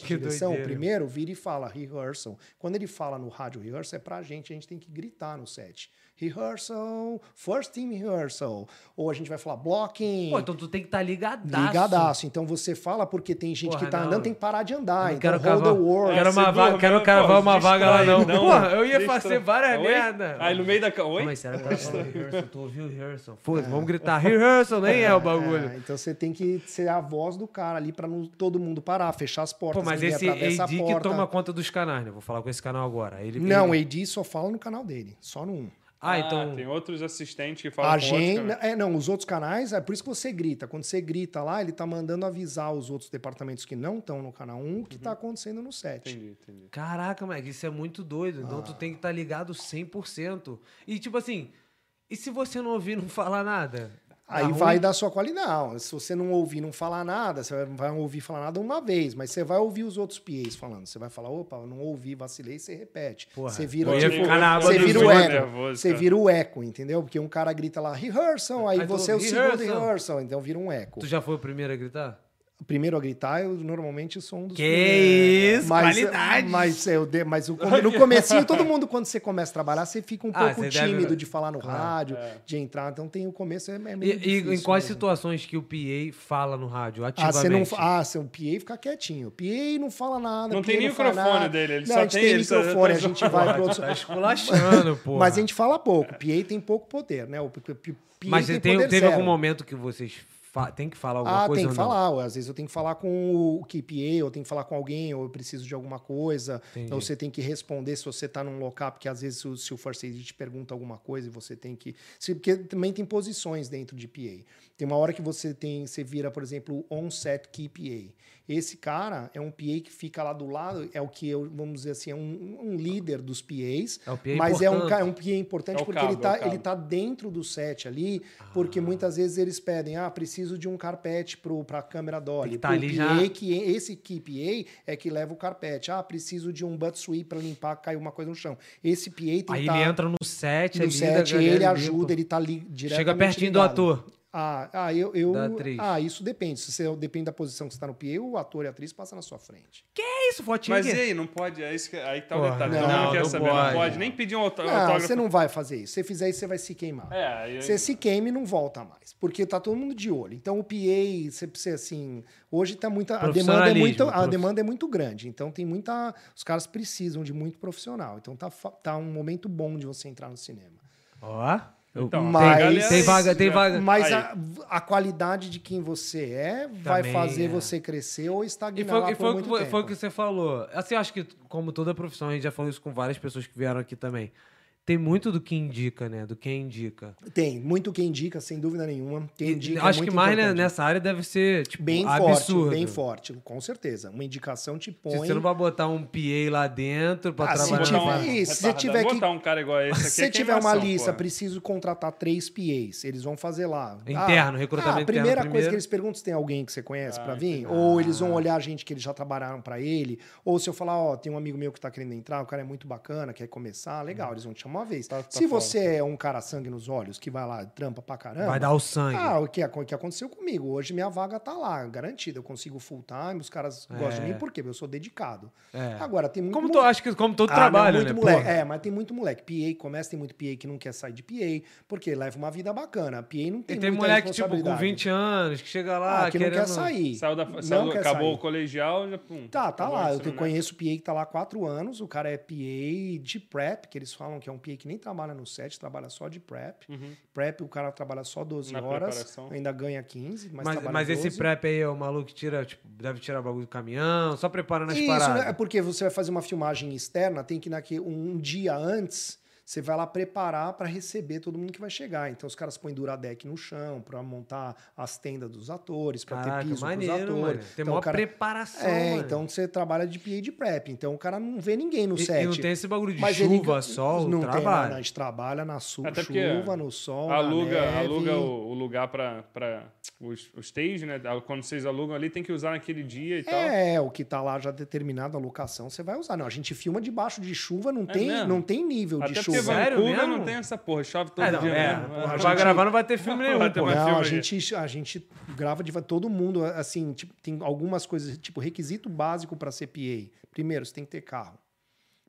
Que
de direção, o
doideira.
primeiro, vira e fala rehearsal. Quando ele fala no rádio rehearsal, é pra gente, a gente tem que gritar no set. Rehearsal, first team rehearsal. Ou a gente vai falar blocking.
Pô, então tu tem que estar tá ligadaço.
Ligadaço. Então você fala porque tem gente
Porra,
que tá
não.
andando, tem que parar de andar.
Não
Então,
quero
hold the
cavar,
world.
quero
Você
uma vaga-
dormiu,
quero cavar
pô,
uma vaga lá, não.
distraidão.
Porra, eu ia
Distra-
fazer várias
Oi?
merda.
Aí no meio da... ca- Oi?
Mas será que o cara falou rehearsal? Tu ouviu o rehearsal? Foda-se, vamos gritar rehearsal, nem é o bagulho.
É, então você tem que ser a voz do cara ali pra não todo mundo parar, fechar as portas.
Pô, mas
ninguém
esse
atravessa a
AD que
porta.
toma né? conta dos canais, né? Vou falar com esse canal agora. Ele,
Não, o
ele...
AD só fala no canal dele, só no um.
Ah, então...
tem outros assistentes que falam
A
com outros
gente,
canais.
é, não, os outros canais, é por isso que você grita. Quando você grita lá, ele tá mandando avisar os outros departamentos que não estão no canal 1 o que
Uhum.
tá acontecendo no 7.
Entendi,
um-
entendi.
Caraca, moleque, isso é muito doido.
Ah.
Então tu tem que estar tá ligado 100%. E tipo assim, e se você não ouvir, não falar nada?
Aí
Tá
vai
ruim?
dar sua qualidade. Não, se você não ouvir, não falar nada, você vai- vai ouvir falar nada uma vez, mas você vai ouvir os outros PAs falando. Você vai falar, opa, eu não ouvi, vacilei, você repete.
Porra,
você vira,
eu ia
tipo,
ficar na aba
você
do
vira o
Zoom,
eco.
nervoso,
você
cara.
vira o eco, entendeu? Porque um cara grita lá, rehearsal, aí
Aí tu
você é o
ouve,
segundo
"Rehearsal".
rehearsal, então vira um eco.
Tu já foi o primeiro a gritar?
Primeiro a gritar, eu normalmente sou um dos
Que
primeiros.
isso,
mas,
qualidade!
Mas, eu de- mas o come- no comecinho, todo mundo, quando você começa a trabalhar, você fica um
Ah,
pouco
você deve-
tímido de falar no
Claro,
rádio,
é.
de entrar. Então tem o começo, é, é meio
E, e em
difícil
quais
mesmo.
situações que o PA fala no rádio
Ah,
ativamente?
você não, ah, seu PA fica quietinho. PA não fala nada.
Não
PA
tem nem o
fala
microfone
nada.
dele, ele
não,
só
a gente
tem-
tem
ele só-
microfone, a
só-
gente vai pro outro...
Tá esculachando, porra.
Mas a gente fala pouco. PA tem pouco poder, né? O P- P- PA
Mas
tem
tem-
poder
teve
zero.
algum momento que vocês fa- tem que falar alguma
Ah,
coisa
tem que
ou não?
falar. Às vezes eu tenho que falar com o KPA, ou tenho que falar com alguém, ou eu preciso de alguma coisa.
Entendi.
Ou você tem que responder se você está num local, porque às vezes o- se o First Aid te pergunta alguma coisa e você tem que. se- Porque também tem posições dentro de PA. Tem uma hora que você tem, você vira, por exemplo, o on-set key PA. Esse cara é um PA que fica lá do lado, é o que eu, vamos dizer assim, é um, um líder dos PAs,
É o PA
mas é um,
importante.
ca- é um PA importante
É o
porque
cabo,
ele
é o
tá,
cabo.
ele tá dentro do set ali,
Ah.
porque muitas vezes eles pedem, ah, preciso de um carpete pro, pra câmera
Tem
dolly.
que tá
Pro
ali
PA
já.
que esse que PA é que leva o carpete. Ah, preciso de um butt sweep pra limpar, caiu uma coisa no chão. Esse PA tem que
Aí
tá
ele entra no set,
no
ali, da
set,
galera,
ele
limpa.
ajuda, ele tá li, diretamente
Chega pertinho
ligado.
do ator.
Ah, ah, eu, eu-
Da atriz.
ah, isso depende. Se você, depende da posição que você tá no PA, o ator e a atriz passa na sua frente.
É isso, fotinho
Mas e
aqui.
aí, não pode? É isso que, aí que tá o
Porra,
detalhe.
não,
Todo mundo
não
quer saber, não
pode.
pode. Nem pedir um autó-
Não, você
autógrafo.
não vai fazer isso. Se você fizer isso, você vai se queimar.
É, aí-
Você se queima e não volta mais, porque tá todo mundo de olho. Então o PA, você precisa assim, hoje tá muita a demanda é
Profissionalismo,
muito a
prof-
demanda é muito grande. Então tem muita os caras precisam de muito profissional. Então tá fa- tá um momento bom de você entrar no cinema.
Ó. Eu-
Então,
tem-
mas-
tem, vaga, tem
né?
vaga.
Mas
Aí.
a, a qualidade de quem você é vai
Também
fazer
é.
você crescer ou
E
estagnar
foi,
lá
e
por
foi o
muito
que, vo-
tempo.
foi o que você falou. Assim, eu acho que, como toda profissão, a gente já falou isso com várias pessoas que vieram aqui também. Tem muito do que indica, né? Do que indica.
Tem muito quem indica, sem dúvida nenhuma. Quem
E
indica é
acho
muito
que mais né,
importante.
nessa área deve ser, tipo,
bem
absurdo.
forte, bem forte, com certeza. Uma indicação te põe.
Se Você não vai botar um PA lá dentro pra
Ah, se
trabalhar.
Botar
tiver-
na área.
Isso, se
retardado.
tiver que-
Botar um cara igual esse aqui
Se você
é
tiver uma
queimação,
lista,
porra.
preciso contratar três PAs. Eles vão fazer lá. Ah,
Interno, recrutamento
A primeira
interno
coisa
primeiro.
que eles perguntam se tem alguém que você conhece
Ah,
pra vir, ou eles vão olhar gente que eles já trabalharam pra ele, ou se eu falar, ó, tem um amigo meu que tá querendo entrar, o cara é muito bacana, quer começar, legal, eles vão te chamar uma vez.
Hum. Tá- tá
se
fora.
você é um cara sangue nos olhos, que vai lá, trampa pra caramba,
Vai dar o sangue.
ah, o que, o que aconteceu comigo? Hoje minha vaga tá lá, garantida. Eu consigo full time, os caras gostam de mim, por quê? Eu sou dedicado.
É.
Agora, ah, tem muito.
como
mo-
to, acho que como todo
Ah,
trabalho,
não, muito
né?
Moleque.
Porra.
É, mas tem muito moleque. PA começa, tem muito PA que não quer sair de PA, porque leva uma vida bacana. PA não tem
E tem
muita
moleque, tipo, com
responsabilidade.
20 anos, que chega lá
ah, que
querendo...
não quer sair.
Saiu da,
Não
saiu do-
quer
acabou
sair.
o colegial, já, pum,
Tá, tá
acabou né? o
lá. Eu
ensino
te-
médio.
conheço o PA que tá lá há quatro anos. O cara é PA de prep, que eles falam que é um PA que nem trabalha no set, trabalha só de prep.
Uhum.
Prep, o cara trabalha só 12
Na
horas,
preparação.
ainda ganha 15, mas,
Mas,
trabalha
mas esse
12.
prep aí é o maluco que tira, tipo, deve tirar bagulho do caminhão, só preparando as
Isso,
paradas.
né? é porque você vai fazer uma filmagem externa, tem que ir naqui, um dia antes, você vai lá preparar para receber todo mundo que vai chegar. Então os caras põem duradeck no chão para montar as tendas dos atores, para ter
Caraca,
piso
maneiro,
pros atores.
mano. Tem
Então,
maior
o cara-
preparação,
É,
mano.
então você trabalha de PA de prep, então o cara não vê ninguém no
E-
set.
E não tem esse bagulho de
Mas ele-
chuva, sol,
não tem,
trabalho.
não, a gente trabalha na su-
Até porque
chuva, no sol,
aluga,
na neve.
aluga o, o lugar pra, pra os, os stage, né? Quando vocês alugam ali, tem que usar naquele dia e tal.
É, o que tá lá já determinado a locação, você vai usar. Não, a gente filma debaixo de chuva, não,
É
tem,
mesmo?
não tem nível
Até
de
porque
chuva.
Sério
Vancouver
mesmo?
não tem essa porra, chove todo
É, não,
dia
é,
mesmo.
porra,
Ah,
vai gravar, não vai ter filme nenhum,
Vai ter
pô.
mais-
Não,
filma
a
aí.
gente, a gente grava de todo mundo, assim, tipo, tem algumas coisas, tipo, requisito básico para CPA. Primeiro, você tem que ter carro.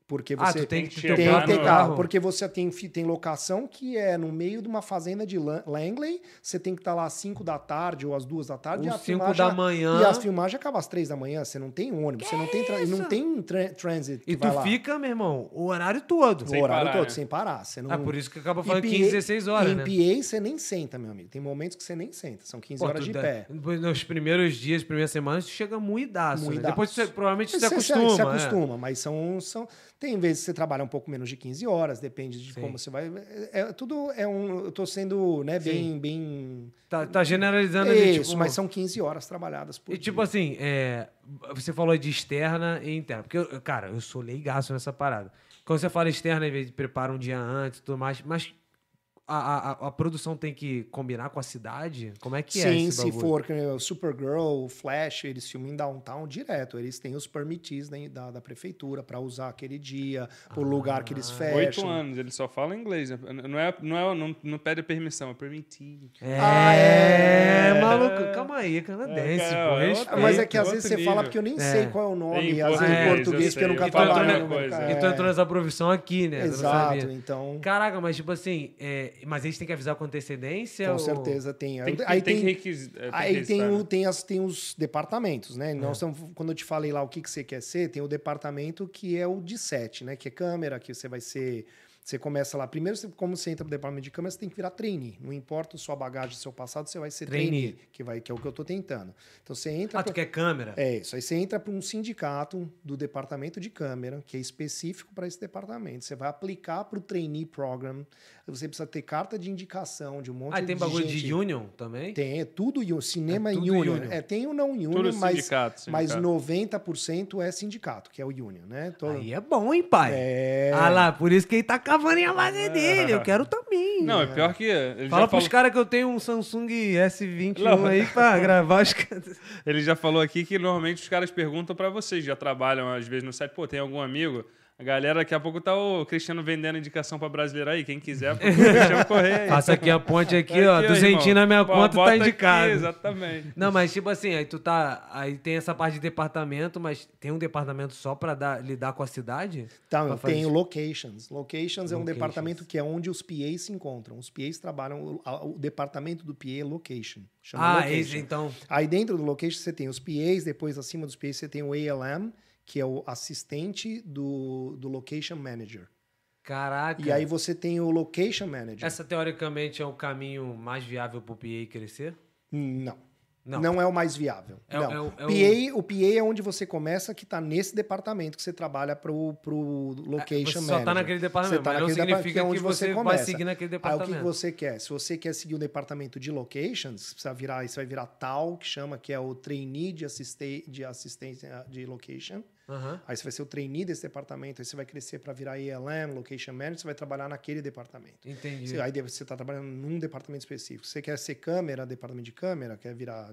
Porque
Ah,
você
tu tem que
Tem
ter
que
tem
chegar
que
carro.
ter
no-
carro, porque você tem, fi- tem locação que é no meio de uma fazenda de Lan- Langley, você tem que estar lá às 5 da tarde ou às 2 da tarde. e
Ou
a
5
filmagem-
da manhã.
E as filmagens acabam às 3 da manhã, você não tem ônibus, você não tem, tra- não tem tra- transit que
E
vai
tu
lá.
fica, meu irmão, o horário todo.
Sem
o horário
parar,
todo,
né?
sem parar. Você não...
Ah, por isso que acaba
E
falando 15, 16 horas,
em
né?
PA você nem senta, meu amigo. Tem momentos que você nem senta, são 15
Pô,
horas
tu
de
dá-
pé.
Nos primeiros dias, primeiras semanas, tu chega muidaço. né?
Muidaço.
Depois, tu, provavelmente, tu
Mas
se
você se-
acostuma.
se
é.
acostuma, mas são, são. Tem vezes que você trabalha um pouco menos de 15 horas, depende de
Sim.
como você vai. É, é- tudo é um. Eu tô sendo, né, bem. bem...
Tá, tá generalizando ali,
Isso,
tipo,
mas são 15 horas trabalhadas por
E
dia.
tipo assim, é, você falou de externa e interna. Porque, eu- cara, eu sou leigaço nessa parada. Quando você fala externa, às vezes prepara um dia antes e tudo mais, mas a, a- a- a produção tem que combinar com a cidade? Como é que é
Sim,
esse
se
bagulho?
for que nem o Supergirl, o Flash, eles filmam em downtown direto. Eles têm os permitis da, da, da prefeitura para usar aquele dia, o lugar que eles
Ah.
fecham.
Oito anos, ele só fala inglês. né? Não, é, não, é, não, não pede permissão, é permitir.
É,
Ah, é.
maluco. Calma aí, canadense,
É, cara,
pô.
é
respeita.
Ah, Mas é que às
Outro
vezes você
nível.
fala porque eu nem
É.
sei qual é o nome,
Em português,
às vezes em
eu
português,
sei,
porque eu nunca
eu falo
trabalhei.
outra
no
Então coisa. é.
mercado.
E tu entrou nessa profissão aqui, né? Tu não sabia.
É. Exato, então.
Caraca, mas tipo assim, é, mas eles têm que avisar com antecedência?
Com
ou-
certeza tem.
Tem, que-
É, aí
tem,
tem,
que requis- é,
aí tem,
requisitar,
o,
né?
tem, as, tem os departamentos, né?
É.
Nós estamos, quando eu te falei lá o que, que você quer ser, tem o departamento que é o de set, né? Que é câmera, que você vai ser. Você começa lá. Primeiro, você- como você entra no departamento de câmera, você tem que virar trainee. Não importa a sua bagagem, o seu passado, você vai ser trainee,
Trainee.
que, vai, que é o que eu tô tentando. Então você entra.
Ah, tu
pra-
quer câmera?
É isso. Aí você entra para um sindicato do departamento de câmera, que é específico para esse departamento. Você vai aplicar para o trainee program. Você precisa ter carta de indicação de um monte
ah,
de
e tem bagulho
gente.
de union também?
Tem, é tudo union, cinema
É
é
tudo
union.
union.
É, tem o não union,
Tudo
mas,
sindicato,
mas
sindicato.
90% é sindicato, que é o union, né? Todo-
Aí é bom, hein, pai?
É,
Ah lá, por isso que ele tá cavando em base dele. Eu quero também.
Não, é pior que. Ele
Fala
já
pros
falou,
caras que eu tenho um Samsung S21
Não.
aí pra gravar os caras.
ele já falou aqui que normalmente os caras perguntam pra vocês, já trabalham às vezes no site, pô, tem algum amigo? A galera, daqui a pouco tá o Cristiano vendendo indicação pra brasileiro aí, quem quiser, pô, o Cristiano correr.
Passa aqui a ponte aqui, ó. Duzentinho na minha conta tá indicado.
exatamente.
Não, mas tipo assim, aí tu tá. Aí tem essa parte de departamento, mas tem um departamento só pra dar- lidar com a cidade?
Tá,
Ah, Pra
eu
fazer
tenho
isso.
locations. Locations é um
Locations.
departamento que é onde os PAs se encontram. Os PAs trabalham, o, a- o departamento do PA é location. Chama
Ah,
location.
ex, então.
Aí dentro do location você tem os PAs, depois acima dos PAs você tem o ALM, que é o assistente do, do location manager.
Caraca.
E aí você tem o location manager.
Essa teoricamente é o caminho mais viável pro PA crescer?
Não.
Não.
Não. é o mais viável.
É o-
não.
é o- é
PA, o PA é onde você começa, que está nesse departamento que você trabalha pro, pro location
você
manager.
só tá naquele departamento,
Você tá
mas não
naquele
significa
departamento, é
que
onde você
você vai
começa.
seguir naquele
Aí o que
departamento.
que você quer? Se você quer seguir o departamento de locations, você precisa virar, você vai virar tal, que chama, que é o trainee de, assiste, de assistência de location.
Aham.
Aí você vai ser o trainee desse departamento, aí você vai crescer para virar ELM, location manager, você vai trabalhar naquele departamento.
Entendi.
Você- Aí deve- você está trabalhando num departamento específico. Você quer ser câmera, departamento de câmera, quer virar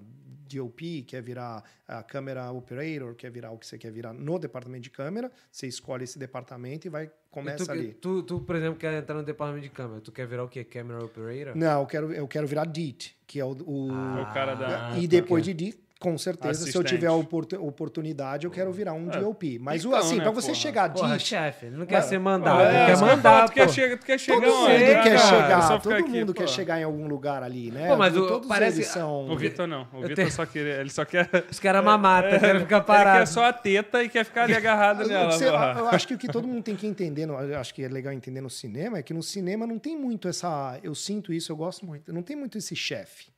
DOP, quer virar ah, câmera operator, quer virar o que você quer virar no departamento de câmera, você escolhe esse departamento e vai começa
e tu,
ali.
Tu, tu, por exemplo, quer entrar no departamento de câmera. Tu quer virar o quê? Camera operator?
Não, eu quero, eu quero virar DEET, que é o. o-
Ah,
O cara da-
e
tá.
depois de DEET, com certeza, se eu
Assistente.
tiver a oportu- oportunidade, eu quero virar um
É.
DOP. Mas o-
Então,
assim,
né,
para você
porra?
chegar a
Ah. Porra,
DEET,
chefe, ele não quer ser mandado,
É,
ele
isso
quer
que eu ia falar,
mandar,
tu
pô.
quer chegar, tu quer chegar
todo mundo
onde, né, cara?
quer chegar,
Só
todo
ficar aqui,
mundo
pô.
quer chegar em algum lugar ali, né?
Pô, mas o-
todos
parece-
eles são...
O Vitor não. O
Eu
Vitor
tenho-
só quer. Ele só quer.
Os caras mamatam, querem ficar
É, Ele
parados.
quer só a teta e quer ficar ali agarrado nela.
Você-
porra.
eu acho que o que todo mundo tem que entender, no- eu acho que é legal entender no cinema, é que no cinema não tem muito essa. Eu sinto isso, eu gosto muito. Não tem muito esse chefe.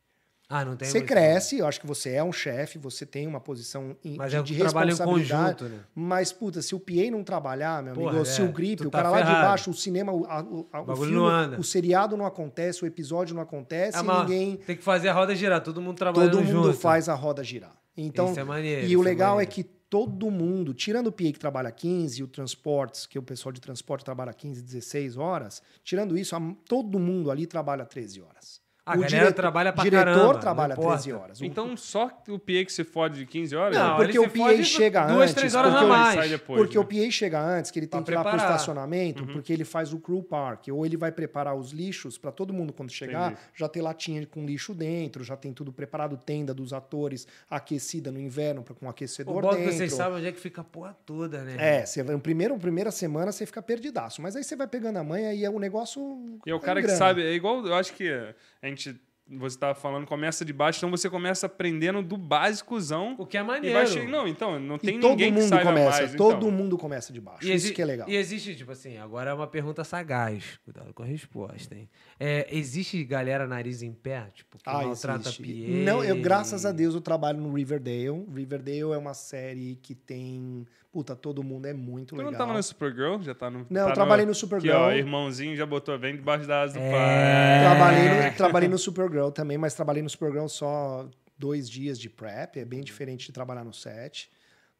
Ah, não tem
Você
muito.
cresce, eu acho que você é um chefe, você tem uma posição em-
Mas
de,
é um
de
trabalho em
responsabilidade.
conjunto, né?
Mas, puta, se o PA não trabalhar, meu amigo,
Porra,
ou se
é,
o gripe,
tu
o
tá
cara lá de
ferrado.
baixo, o cinema, o, a- o, a- o
bagulho
filme,
não anda.
o seriado não acontece, o episódio não acontece,
Ah,
e
mas
assim, ninguém.
Tem que fazer a roda girar, todo mundo trabalhando
Todo mundo
junto.
faz a roda girar. Então,
Isso é maneiro,
e o
isso é
legal é,
maneiro.
que todo mundo, tirando o PA que trabalha 15, o transportes, que é o pessoal de transporte trabalha 15, 16 horas, tirando isso, a- todo mundo ali trabalha 13 horas.
A galera trabalha pra
diretor
caramba, não
trabalha
importa.
13 horas. O-
Então só o PA que se fode de 15 horas?
Não, é
Ele
porque
ele
o
se
PA
fode
chega
duas,
antes,
três horas
porque
a
o-
mais.
sai depois.
porque
né?
o PA chega antes, que ele tem
Pra
que ir lá pro
preparar. Uhum.
estacionamento, porque ele faz o crew park, ou ele vai preparar os lixos para todo mundo quando chegar,
Entendi.
já ter latinha com lixo dentro, já tem tudo preparado, tenda dos atores aquecida no inverno pra- com
O
aquecedor
bom é que
dentro.
vocês sabem onde é que fica a porra toda, né?
É, você vai, no primeiro, primeira semana você fica perdidaço, mas aí você vai pegando a manha e é um negócio
E é o cara que
engrana.
sabe, é igual, eu acho que a gente, você estava falando, começa de baixo, então você começa aprendendo do básicozão.
O que é
E
maneiro.
vai chegando, não, então, não tem
e todo
ninguém que
mundo
saiba
começa,
mais.
todo
então.
mundo começa de baixo.
E
isso
exi-
que é legal.
E existe, tipo assim, agora é uma pergunta sagaz. Cuidado com a resposta, hein? É, existe galera nariz em pé, tipo, que maltrata
existe.
PA?
Ah, Não, eu, graças a Deus, eu trabalho no Riverdale. Riverdale é uma série que tem. Puta, todo mundo é
Tu
muito legal.
não Então, tava na Supergirl? Já tá no.
Não, eu
tá
trabalhei no
Aqui,
Supergirl.
ó, irmãozinho já botou bem debaixo da asa do
É.
pai. É.
Trabalhei no, trabalhei no Supergirl também, mas trabalhei no Supergirl só dois dias de prep. É bem diferente de trabalhar no set.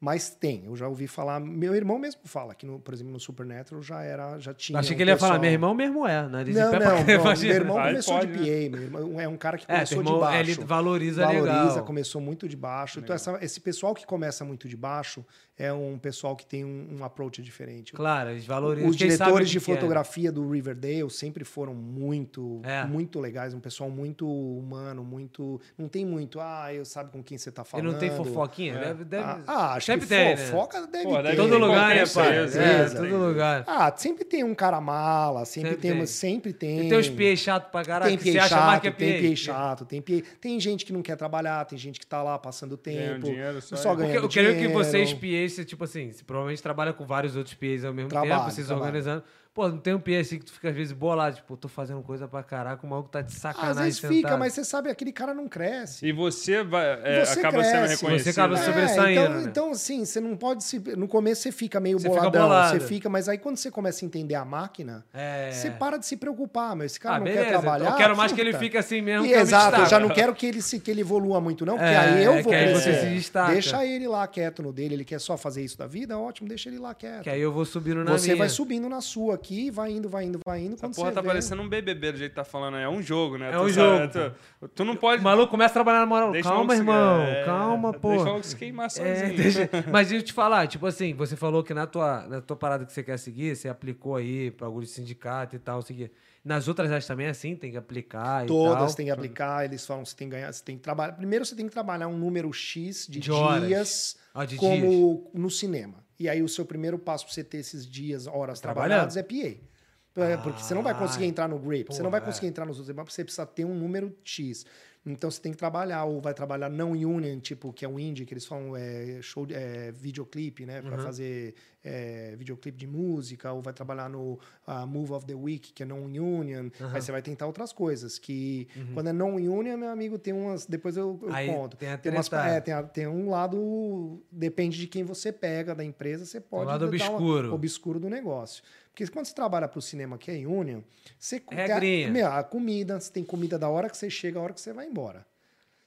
Mas tem, eu já ouvi falar. Meu irmão mesmo fala que, no, por exemplo, no Supernatural já era, já tinha.
Achei
um
que ele ia falar,
pessoal-
meu irmão mesmo é, nariz
Não,
em pé.
não,
pra...
não, meu
Imagina.
irmão
Aí
começou de
pode,
PA,
né?
meu irmão é um cara que
É,
começou
teu irmão,
de baixo.
ele valoriza,
valoriza,
legal.
começou muito de baixo. Então, essa- esse pessoal que começa muito de baixo é um pessoal que tem um, um approach diferente.
Claro, eles valorizam.
Os
quem sabe o
diretores
que é?
de
quer.
fotografia do Riverdale sempre foram muito,
É.
muito legais, um pessoal muito humano, muito. Não tem muito, ah, eu sabe com quem você tá
E
falando.
não tem fofoquinha?
É.
Deve, deve...
Ah, ah, acho
Sempre
que
tem, né?
fofoca deve
Pô, deve
ter.
Em
tem,
todo
tem,
lugar, né,
com
pai?
certeza,
É,
tem.
todo lugar.
Ah, sempre tem um cara mala, sempre,
Sempre
tem,
tem.
sempre tem.
E tem os PA chato pra caralho,
Tem
que você
PA
acha mais que é
chato,
PA.
tem PA chato, tem PA. Tem gente que não quer trabalhar, tem gente que tá lá passando
Ganha um
tempo.
dinheiro só.
só
aí.
Eu que-
ganhando
Eu creio que
dinheiro.
vocês, PAs, você, é tipo assim, você provavelmente trabalha com vários outros PAs ao mesmo
Trabalho,
tempo, vocês
trabalho.
organizando. Pô, não tem um PA assim que tu fica às vezes bolado, tipo, tô fazendo coisa pra caraca, o maluco tá de sacanagem.
Às vezes fica,
sentado.
mas você sabe, aquele cara não cresce.
E você vai. é,
assim. Você
acaba sendo
cresce.
reconhecido.
Você acaba
né?
sendo- sobressaindo,
então,
né?
então, assim, você não pode se. No começo você fica meio
Você fica
boladão,
bolado.
você fica, mas aí quando você começa a entender a máquina,
É.
você para de se preocupar, meu. Esse cara
ah,
não
beleza.
quer
então
trabalhar.
Eu quero mais que ele
puta.
fique assim mesmo.
E,
que eu me
exato, eu já
destaco.
não quero que ele, se, que ele evolua muito, não, porque
É,
aí eu vou
que aí você
crescer.
se destaca.
Deixa ele lá quieto no dele, ele quer só fazer isso da vida, ótimo, deixa ele lá quieto.
Que aí eu vou subindo na
Você
minha.
vai subindo na sua aqui, vai indo, vai indo, vai indo.
Essa
Quando
porra
você
tá
vê-
parecendo um BBB do jeito que tá falando aí. É um jogo, né?
É
Tu
um
sabe,
jogo,
tu, tu não pode.
O maluco começa a trabalhar na moral.
Deixa o
calma,
maluco se-
irmão.
é,
calma, pô.
Deixa o maluco se queimar sozinho.
É, deixa- Mas deixa eu te falar, tipo assim, você falou que na tua, na tua parada que você quer seguir, você aplicou aí pra alguns sindicato e tal, não sei o quê. Nas outras áreas também é assim, tem que aplicar e
Todas
tal.
têm que aplicar, eles falam que você tem que ganhar, você tem que trabalhar. Primeiro você tem que trabalhar um número X de,
De horas.
dias
Ah, de
como
dias.
no cinema. E aí o seu primeiro passo para você ter esses dias, horas
Trabalhando.
trabalhadas é PA. É, Porque você não vai conseguir
Ah,
entrar no grip, você não
porra,
vai conseguir
é.
entrar nos outros, mas você precisa ter um número X. Então você tem que trabalhar, ou vai trabalhar não union, tipo, que é o indie, que eles falam é, show, de- é, videoclipe, né?
Uhum.
Pra fazer é, videoclipe de música, ou vai trabalhar no ah, Move of the Week, que é não union.
Uhum.
Aí você vai tentar outras coisas, que quando é não union, meu amigo, tem umas. Depois eu, eu
Aí
conto.
tem a
umas,
treta.
é, tem, a- tem um lado. Depende de quem você pega da empresa, você pode.
um lado
dar uma-
obscuro.
obscuro do negócio. Porque quando você trabalha para o cinema, que é em Union, você tem a,
Regrinha.
meu, a comida, você tem comida da hora que você chega, a hora que você vai embora.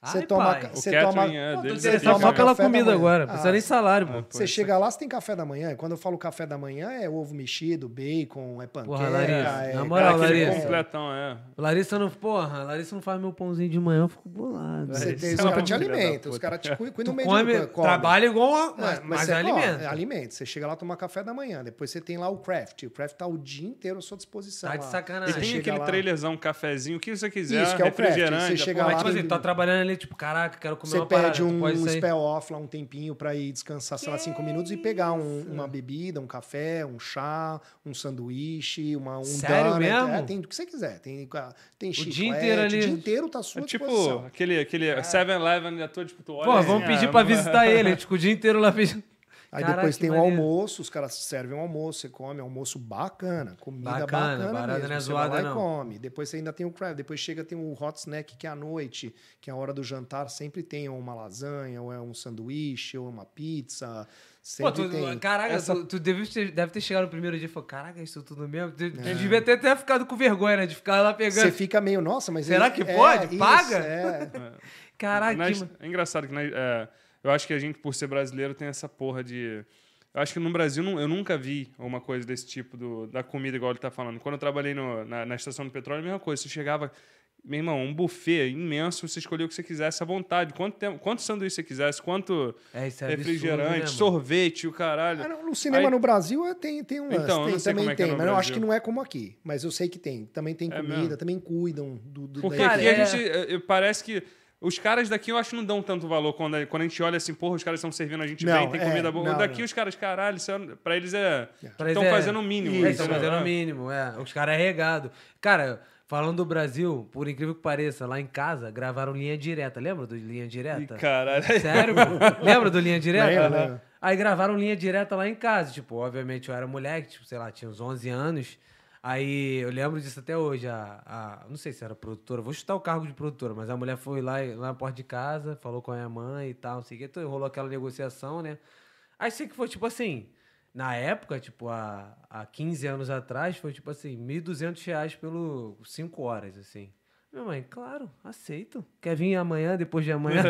Você
Ai,
toma.
pai.
ca-
O
Você
catering
toma.
é
Pô,
deles,
você
é
Tá
toma
só
Fica-
pela
café da
comida
manhã.
agora,
Ah,
não precisa nem salário, pô.
Você
é
chega lá, você tem café da manhã. E quando eu falo café da manhã, é ovo mexido, bacon, é panqueca.
Porra, Larissa,
é,
na
Cara,
moral,
aquele
Larissa.
completão, é.
Larissa não, porra, Larissa não faz meu pãozinho de manhã, eu fico bolado.
Você tem,
Isso
os
é uma
caras te
filha da
alimentam, os
puta.
caras te cuidam no meio
Come,
do come. É,
trabalha igual, a-
Mas,
mas,
mas,
mas
você
alimenta.
come, é alimento. Você chega lá, toma café da manhã. Depois você tem lá o craft. O craft tá o dia inteiro à sua disposição.
Tá de
lá.
sacanagem.
E
Você
tem
chega
aquele
lá-
trailerzão, um cafezinho, o que você quiser,
Isso, que é o craft,
refrigerante.
você
a
chega
porra
Mas,
lá-
tipo assim, tá trabalhando ali, tipo, caraca, quero comer
Você
uma parada.
pede
tu
um
pode sair.
spell off lá, um tempinho pra ir descansar, sei lá, cinco minutos e pegar um- uma bebida, um café, um chá, um sanduíche, uma, um
Sério
donut.
mesmo?
É, tem o que você quiser. Tem, ah, tem chiclete.
dia inteiro ali.
O dia inteiro tá à sua
É tipo,
disposição.
aquele, aquele 7-Eleven da tua, tipo, tu olha
Pô,
assim,
vamos
ah,
pedir pra
vamos-
visitar ele, a gente fica o dia inteiro lá pedindo.
Aí
Caraca,
depois
que
tem o
maneiro.
almoço, os caras servem um almoço, você come, almoço bacana, comida
Bacana,
bacana,
parada
mesmo.
não é
você vai
zoada,
lá
não.
e come. Depois você ainda tem o crab, depois chega tem o hot snack que é à noite, que é a hora do jantar, sempre tem ou uma lasanha, ou é um sanduíche, ou uma pizza,
Pô,
sempre
tu,
tem.
caraca,
Essa-
tu, tu deve, ter, deve ter chegado no primeiro dia e falou, caraca, isso tudo mesmo? Tu, tu
É.
devia ter, ter ficado com vergonha, né? De ficar lá
Você
pegando.
fica meio, nossa, mas.
Será
é-
que
é,
pode?
isso,
Paga?
é.
Caraca,
Nas-
que... ma-
É engraçado que nós- é, eu acho que a gente, por ser brasileiro, tem essa porra de. Eu acho que no Brasil não- eu nunca vi uma coisa desse tipo do, da comida, igual ele tá falando. Quando eu trabalhei no- na, na estação do petróleo, a mesma coisa. Você chegava. Meu irmão, um buffet imenso, você escolheu o que você quisesse à vontade. Quanto, tempo, quanto sanduíche você quisesse, quanto
É, isso é absurdo,
refrigerante,
né, mano?
sorvete, o caralho.
Ah, não, o cinema
Aí-
no Brasil é- tem, tem um lance.
Então, eu
tem,
não sei
também
como é que é
tem,
no
mas eu acho
Brasil.
que não é como aqui. Mas eu sei que tem. Também tem
É
comida,
mesmo?
também cuidam do. do
Porque
da
Cara,
aqui
é-
a gente. eh, eh, Parece que. Os caras daqui eu acho que não dão tanto valor quando a, quando a gente olha assim, porra, os caras estão servindo a gente
Não,
bem, tem
é,
comida boa.
não,
daqui
não.
os caras, caralho, isso é- pra eles é.
Pra eles
Estão
é-
fazendo o mínimo.
É, estão
entendeu?
fazendo
É.
o mínimo, é. Os caras é regado. Cara, falando do Brasil, por incrível que pareça, lá em casa gravaram linha direta. Lembra do linha
Ih,
direta?
Caralho.
Sério? pô? Lembra do linha direta?
Lembro, lembro.
Aí gravaram linha direta lá em casa. Tipo, obviamente eu era moleque, tipo, sei lá, tinha uns 11 anos. Aí eu lembro disso até hoje. A, a- não sei se era produtora, vou chutar o cargo de produtora, mas a mulher foi lá, lá na porta de casa, falou com a minha mãe e tal, não sei o que. Então rolou aquela negociação, né? Aí sei que foi tipo assim. Na época, tipo, há, há 15 anos atrás, foi tipo assim, 1.200 reais pelo 5 horas, assim. Minha mãe, claro, aceito. Quer vir amanhã, depois de amanhã?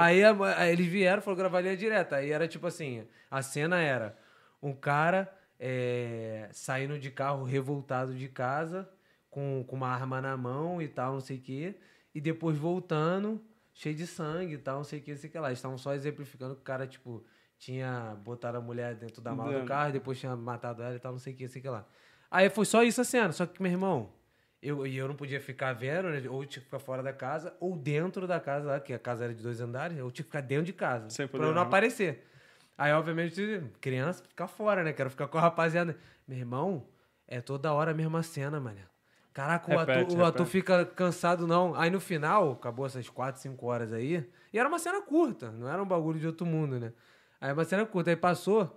aí, a- aí eles vieram, foram gravar linha direta. Aí era tipo assim, a cena era um cara é, saindo de carro revoltado de casa, com, com uma arma na mão e tal, não sei o quê. E depois voltando, cheio de sangue e tal, não sei o que, não sei o que lá. Eles estavam só exemplificando que o cara, tipo, tinha botado a mulher dentro da mala do
Dentro.
carro, depois tinha matado ela e tal, não sei o que, não sei o que lá. Aí foi só isso a cena, só que, meu irmão, eu, e eu não podia ficar vendo, né? Ou tinha que ficar fora da casa, ou dentro da casa lá, que a casa era de dois andares, eu tinha que ficar dentro de casa.
Sem
pra
poder
eu não
nada.
aparecer. Aí, obviamente, criança ficar fora, né? Quero ficar com a rapaziada. Meu irmão, é toda hora a mesma cena, mano. Caraca, o,
Repete,
ator, o ator
repete.
fica cansado, não. Aí no final, acabou essas 4, 5 horas aí. E era uma cena curta, não era um bagulho de outro mundo, né? Aí uma cena curta, aí passou.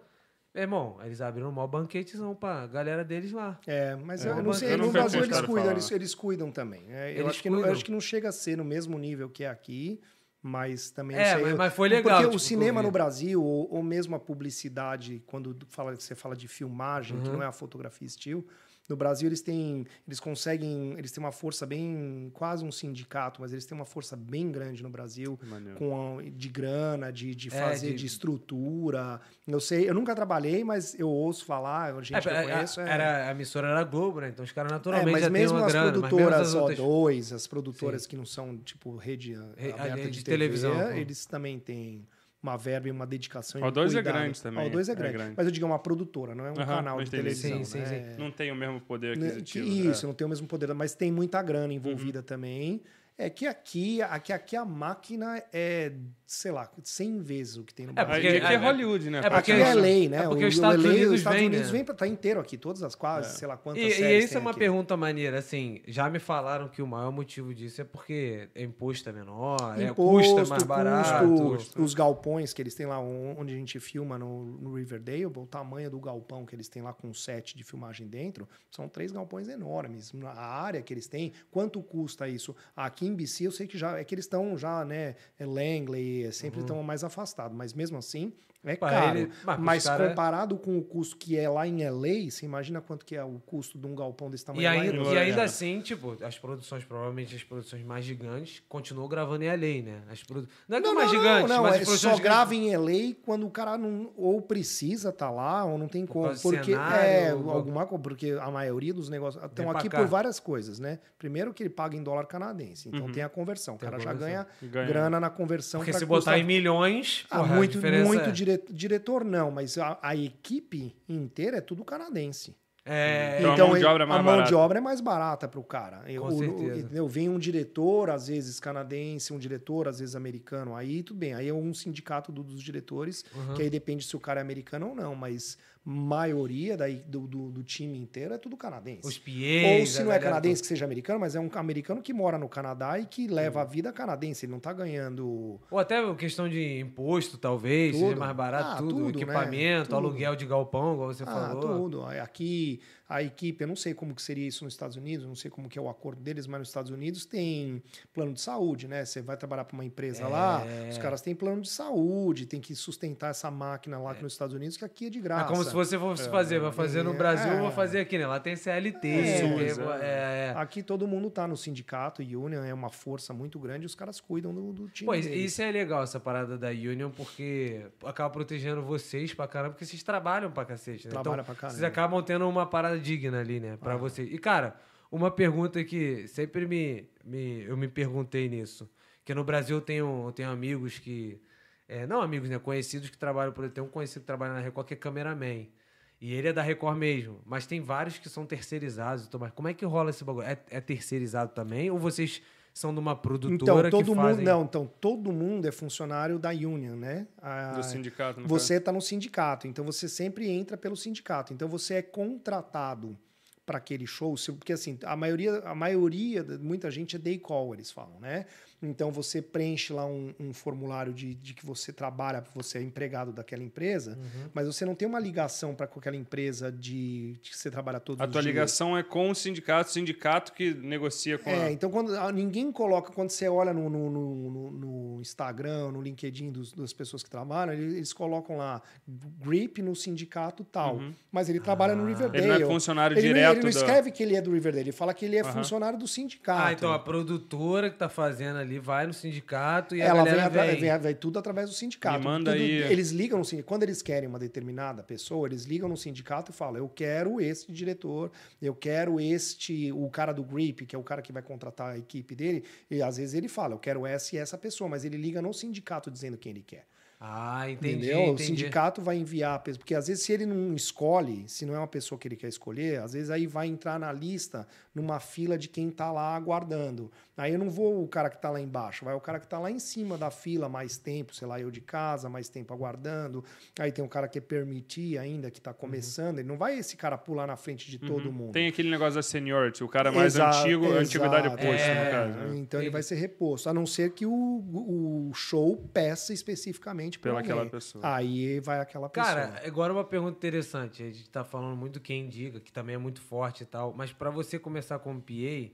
Meu irmão, eles abriram um mau banquetezão pra galera deles lá.
É, mas eu
Eu
não sei,
nunca
no
tinha
Brasil eles
escutado
cuidam,
falar.
eles, eles cuidam também. É, eu,
Eles
acho que não, eu
cuidam.
acho que não chega a ser no mesmo nível que é aqui, mas também
É,
não sei.
mas-
eu-
mas foi legal,
Porque
tipo,
o
que eu
cinema
vi.
no Brasil, ou, ou mesmo a publicidade, quando fala, você fala de filmagem,
Uhum.
que não é a fotografia estilo, no Brasil eles têm. Eles conseguem. Eles têm uma força bem. quase um sindicato, mas eles têm uma força bem grande no Brasil com a- de grana, de, de
É,
fazer,
de-
de... estrutura. Eu sei, eu nunca trabalhei, mas eu ouço falar, gente que eu
É,
conheço. é-
era, a emissora era Globo, né? Então os caras
é,
naturalmente
mas
já têm
mesmo
uma
as
grana.
produtoras
mas mesmo as outras...
O2, as produtoras que não são, tipo, rede a-
Re- a
aberta
rede
de,
de televisão,
televisão,
pô.
eles também têm uma verba e uma dedicação. e
O
um
O2 é
cuidado.
grande também,
Ah, O2 é
é
grande.
grande.
Mas eu digo, é uma produtora, não é um
Aham,
canal
eu
de
entendi.
televisão.
Sim,
né?
sim, sim.
É. Não tem o mesmo poder
Né,
aquisitivo. Uhum.
que- Isso,
é.
não tem o mesmo poder, mas tem muita grana envolvida também. É que aqui, aqui, aqui a máquina é, sei lá, 100 vezes o que tem no
É,
Brasil.
porque-
Aí aqui é,
é-
Hollywood, né?
é
Aqui
porque-
é lei, né?
é porque
o,
os Estados
o LA,
Unidos
os Estados
vem,
Unidos
né?
vem pra estar inteiro aqui, todas as quase,
É.
sei lá
E,
quantas séries
e isso
tem
é uma
aqui.
pergunta maneira, assim, já me falaram que o maior motivo disso é porque é imposto é menor, é,
Imposto,
custa mais barato.
custo, os galpões que eles têm lá on- onde a gente filma no, no Riverdale, o tamanho do galpão que eles têm lá com o set de filmagem dentro, são três galpões enormes. A área que eles têm, quanto custa isso? Aqui em BC eu sei que já é que eles estão já, né, é Langley, é sempre estão mais afastados, mas mesmo assim é
Uhum. Pra
caro.
ele- mas pros
mas
cara- é
comparado com o custo que é lá em LA, você imagina quanto que é o custo de um galpão desse tamanho é
E
lá em
ainda,
Los
e
Orlando.
ainda assim, tipo, as produções, provavelmente as produções mais gigantes, continuam gravando em LA, né? As produ... Não é que
Não,
mais
não,
gigantes,
não, não,
mas as
é
produções
só
gigantes-
grava em LA quando o cara não ou precisa estar lá ou não tem
Por
como,
causa do
porque
cenário,
é
ou-
alguma coisa, porque a maioria dos negócios ah, estão
pra
aqui
cá.
por várias coisas, né? Primeiro que ele paga em dólar canadense, então
Uhum.
tem a conversão, o
Tem a
cara já
conversão.
ganha,
Ganha.
grana na conversão
Porque
então
se
pra
botar
custar-
em milhões,
Ah,
porra, a
muito
diferença
muito
é-
dire- diretor não, mas a, a equipe inteira é tudo canadense.
é...
Então, a mão de
ele-
obra é mais
a mão
barata.
de obra é mais barata para o cara. Eu, o-
certeza.
entendeu? Vem um diretor, às vezes canadense, um diretor, às vezes americano. Aí tudo bem. Aí é um sindicato do- dos diretores,
Uhum.
que aí depende se o cara é americano ou não. Mas maioria daí, do, do- do time inteiro é tudo canadense.
Os
ou
PAs,
se
a
não é
galera
canadense que seja americano, mas é um americano que mora no Canadá e que leva
Uhum.
a vida canadense. Ele não tá ganhando.
Ou até questão de imposto, talvez,
Tudo.
seja mais barato,
Ah,
tudo,
tudo, né?
equipamento,
Tudo.
aluguel de galpão, igual você
Ah,
falou.
tudo. Aí Aqui, a equipe, eu não sei como que seria isso nos Estados Unidos, não sei como que é o acordo deles, mas nos Estados Unidos tem plano de saúde, né? Você vai trabalhar para uma empresa lá,
É.
os caras têm plano de saúde, tem que sustentar essa máquina lá que nos Estados Unidos, que aqui é de
É
graça.
como se você fosse fazer, vai fazer no
é,
Brasil,
é.
vou fazer aqui, né? Lá tem CLT,
É,
tem-
SUS,
é, é.
Aqui todo mundo tá no sindicato, Union é uma força muito grande, os caras cuidam do, do time.
Pô, isso-
deles.
isso é legal, essa parada da Union, porque acaba protegendo vocês pra caramba, porque vocês trabalham pra cacete, né?
Trabalha
então,
pra caramba. Ah.
Vocês acabam tendo uma parada digna ali, né? Pra vocês. E, cara, uma pergunta que sempre me, me- eu me perguntei nisso. Que no Brasil eu tenho, eu tenho amigos que. é, não amigos, né? Conhecidos que trabalham por Tem um conhecido que trabalha na Record que é cameraman. E ele é da Record mesmo. Mas tem vários que são terceirizados. Então, mas como é que rola esse bagulho? É, é terceirizado também? Ou vocês são de uma produtora
Então, todo
que
mundo,
fazem...
não, então todo mundo é funcionário da union, né? A-
Do sindicato, né? no
você está no sindicato, então você sempre entra pelo sindicato. Então você é contratado para aquele show, se- porque assim, a maioria, a maioria, da- muita gente é day call, eles falam, né? Então você preenche lá um, um formulário de, de que você trabalha, você é empregado daquela empresa, mas você não tem uma ligação para com aquela empresa de, de que você trabalha todos
A
os
tua
dias.
ligação é com o sindicato, o sindicato que negocia com
É,
a...
então quando ah, ninguém coloca, quando você olha no, no- no- no- no Instagram, no LinkedIn dos- das pessoas que trabalham, ele- eles colocam lá grip no sindicato tal. Mas ele trabalha no Riverdale.
Uhum. Ele não é funcionário
Ele não-
direto
ele não
da-
escreve que ele é do Riverdale, ele fala que ele é
Aham.
funcionário do sindicato.
Ah, então a produtora que tá fazendo ali vai no sindicato e a
Ela vem,
galera
atra-
vem.
vem- vem tudo através do sindicato.
Me manda
Tudo-
aí.
Eles ligam no sindicato. Quando eles querem uma determinada pessoa, eles ligam no sindicato e falam: eu quero este diretor, eu quero este, o cara do GRIP, que é o cara que vai contratar a equipe dele. E às vezes ele fala: eu quero essa e essa pessoa, mas ele liga no sindicato dizendo quem ele quer.
Ah, entendi,
entendeu? O
entendi.
sindicato vai enviar a pessoa. Porque às vezes, se ele não escolhe, se não é uma pessoa que ele quer escolher, às vezes aí vai entrar na lista numa fila de quem tá lá aguardando. Aí eu não vou o cara que tá lá embaixo, vai o cara que tá lá em cima da fila mais tempo, sei lá, eu de casa, mais tempo aguardando. Aí tem um cara que é permitir ainda, que tá começando. Ele não vai esse cara pular na frente de todo
Uhum.
mundo.
Tem aquele negócio da seniority, o cara mais
Exa-
antigo, a antiguidade
exato.
oposta,
É.
no caso. né?
Então ele
Entendi.
vai ser reposto, a não ser que o, o show peça especificamente por
Pela aquela
alguém.
pessoa.
Aí vai aquela pessoa.
Cara, agora uma pergunta interessante. A gente tá falando muito do quem indica, que também é muito forte e tal, mas pra você começar como PA,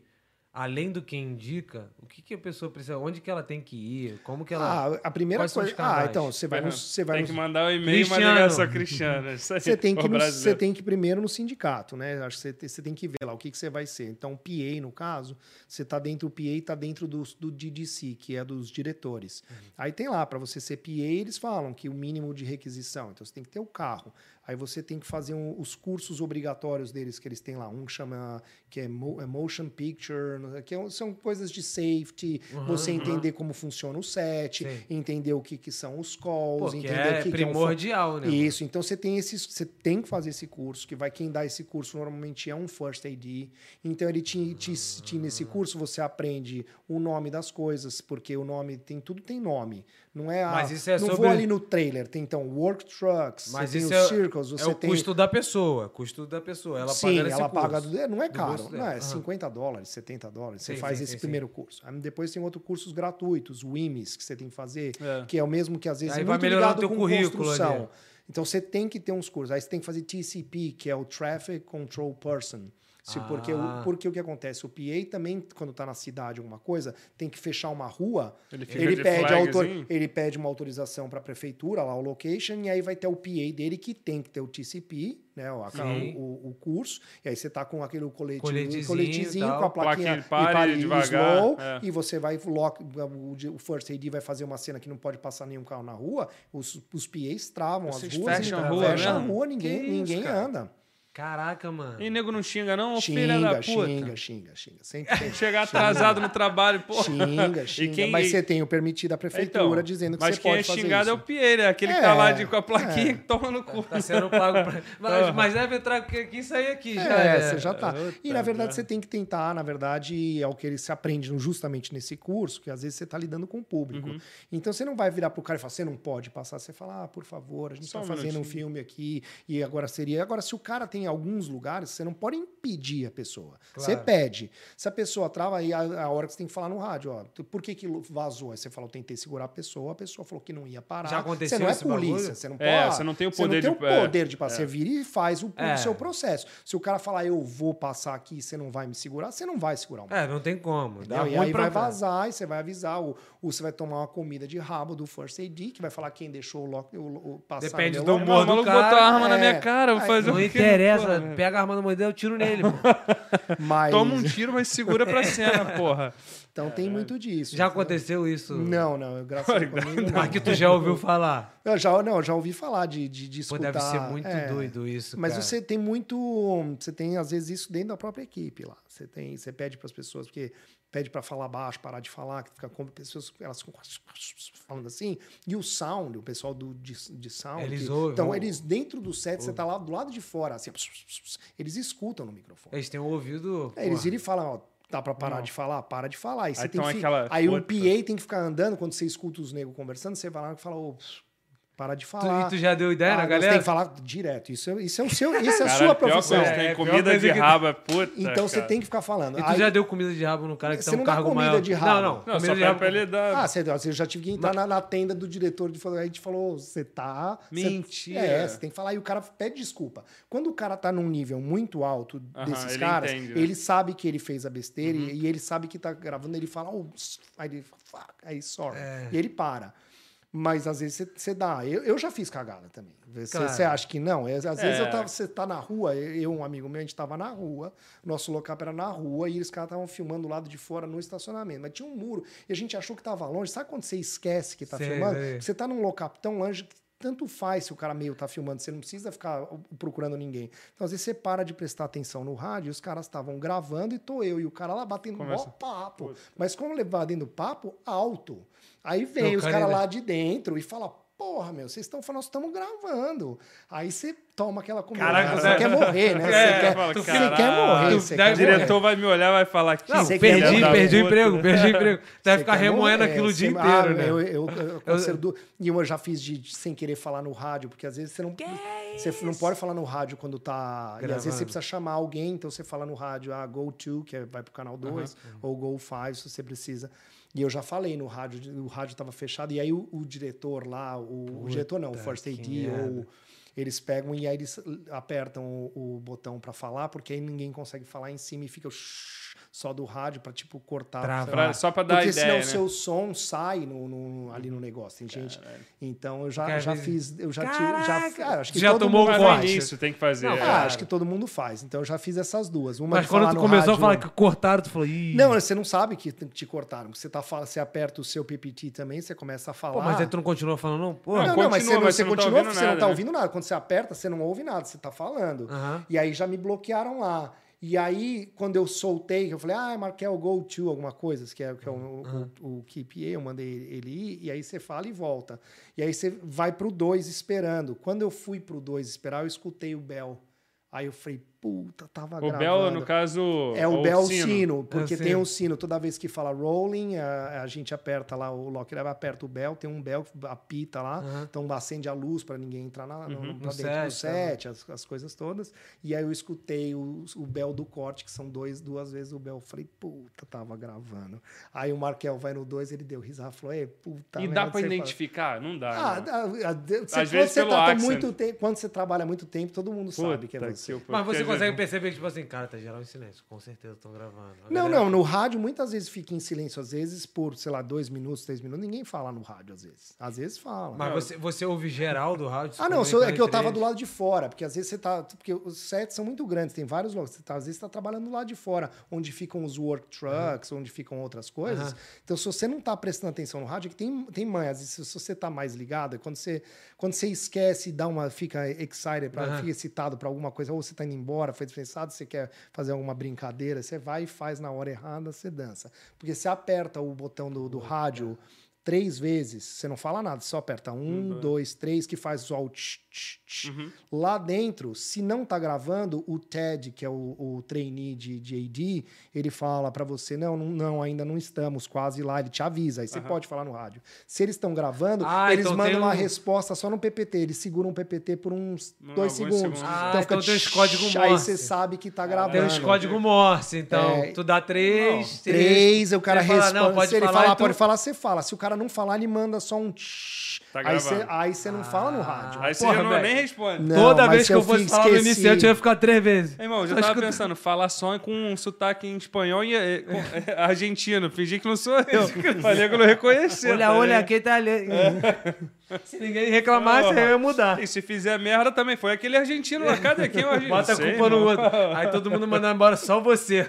além do quem indica, o que, que a pessoa precisa, onde que ela tem que ir, como que ela...
Ah, a primeira
Quais são os
coisa. Ah,
canais?
então, você vai no.
Aham.
Você vai
tem
no-
que mandar o e-mail e
Cristiano.
mandar só Cristiano. Isso aí,
você tem que
o
ir no- você
brasileiro.
tem que ir primeiro no sindicato, né? Acho que você, te- você tem que ver lá o que, que você vai ser. Então, PA, no caso, você tá dentro, o PA está dentro dos- do, DDC, que é dos diretores.
Uhum.
Aí tem lá, para você ser PA, eles falam que o mínimo de requisição. Então, você tem que ter o carro. Aí você tem que fazer um- os cursos obrigatórios deles que eles têm lá. Um que chama que é, mo- é motion picture, não- que é um- são coisas de safety,
Uhum,
você
uhum.
entender como funciona o set,
Sim.
entender o que, que são os calls,
Pô, que
entender
é
o que, que é um fa-
primordial, né? mano?
isso, então você tem esses, você tem que fazer esse curso, que vai quem dá esse curso normalmente é um first AD. Então ele te, te, te- nesse curso você aprende o nome das coisas, porque o nome tem tudo tem nome. Não é a,
Mas isso é
não
sobre-
vou ali no trailer, tem então work trucks,
Mas
você
isso
tem
é-
os circles, você
é o
tem
custo da pessoa, custo da pessoa. Ela
Sim,
paga nesse
ela
curso.
paga. do- é, Não é
do
caro,
bolso
não,
dela.
é
Aham.
50 dólares, 70 dólares. Você
Sim,
faz
sim,
esse
sim,
primeiro curso. Aí Depois tem outros cursos gratuitos, o IMES, que você tem que fazer,
É.
que é o mesmo que às vezes
Aí
é
vai
muito
melhorar o
ligado
teu
com
currículo
construção.
ali.
Então você tem que ter uns cursos. Aí você tem que fazer TCP, que é o Traffic Control Person. Se-
Ah.
porque, o, porque o que acontece? O PA também, quando está na cidade alguma coisa, tem que fechar uma rua
Ele fica
ele
de
pede, a autor...
flagzinho.
ele pede uma autorização para a prefeitura, lá o location, e aí vai ter o PA dele que tem que ter o TCP, né? O, a-
Sim.
o, o curso, e aí você tá com aquele coletinho,
Coletezinho e
coletezinho,
tal.
com a plaquinha
Plaque, pare devagar,
slow,
é.
e você vai, lock, o, de- o First AD vai fazer uma cena que não pode passar nenhum carro na rua, os, os PAs travam
Vocês
as ruas,
fecham a
então,
rua
fecha a
mesmo?
rua, ninguém,
Que isso,
ninguém
cara?
anda.
Caraca, mano.
E nego não xinga, não, ô filha da
Xinga,
puta.
xinga, xinga, xinga. Sempre tem.
Chegar atrasado no trabalho, porra.
Xinga, xinga.
quem- é
Mas você tem o permitido da prefeitura
Então,
dizendo que
mas
você
quem
pode
é
fazer
xingado
isso.
é o Pierre, aquele que tá lá
É,
de, com a plaquinha
é.
que toma no cu.
Tá sendo pago pra... Mas,
Aham.
mas deve entrar que aqui sair aqui. já
Ah. É,
né?
você já tá. E na
Puta
verdade
merda.
você tem que tentar, na verdade, é o que ele se aprende justamente nesse curso, que às vezes você tá lidando com o público.
Uhum.
Então você não vai virar pro cara e falar, você não pode passar, você fala, ah, por favor, a gente
Só
está
um
tá fazendo um
minutinho.
filme aqui, e agora seria. Agora, se o cara tem alguns lugares, você não pode impedir a pessoa.
Claro.
Você pede. Se a pessoa trava, aí a, a hora que você tem que falar no rádio, ó, por que, que vazou? Aí você fala, eu tentei segurar a pessoa, a pessoa falou que não ia parar.
Já aconteceu
Você não é
esse
polícia,
bagulho?
você não pode.
É, você não tem o poder
você não
de-
tem
é.
o poder de passar. Você vira e faz o, o
É.
seu processo. Se o cara falar, eu vou passar aqui e você não vai me segurar, você não vai segurar o
É, não tem como. Dá
Entendeu? E
ruim
aí
pra
vai vazar, e você vai avisar, ou, ou você vai tomar uma comida de rabo do First AD, que vai falar quem deixou o, lock, o, o passar.
Depende
no
do
Não,
meu
humor né?
o
do
maluco
cara,
botou a arma na
é.
minha cara, vou
Ai,
fazer o
Não
quê?
interessa,
Porra, né?
pega a arma na mão dele, eu tiro nele. ele, pô.
Mas,
Toma um tiro, mas segura pra cena, porra.
Então tem muito disso.
Já aconteceu isso?
Não, não, graças a Deus. comigo, não.
Mas que tu já ouviu falar.
Eu já, não, eu já ouvi falar de, de, de
Pô,
escutar.
deve ser muito
é.
doido isso,
Mas
cara.
você tem muito. Você tem, às vezes, isso dentro da própria equipe lá. Você, tem, você pede para as pessoas, porque pede para falar baixo, parar de falar, que fica com pessoas, elas ficam falando assim. E o sound, o pessoal do, de, de sound.
Eles
que-
ouvem,
então,
ouvem.
eles dentro do set, você tá lá do lado de fora, assim, eles escutam no microfone.
Eles têm um ouvido...
É, eles
porra.
viram e falam, ó, dá pra parar de falar? Para de falar. Aí, você
Aí
tem
toma
que fi-
aquela-
aí o
Puta.
PA tem que ficar andando, quando você escuta os negros conversando, você vai lá e fala, ô, para de
Tu-
falar.
e tu já deu ideia na
Ah, você
galera?
tem que falar direto. Isso, é- isso é o seu, isso é a
Caralho, pior
sua profissão.
coisa que tem,
É, pior
comida
coisa
de
que-
raba, puta.
Então você
cara.
tem que ficar falando.
E tu
Aí-
já deu comida de rabo num cara que
Você
tá um
não dá
cargo
comida
maior?
de
Não,
rabo.
não.
Não,
comida
só
de
pede
rabo...
pra ele dar.
Ah, você, você já tive que entrar na, na tenda do diretor de a gente falou, você tá. você-
Mentira.
é, você tem que falar. E o cara pede desculpa. Quando o cara tá num nível muito alto
Aham,
desses
ele
caras,
entende, né? Uhum.
ele sabe que ele fez a besteira e, e ele sabe que tá gravando, ele fala, oh, s- aí ele fala, fuck, aí sorry. E ele para. Mas às vezes você- você dá. Eu, eu já fiz cagada também. Você,
Claro.
você acha que não? É, Às vezes
É.
eu tava, você tá na rua, eu e um amigo meu, a gente tava na rua, nosso local era na rua, e os caras estavam filmando do lado de fora no estacionamento. Mas tinha um muro e a gente achou que tava longe. Sabe quando você esquece que tá
Sei,
filmando?
sei.
Você tá num local tão longe que tanto faz se o cara meio tá filmando, você não precisa ficar uh, procurando ninguém. Então, às vezes, você para de prestar atenção no rádio, os caras estavam gravando e tô eu e o cara lá batendo um mó
Começa.
papo. Mas como levar dentro do papo? Alto. Aí vem os
Trocando
caras
ideia.
lá de dentro e fala. Porra, meu, vocês estão falando, nós estamos gravando. Aí você toma aquela comida.
Caraca,
você
você-
quer morrer, né? Você
É,
quer,
fala,
você
"Caralho".
quer morrer.
Tu
Você
dá-
O
quer morrer.
diretor vai me olhar e vai falar que. é
Não,
Você quer
perdi,
filho da
perdi o
puta.
emprego, perdi o emprego. Tu vai ficar
Você quer
remoendo
morrer,
aquilo o
você-
dia
ah,
inteiro, né?
Eu, eu, eu, eu conserdo- e eu já fiz de, de sem querer falar no rádio, porque às vezes você não, você não pode falar no rádio quando tá. E às
Gravando.
vezes você precisa chamar alguém, então você fala no rádio, ah, go to, que é- vai pro canal 2, ou go 5, se você precisa. E eu já falei no rádio, o rádio tava fechado, e aí o, o diretor lá, o, o diretor não, o First
que
AD,
merda.
ou eles pegam e aí eles apertam o, o botão pra falar, porque aí ninguém consegue falar em cima e fica o shhh só do rádio pra tipo cortar.
Trava.
sei lá.
Pra- só pra dar
Porque
ideia.
senão o
né?
seu som sai no- no- ali no negócio, tem gente. Então eu já,
Cara,
já
às vezes-
fiz, eu já tive, já,
Caraca!
ah, acho que
Já
todo
tomou
mundo
um
Mas
corte.
no
faz.
início tem que fazer.
Não,
é.
Ah,
cara.
acho que todo mundo faz. Então eu já fiz essas duas. Uma
Mas
de falar
quando tu
no
começou a
rádio-
falar que cortaram, tu falou... Ih,
não, você não sabe que te te cortaram. Você tá fala, você aperta o seu PPT também, você começa a falar.
Pô, mas é aí tu não continua falando, não? Pô,
Não,
Não,
não,
continua,
mas você, não-
mas você
você
não tá
continua,
ouvindo
você não
nada,
tá
né?
ouvindo nada. Quando você aperta, você não ouve nada, você tá falando.
Aham.
E aí já me bloquearam lá. E aí, quando eu soltei, eu falei, ah, Markel, go to, alguma coisa, que é, que é o, o, o KPA, eu mandei ele ir, e aí você fala e volta. E aí você vai pro 2 esperando. Quando eu fui pro 2 esperar, eu escutei o Bel. Aí eu falei, puta, tava
O
gravando.
Bel, no caso.
É o Bell sino, porque
É o
tem
sino.
um sino. Toda vez que fala rolling, a, a gente aperta lá, o Loki leva, aperta o Bell, tem um Bell que apita lá,
Aham. Uhum,
então acende a luz para ninguém entrar na, no,
No
no, pra dentro
set, tá.
do set, as, as coisas todas. E aí eu escutei o, o Bell do corte, que são dois, duas vezes o Bell. Falei, puta, tava gravando. Aí o Markel vai no dois, ele deu risada, falou, é, puta.
E
merda,
dá pra
você fala-
identificar? Não dá.
ah,
né?
dá- a- de- você-
Às
quando
vezes
você
pelo
trata
accent.
muito tempo, quando você trabalha muito tempo, todo mundo sabe que é
Puta
você.
que eu-
Mas você
porque
consegue
às vezes-
perceber, tipo assim, cara, tá geral em silêncio. Com certeza estão gravando. A
Não,
galera-
não, no rádio muitas vezes fica em silêncio, às vezes por, sei lá, dois minutos, três minutos, ninguém fala no rádio, às vezes. Às vezes fala.
Mas você, você ouve geral do rádio? se
ah, não, sou-
comunicando
é que eu
entre
tava
eles?
do lado de fora, porque às vezes você tá. Porque os sets são muito grandes, tem vários locais. Você tá- às vezes você tá trabalhando do lado de fora, onde ficam os work trucks, onde ficam outras coisas.
Aham.
Então, se você não tá prestando atenção no rádio, é que tem, tem mãe, às vezes, se você tá mais ligado, é quando você, quando você esquece e dá uma. fica excited, pra,
Aham.
fica excitado pra alguma coisa, ou você tá indo embora, foi dispensado, você quer fazer alguma brincadeira, você vai e faz na hora errada, você dança. Porque você aperta o botão do, do rádio três vezes, você não fala nada, você só aperta um,
Uhum.
dois, três, que faz só o tch, tch, tch. Lá dentro, se não tá gravando, o Ted, que é o, o trainee de, de AD, ele fala pra você, não, não, não, ainda não estamos quase lá, ele te avisa, aí você pode falar no rádio. Se eles estão gravando,
Ah,
eles
então tem
mandam uma
um-
resposta só no PPT, eles seguram o PPT por uns
Hum, alguns
dois segundos.
segundos.
Ah, então
tch,
tem os código
Aí
Morse. Ah,
você sabe que tá
Caralho.
Tem
gravando.
os código Morse, então.
É.
Tu dá três. se ele-
Três, o
se
cara
ele fala,
responde.
Não, pode
se ele
falar, então
falar,
e tu-
pode falar, você fala. Se o cara não falar, ele manda só um tch.
Tá
aí você
gravando.
aí você não fala no rádio.
Aí você
Porra,
já não,
velho.
nem responde.
Não,
Ah. Toda
mas
vez que
eu assim.
eu fosse
fiz-
falar no
esqueci.
iniciante, eu ia ficar três vezes.
Meu Irmão, eu já
Só
tava
escuta-
pensando, falar só com um sotaque em espanhol e eh, com-
É.
eh, argentino. Fingir que não sou eu. Falei que eu não reconhecer.
Olha,
tá É.
olha,
ligado?
aqui tá ali. Se ninguém reclamasse,
Porra.
aí eu ia mudar.
E se fizer merda também, foi aquele argentino lá, cadê aqui? o argentino?
Bota a
Sei,
culpa no
não.
outro. Aí todo mundo mandava embora só você.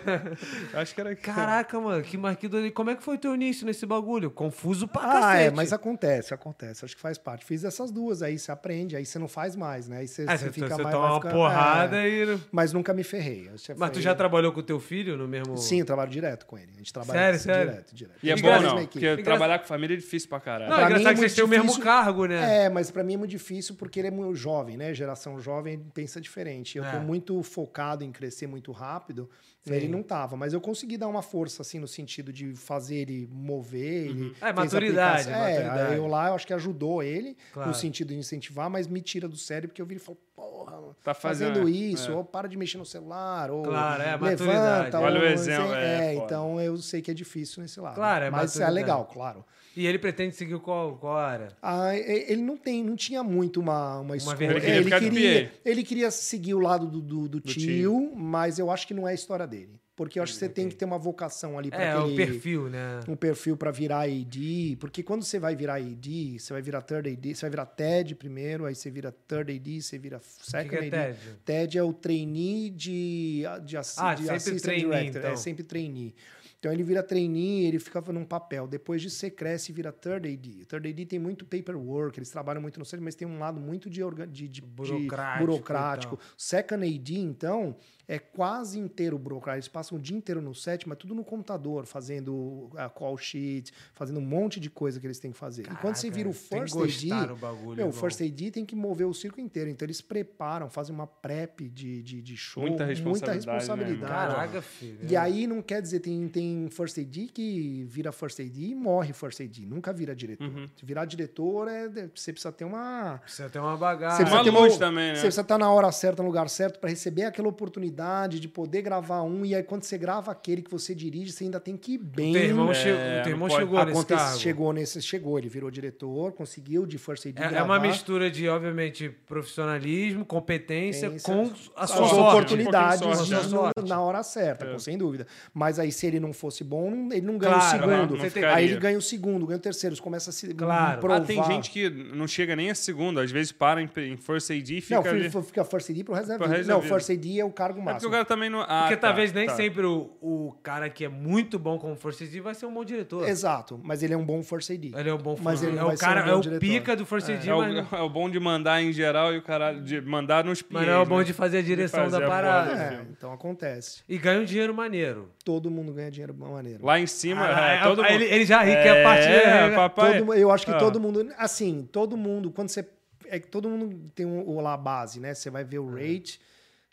Acho que era
Caraca, mano, que marquido ali. Como é que foi teu início nesse bagulho? Confuso pra
Ah,
cacete.
é, mas acontece, acontece. Acho que faz parte. Fiz essas duas, aí você aprende, aí você não faz mais, né? Aí você,
Ah,
você
você,
fica
você
mais.
toma
vai
uma
ficando-
porrada
é.
e.
Mas nunca me ferrei. Eu
Mas tu
fui-
já trabalhou com teu filho no mesmo.
Sim, eu trabalho direto com ele. A gente trabalha
Sério,
assim,
sério?
direto, direto.
E é
Os
bom
dois
não,
na equipe.
porque
Engraçado.
trabalhar com família é difícil pra caralho.
Não,
Pra
é
mim
engraçado
é
que
muito
vocês têm o mesmo
difícil.
cargo, né?
É, mas pra mim é muito difícil porque ele é muito jovem, né? Geração jovem pensa diferente. Eu
É.
tô muito focado em crescer muito rápido. né?
Sim.
Ele não tava, mas eu consegui dar uma força assim no sentido de fazer ele mover, ele
É,
fez
maturidade,
aplicação. É,
maturidade.
aí eu lá eu acho que ajudou ele
Claro.
no sentido de incentivar, mas me tira do sério porque eu viro e falo, porra, mano,
Tá
fazendo,
fazendo,
isso,
é.
ou para de mexer no celular, ou
Claro, é, maturidade.
levanta,
Olha
ou,
o exemplo, é,
é,
foda.
então eu sei que é difícil nesse lado.
Claro, é
mas é
maturidade.
legal, claro.
E ele pretende seguir qual, qual área?
Ah, e- ele não tem, não tinha muito uma, uma escolha.
verba. Ele
queria
É,
ficar de
queria,
PA.
ele queria seguir o lado do, do- do tio,
tio.
mas eu acho que não é a história dele. Porque eu acho que você tem que ter uma vocação ali para
É,
aquele...
o perfil, né?
Um perfil para virar AD, porque quando você vai virar AD, você vai virar third AD, você vai virar TED primeiro, aí você vira third AD, você vira
O que que
second
é
AD.
TED?
TED é o trainee de, de, assi-
Ah,
de
sempre
assistant
trainee,
director.
então.
É sempre trainee. Então ele vira trainee, ele fica num papel. Depois disso, você cresce e vira third AD. Third AD tem muito paperwork, eles trabalham muito no centro, mas tem um lado muito de, orga- de, de- de
Burocrático e
burocrático.
tal.
Second AD, então, é quase inteiro burocrático. Eles passam o dia inteiro no set, mas tudo no computador, fazendo a call sheet, fazendo um monte de coisa que eles têm que fazer. e quando você
Caraca,
vira o
tem que
first
gostar
AD,
do bagulho,
meu, o
irmão.
First AD tem que mover o circo inteiro. Então eles preparam, fazem uma prep de, de, de show.
Muita responsabilidade, né,
responsabilidade.
irmão?
Caraca, filho.
é
é.
E aí não quer dizer, tem, tem First AD que vira First AD e morre First AD. Nunca vira diretor.
Uhum.
Se virar diretor, é, você precisa ter uma...
Precisa ter uma bagagem.
Você
uma
precisa, ter
luz
É,
também, né?
você precisa estar na hora certa, no lugar certo, para receber aquela oportunidade de poder gravar um. E aí, quando você grava aquele que você dirige, você ainda tem que ir bem.
O teu irmão,
É,
che- o teu irmão
não pode-
chegou nesse
Aconte-
cargo.
chegou nesse. Chegou, ele virou diretor, conseguiu de First AD.
É, é
gravar.
uma mistura de, obviamente, profissionalismo, competência
Tem,
com a
as
sua
sorte,
oportunidades
um pouquinho de
sorte,
no-
né? Sorte.
na hora certa,
É.
pô, sem dúvida. Mas aí, se ele não fosse bom, não- ele não ganha
Claro,
o
não
um segundo.
né? ficaria.
aí ele ganha o segundo, ganha o terceiro, isso começa a se
Claro.
provar.
Ah, tem gente que não chega nem a segunda, às vezes para em, em First AD e fica
Não,
ali.
fi- fi- fica First AD pro resto da
Pro
vida.
resto da
Não,
vida.
First AD é o cargo
É porque o
máximo.
cara também não. Ah,
Porque
tá,
talvez nem
tá.
sempre o, o cara que é muito bom como Force AD vai ser um bom diretor.
Exato, mas ele é um bom First AD.
Ele é um bom
Mas ele
é
não
o
vai ser
cara,
um bom
é o
diretor.
pica do Force AD,
É
mas, não-
o, é o bom de mandar em geral e o caralho. De mandar nos pies,
mas não é o bom
né?
de fazer a direção
fazer
da
a né?
parada.
porra.
É, então acontece.
E ganha um dinheiro maneiro.
Todo mundo ganha dinheiro de uma maneira.
Lá em cima,
Ah,
é, todo
aí
mundo.
ele, ele já ri, que é a parte.
É,
é,
papai.
Todo mu- eu acho que
Ah.
todo mundo, assim, todo mundo, quando você. É que todo mundo tem um, o lá base, né? Você vai ver o
É.
rate,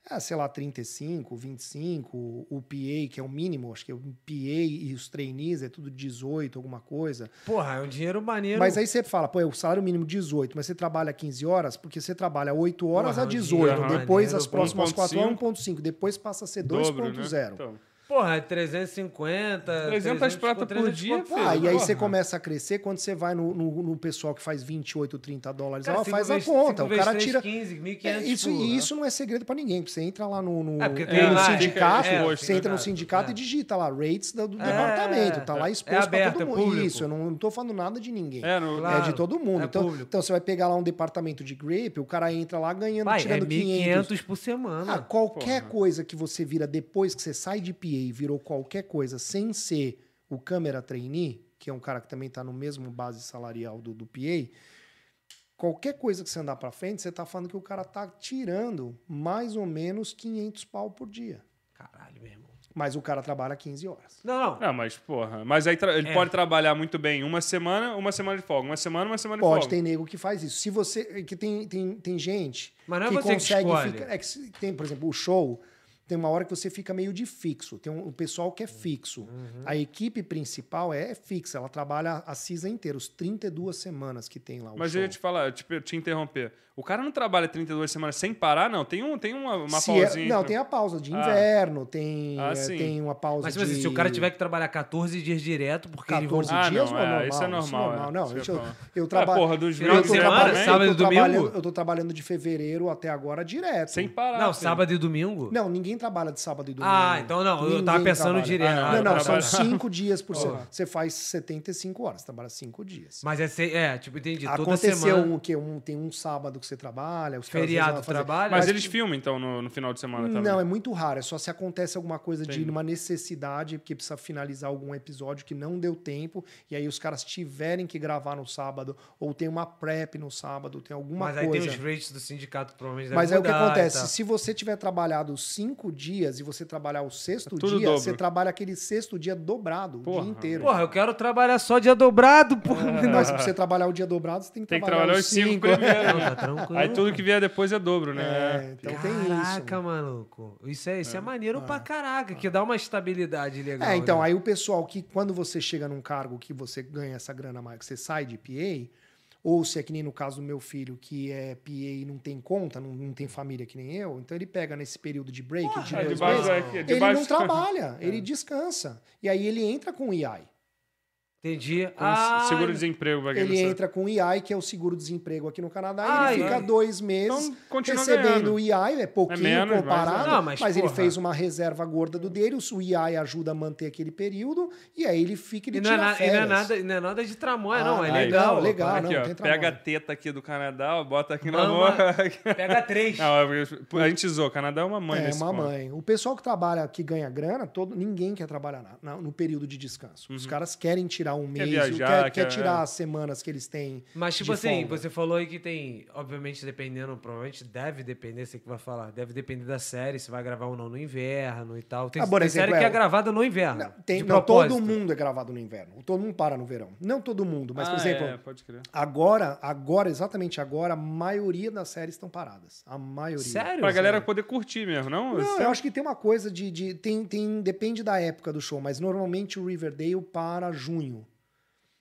ah, sei lá, 35, 25, o, o PA, que é o mínimo, acho que é o PA e os trainees é tudo 18, alguma coisa.
Porra, é um dinheiro maneiro.
Mas aí você fala, pô, é o salário mínimo 18, mas você trabalha 15 horas, porque você trabalha 8 horas
Porra,
a
um
18,
né?
dinheiro
depois
maneiro,
as próximas 4 horas é
1.5,
1.5, depois passa a ser
Dobro, né?
2.0.
Então,
Porra, é 350.
300 prata por
300
dia,
conto.
filho.
Ah, e aí você
Porra.
começa a crescer quando você vai no, no- no pessoal que faz 28, 30 dólares.
Cara,
lá,
cinco
faz
vezes-
a conta.
cinco
O
vezes
cara
três,
tira.
15, 1500,
É, isso,
tipo,
e
né?
isso não é segredo pra ninguém, porque você entra lá no, no,
É, porque
ou
tem
no
lá,
sindicato,
fica- é,
você entra
sindicato,
no sindicato
é.
e digita lá rates do, do
É,
departamento, tá
é
lá exposto
aberto, é
pra todo mundo.
público.
isso, eu não, não tô falando nada de ninguém.
é, no,
Claro.
É de todo mundo.
é
então,
público.
então você vai pegar lá um departamento de grape, o cara entra lá ganhando,
Pai, é
tirando 500.
1.500 por semana.
Ah, qualquer coisa que você vira depois que você sai de PA e virou qualquer coisa sem ser o câmera trainee, que é um cara que também está no mesmo base salarial do, do PA, qualquer coisa que você andar para frente, você está falando que o cara tá tirando mais ou menos 500 pau por dia.
Caralho, meu irmão.
Mas o cara trabalha 15 horas.
Não, não.
Não, mas porra. Mas aí tra- ele
É.
pode trabalhar muito bem uma semana, uma semana de folga. Uma semana, uma semana de
Pode,
folga.
tem nego que faz isso. Se você. Que tem, tem, tem gente.
Mas não é
que
você que
consegue
escolhe.
ficar. É que se- tem, por exemplo, o show. Tem uma hora que você fica meio de fixo. Tem um, um pessoal que é fixo.
Uhum.
A equipe principal é, é fixa. Ela trabalha a CISA inteira, os 32 semanas que tem lá. O
Mas
show.
eu ia te falar, te, te interromper. O cara não trabalha 32 semanas sem parar, não. Tem, um, tem uma, uma
Se é-
pausinha.
não,
entre-
tem a pausa de
Ah.
inverno, tem,
Ah,
eh,
sim.
tem uma pausa
Mas, tipo
de.
assim, se o cara tiver que trabalhar 14 dias direto, porque ele vão
14
Ah,
dias,
não,
ou é
é,
normal?
isso é normal, é.
Não,
Isso eu
eu,
ia
eu,
falar.
eu
Ah,
trabalho.
porra, dos
Final
finais
de
de
semana,
semana,
né?
também?
sábado
eu
e
tô
domingo?
trabalhando- Eu tô trabalhando de fevereiro até agora direto.
Sem parar.
Não,
filho.
sábado e domingo?
Não, ninguém ninguém trabalha de sábado e domingo.
Ah, então não, eu tava
Ninguém
pensando
trabalha.
direto.
Ah,
Ah,
não, não,
trabalha.
são cinco dias por
Ó.
semana. Você faz 75 horas, trabalha cinco dias.
Mas é, se- é, tipo, entendi. Toda
Aconteceu
semana.
um, que um, tem um sábado que você trabalha, os caras às vezes
Feriado
vão fazer-
trabalha.
Mas
Mas-
eles filmam, então, no, no final de semana também.
Não, é muito raro. É só se acontece alguma coisa
Entendi.
de uma necessidade, porque precisa finalizar algum episódio que não deu tempo, e aí os caras tiverem que gravar no sábado, ou tem uma prep no sábado, tem alguma
mas aí
coisa.
tem os rates do sindicato provavelmente
Mas é
devem
o que
mudar e
acontece.
tal.
Se você tiver trabalhado cinco dias e você trabalhar o sexto
É tudo
dia,
dobro.
você trabalha aquele sexto dia dobrado o
Porra.
dia inteiro.
Porra, eu quero trabalhar só dia dobrado, porra.
Não, se você trabalhar o dia dobrado, você tem que
Tem que
trabalhar,
trabalhar
os
os cinco
cinco.
primeiros.
Não,
né?
tá tranquilo.
Aí tudo que vier depois é dobro,
É,
né?
então tem isso.
Caraca, maluco. Isso é, isso é maneiro pra caraca, que dá uma estabilidade legal.
É, então,
né?
aí o pessoal que, quando você chega num cargo que você ganha essa grana mais, que você sai de PA, ou se é que nem no caso do meu filho, que é PA e não tem conta, não, não tem família que nem eu, então ele pega nesse período de break de
É,
Porra,
dois
debaixo,
meses,
é, aqui, é
ele
debaixo-
não trabalha, ele descansa. E aí ele entra com o IAI.
Entendi.
Com
Ah,
seguro-desemprego, pra quem não
Ele
sabe.
entra com o IAI, que é o seguro-desemprego aqui no Canadá,
Ah,
e ele fica
e-
dois meses
Então, continua
recebendo
ganhando.
o IAI, é pouquinho
É menos, mas-
comparado, mas,
Não, mas,
ele
porra.
fez uma reserva gorda do dele, o IAI ajuda a manter aquele período, e aí ele fica, ele
e não, é na-
tira
e não é
férias.
nada, e não é nada de tramóia, não. É
Ah,
aí.
legal.
Não, legal.
aqui,
não,
ó,
tem trabalho.
pega a teta aqui do Canadá, ó, bota aqui na
Mama.
boca.
Pega três.
Não, eu- a gente zoou. Canadá é uma mãe
é
nesse
uma
ponto.
mãe. O pessoal que trabalha, que ganha grana, todo, ninguém quer trabalhar na- na- no período de descanso. Os caras querem tirar um mês,
Uhum. viajar,
quer, quer
quer- é.
tirar as semanas que eles têm.
Mas, tipo
de
assim,
folga.
você falou aí que tem, obviamente, dependendo, provavelmente deve depender, você que vai falar, deve depender da série, se vai gravar ou não no inverno e tal. Tem,
Ah, por
tem
exemplo,
série que é
é,
gravada no inverno.
Não, tem-
de
não, todo
propósito.
mundo é gravado no inverno. Todo mundo para no verão. Não todo mundo, mas,
Ah,
por exemplo,
é, pode crer.
agora, agora, exatamente agora, a maioria das séries estão paradas. A maioria.
Sério?
Pra galera poder curtir mesmo, não?
Não, é
Você-
é.
eu acho que tem uma coisa de. de- tem, tem, depende da época do show, mas normalmente o Riverdale para junho.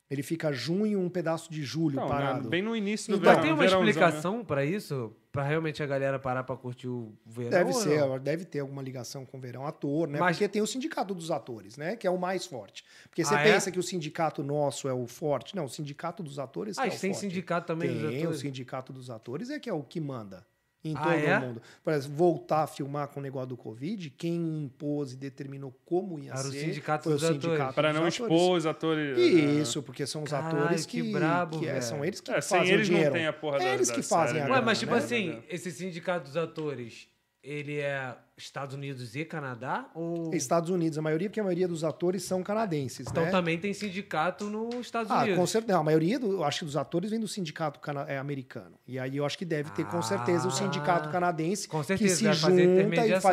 Ele fica junho, um pedaço de
Então,
julho
Não, né,
parado.
bem no início do
Então,
Mas
verão.
tem uma
verãozão, né?
explicação pra isso? Pra realmente a galera parar pra curtir o verão?
Deve
ou
ser,
não?
deve ter alguma ligação com o verão ator, né?
Mas-
Porque tem o sindicato dos atores, né? Que é o mais forte. Porque você
Ah, é?
pensa que o sindicato nosso é o forte. Não, o sindicato dos atores que
Ah,
é o
isso tem
forte.
sindicato também dos
Tem,
atores?
o sindicato dos atores é que é o que manda em
Ah,
todo
é?
o mundo. Por exemplo, voltar a filmar com o negócio do Covid, quem impôs e determinou como ia
Era o
ser
sindicato
foi
dos
o
atores.
sindicato
Para
dos
não
atores.
expor né? os atores. é,
E Isso, porque são os
Caralho,
atores
que
que,
brabo,
que é,
velho.
são eles que
É, sem
fazem
eles
o
não
dinheiro.
tem a porra da-
é eles
da
que fazem
série, né?
a
Ué,
grana,
mas tipo
né?
assim, esse sindicato dos atores, ele é Estados Unidos e Canadá? Ou...
Estados Unidos, a maioria, porque a maioria dos atores são canadenses,
Então
né?
também tem sindicato nos Estados
Ah,
Unidos.
com certeza. A maioria, do, eu acho que dos atores vem do sindicato cana é, americano. E aí eu acho que deve ter, com certeza,
Ah.
o sindicato canadense
Com certeza,
que se
vai fazer
junta e faz,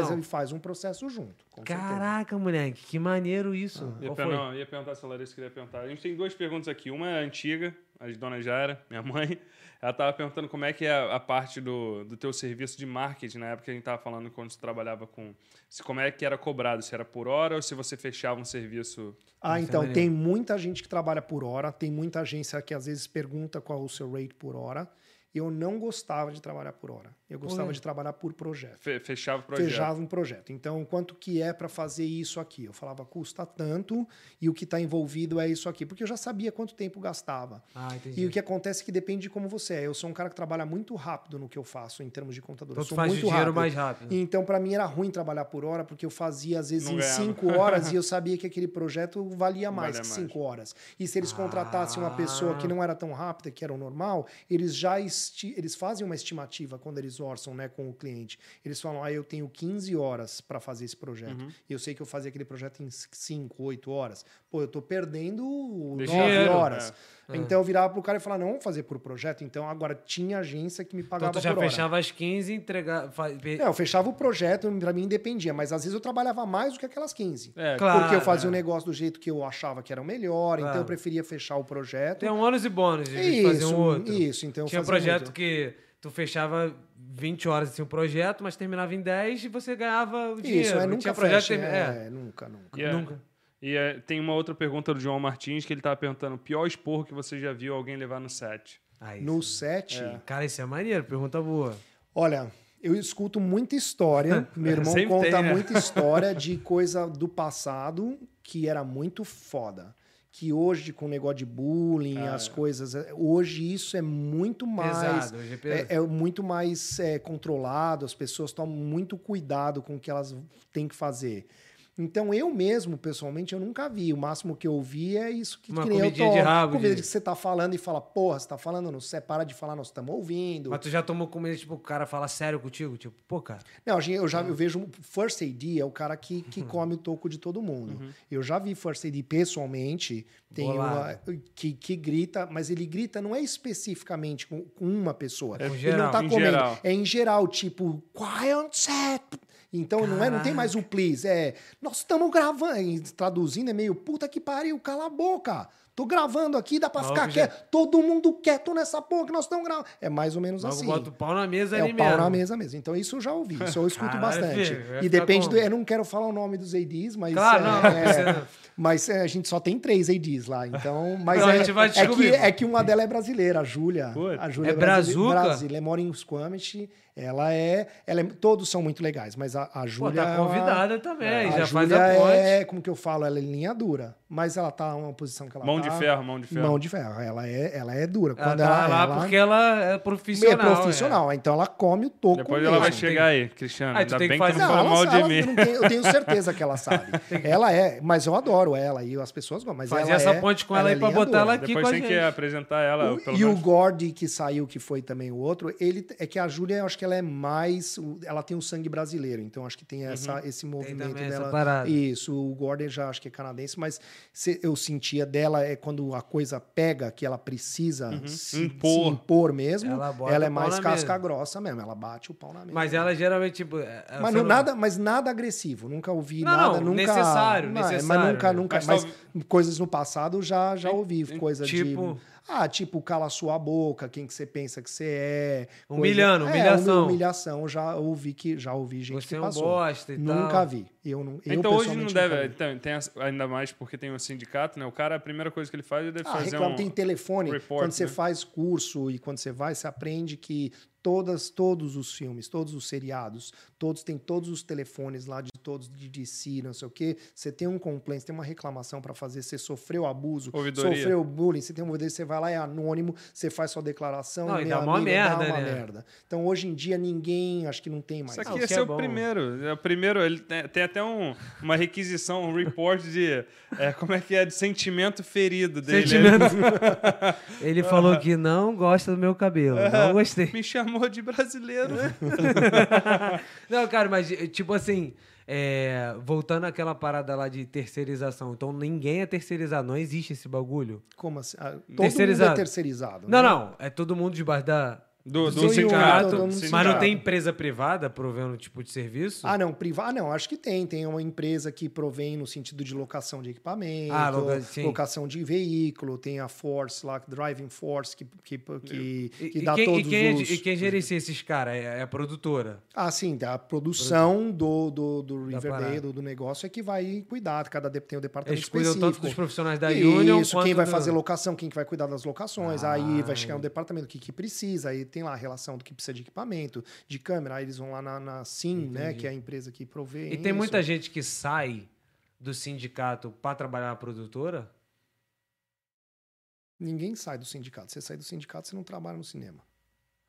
intermediação.
e faz um processo junto. com certeza.
Caraca, moleque, que maneiro isso.
Ia,
Qual
per-
foi?
não, ia perguntar se a Larissa queria perguntar. A gente tem duas perguntas aqui. Uma é antiga, a de Dona Jara, minha mãe. Ela tava perguntando como é que é a, a parte do, do teu serviço de marketing. Na época a gente tava falando quando você trabalhava com... Se, como é que era cobrado, se era por hora ou se você fechava um serviço...
Ah,
Isso é
então,
maneiro.
tem muita gente que trabalha por hora, tem muita agência que às vezes pergunta qual é o seu rate por hora. Eu não gostava de trabalhar por hora. Eu gostava
quê?
de trabalhar por projeto.
fe- fechava o projeto.
fechava um projeto. Então, quanto que é para fazer isso aqui? Eu falava, custa tanto e o que está envolvido é isso aqui. Porque eu já sabia quanto tempo gastava.
Ah, entendi.
E o que acontece é que depende de como você é. Eu sou um cara que trabalha muito rápido no que eu faço em termos de computador.
Então
eu
tu
sou
faz o
muito
dinheiro
rápido.
mais rápido.
E Então, para mim, era ruim trabalhar por hora, porque eu fazia, às vezes,
Não
em
ganhava.
cinco horas e eu sabia que aquele projeto valia
Não
mais
valia
que
mais. Ah.
cinco horas. E se eles contratassem uma pessoa que
Ah.
não era tão rápida, que era o normal, eles já esti- eles fazem uma estimativa quando eles orçam né, com o cliente. Eles falam, ah, eu tenho 15 horas para fazer esse projeto.
Uhum.
E eu sei que eu fazia aquele projeto em cinco, oito horas. Pô, eu tô perdendo
Deixa
nove
dinheiro,
horas.
né?
É.
Então eu virava pro cara e falava, não, vamos fazer por projeto. Então agora tinha agência que me
Então
pagava
tu já
por hora.
fechava às 15 e entregava. fa- pe-
Não, É, eu fechava o projeto, pra mim independia, mas às vezes eu trabalhava mais do que aquelas 15.
É,
Claro.
porque eu fazia
é.
o negócio do jeito que eu achava que era o melhor, então
Claro.
eu preferia fechar o projeto.
Tem um ônus e bônus de vez de fazer um outro.
isso, então eu
Tinha
fazia
projeto
muito.
que tu fechava 20 horas assim, um projeto, mas terminava em 10 e você ganhava o dinheiro.
Isso, é,
Não
nunca
tinha projeto
fecha,
termi-
é, nunca, nunca.
E, é,
Nunca.
E é, tem uma outra pergunta do João Martins que ele tava perguntando: o pior esporro que você já viu alguém levar no set?
Aí,
No
sim.
set,
Cara, isso é maneiro, pergunta boa.
Olha, eu escuto muita história. Meu irmão
Sempre
conta
tem, né?
muita história de coisa do passado que era muito foda. que hoje com o negócio de bullying,
Ah,
as
é.
coisas, é, hoje isso é muito mais
Pesado, hoje é pesado.
é, é muito mais é, controlado, as pessoas tomam muito cuidado com o que elas têm que fazer. Então, eu mesmo, pessoalmente, eu nunca vi. O máximo que eu vi é isso que,
Uma
que nem eu
comidinha
tomo.
de rabo,
Comida
de-
que você tá falando e fala, porra, você tá falando, não sei, para de falar, nós estamos ouvindo.
Mas tu já tomou comida, tipo, o cara fala sério contigo? Tipo, pô, cara.
Não, a gente- eu já
Uhum.
eu vejo um- First AD é o cara que, que come o toco de todo mundo. Eu já vi First AD pessoalmente, tem uma
Uhum. Bolado.
que, que grita, mas ele grita não é especificamente com, com uma pessoa.
É com
ele não
geral.
tá
Em
comendo.
geral.
É em geral, tipo, quiet set. Então não é, não tem mais o please, é nós estamos gravando, e traduzindo é meio puta que pariu, cala a boca. Tô gravando aqui, dá pra
Mal
ficar
obje-
quieto. Todo mundo quieto nessa porra que nós estamos gravando. É mais ou menos
Logo
assim.
bota o pau na mesa
É
ali
o pau
mesmo.
na mesa mesmo. Então isso eu já ouvi, isso eu escuto
Caralho,
bastante.
filho, vai
e
ficar
depende
como?
do. Eu não quero falar o nome dos ADs, mas.
Claro,
é,
não, não
é,
precisa.
mas é, a gente só tem três ADs lá, então. Mas
Não, a
é,
gente vai
é que,
descobrir.
é que uma dela é brasileira, a Júlia.
Puta.
A Júlia
É brazuca?
Brasília, mora em Squamish. Ela é, ela é- Todos são muito legais, mas a, a
Pô,
Júlia. é
tá
uma-
convidada também, já faz
Júlia
a ponte.
É, como que eu falo, ela é linha dura, mas ela tá numa posição que ela
Mão
tá-
de ferro, mão de ferro.
Mão de ferro. Ela é, ela é dura.
Ela
Quando
tá
ela,
lá
ela-
porque ela é
é
profissional.
profissional, então ela come o toco
Depois ela vai
mesmo.
chegar aí, Cristiano.
Ah, tu
Ainda
tem
bem
que
que
fazer-
tu
Não,
não fala
ela
mal
sabe,
de
eu
mim.
não tenho- eu tenho certeza que ela sabe. ela é, mas eu adoro ela e as pessoas gostam. Mas
Fazer
ela
essa
é-
ponte com ela aí
é
pra
linha
botar ela
dura.
tá aqui
Depois
com a
tem que
gente.
apresentar ela,
O-
pelo
e o
menos.
Gordy, que saiu, que foi também o outro, ele é que a Júlia, eu acho que ela é mais. o- Ela tem o sangue brasileiro, então acho que tem
Uhum.
essa, esse movimento
também essa
dela.
parada.
Isso, o Gordy já acho que é canadense, mas se- eu sentia dela é quando a coisa pega, que ela precisa se, se
Uhum. Impor.
impor mesmo.
Ela
Ela,
bota
é
o pau
mais
na
casca
mesa.
grossa mesmo, ela bate o pau na mesa.
é.
Né?
Mas ela geralmente, tipo. é- é-
Mas,
só
não, nada, mas nada agressivo, nunca ouvi
Não,
nada,
não,
nunca.
necessário,
Não, é,
necessário,
Mas nunca,
né?
nunca.
Mas
Mas, coisas no passado já, já ouvi. Coisa
tipo-
de. Ah, tipo, cala sua boca, quem que você pensa que você é. coisa-
Humilhando,
É,
humilhação.
humilhação, já ouvi que já ouvi gente
Você é
que
um
passou.
bosta e
nunca
tal.
vi. Eu não, eu
Então hoje não
pessoalmente
deve.
nunca vi.
Então, tem as- ainda mais porque tem o sindicato, né? O cara, a primeira coisa que ele faz, ele deve
Ah,
fazer
reclama,
um.
tem telefone.
report,
quando você
né?
faz curso e quando você vai, você aprende que todas, todos os filmes, todos os seriados, todos têm todos os telefones lá de todos de DC, não sei o quê. Você tem um complaint, você tem uma reclamação para fazer, você sofreu abuso,
Ouvidoria.
sofreu bullying, você tem um ouvidoria, você vai lá, é anônimo, você faz sua declaração
Não, e
meu
dá uma
amigo,
merda,
uma
né?
merda. Então hoje em dia ninguém, acho que não tem mais.
Isso aqui
Ah, o
é
que
seu
é bom.
primeiro. É o primeiro, ele tem, tem até um- uma requisição, um report de. é, como é que é? De sentimento ferido dele.
Sentimento. Ele falou que não gosta do meu cabelo. Não gostei.
Me chamou de brasileiro. né?
Não, cara, mas eh, tipo assim, é, voltando àquela parada lá de terceirização. Então ninguém é terceirizado, não existe esse bagulho.
Como assim? Ah, todo
Terceirizado.
mundo é terceirizado.
Não,
né?
não. É todo mundo debaixo da.
Do,
Do
do
Sim,
sindicato.
né? todo mundo
Mas
do
sindicato.
não
sindicato.
tem empresa privada provendo tipo de serviço?
Ah, não, privado. Ah, não, acho que tem. Tem uma empresa que provém no sentido de locação de equipamento,
Ah, loca- sim.
locação de veículo, tem a Force lá, Driving Force, que, que, que,
E,
que
e
dá
quem, e
todos
quem é de-
os...
e quem gerencia esses caras? É, é a produtora.
Ah, sim, a produção do, do, do
Da
Riverdale,
parada.
do, do negócio, é que vai cuidar, cada dep- tem o departamento
Eles cuidam tanto dos
É específico.
profissionais da
Isso,
Union quanto
quem vai
do-
fazer locação, quem que vai cuidar das locações,
Ah.
aí vai chegar no departamento, o que, que precisa, aí tem lá a relação do que precisa de equipamento, de câmera, aí eles vão lá na, na SIM, né, que é a empresa que provê
E tem
isso.
muita gente que sai do sindicato pra trabalhar na produtora?
Ninguém sai do sindicato. Você sai do sindicato, você não trabalha no cinema.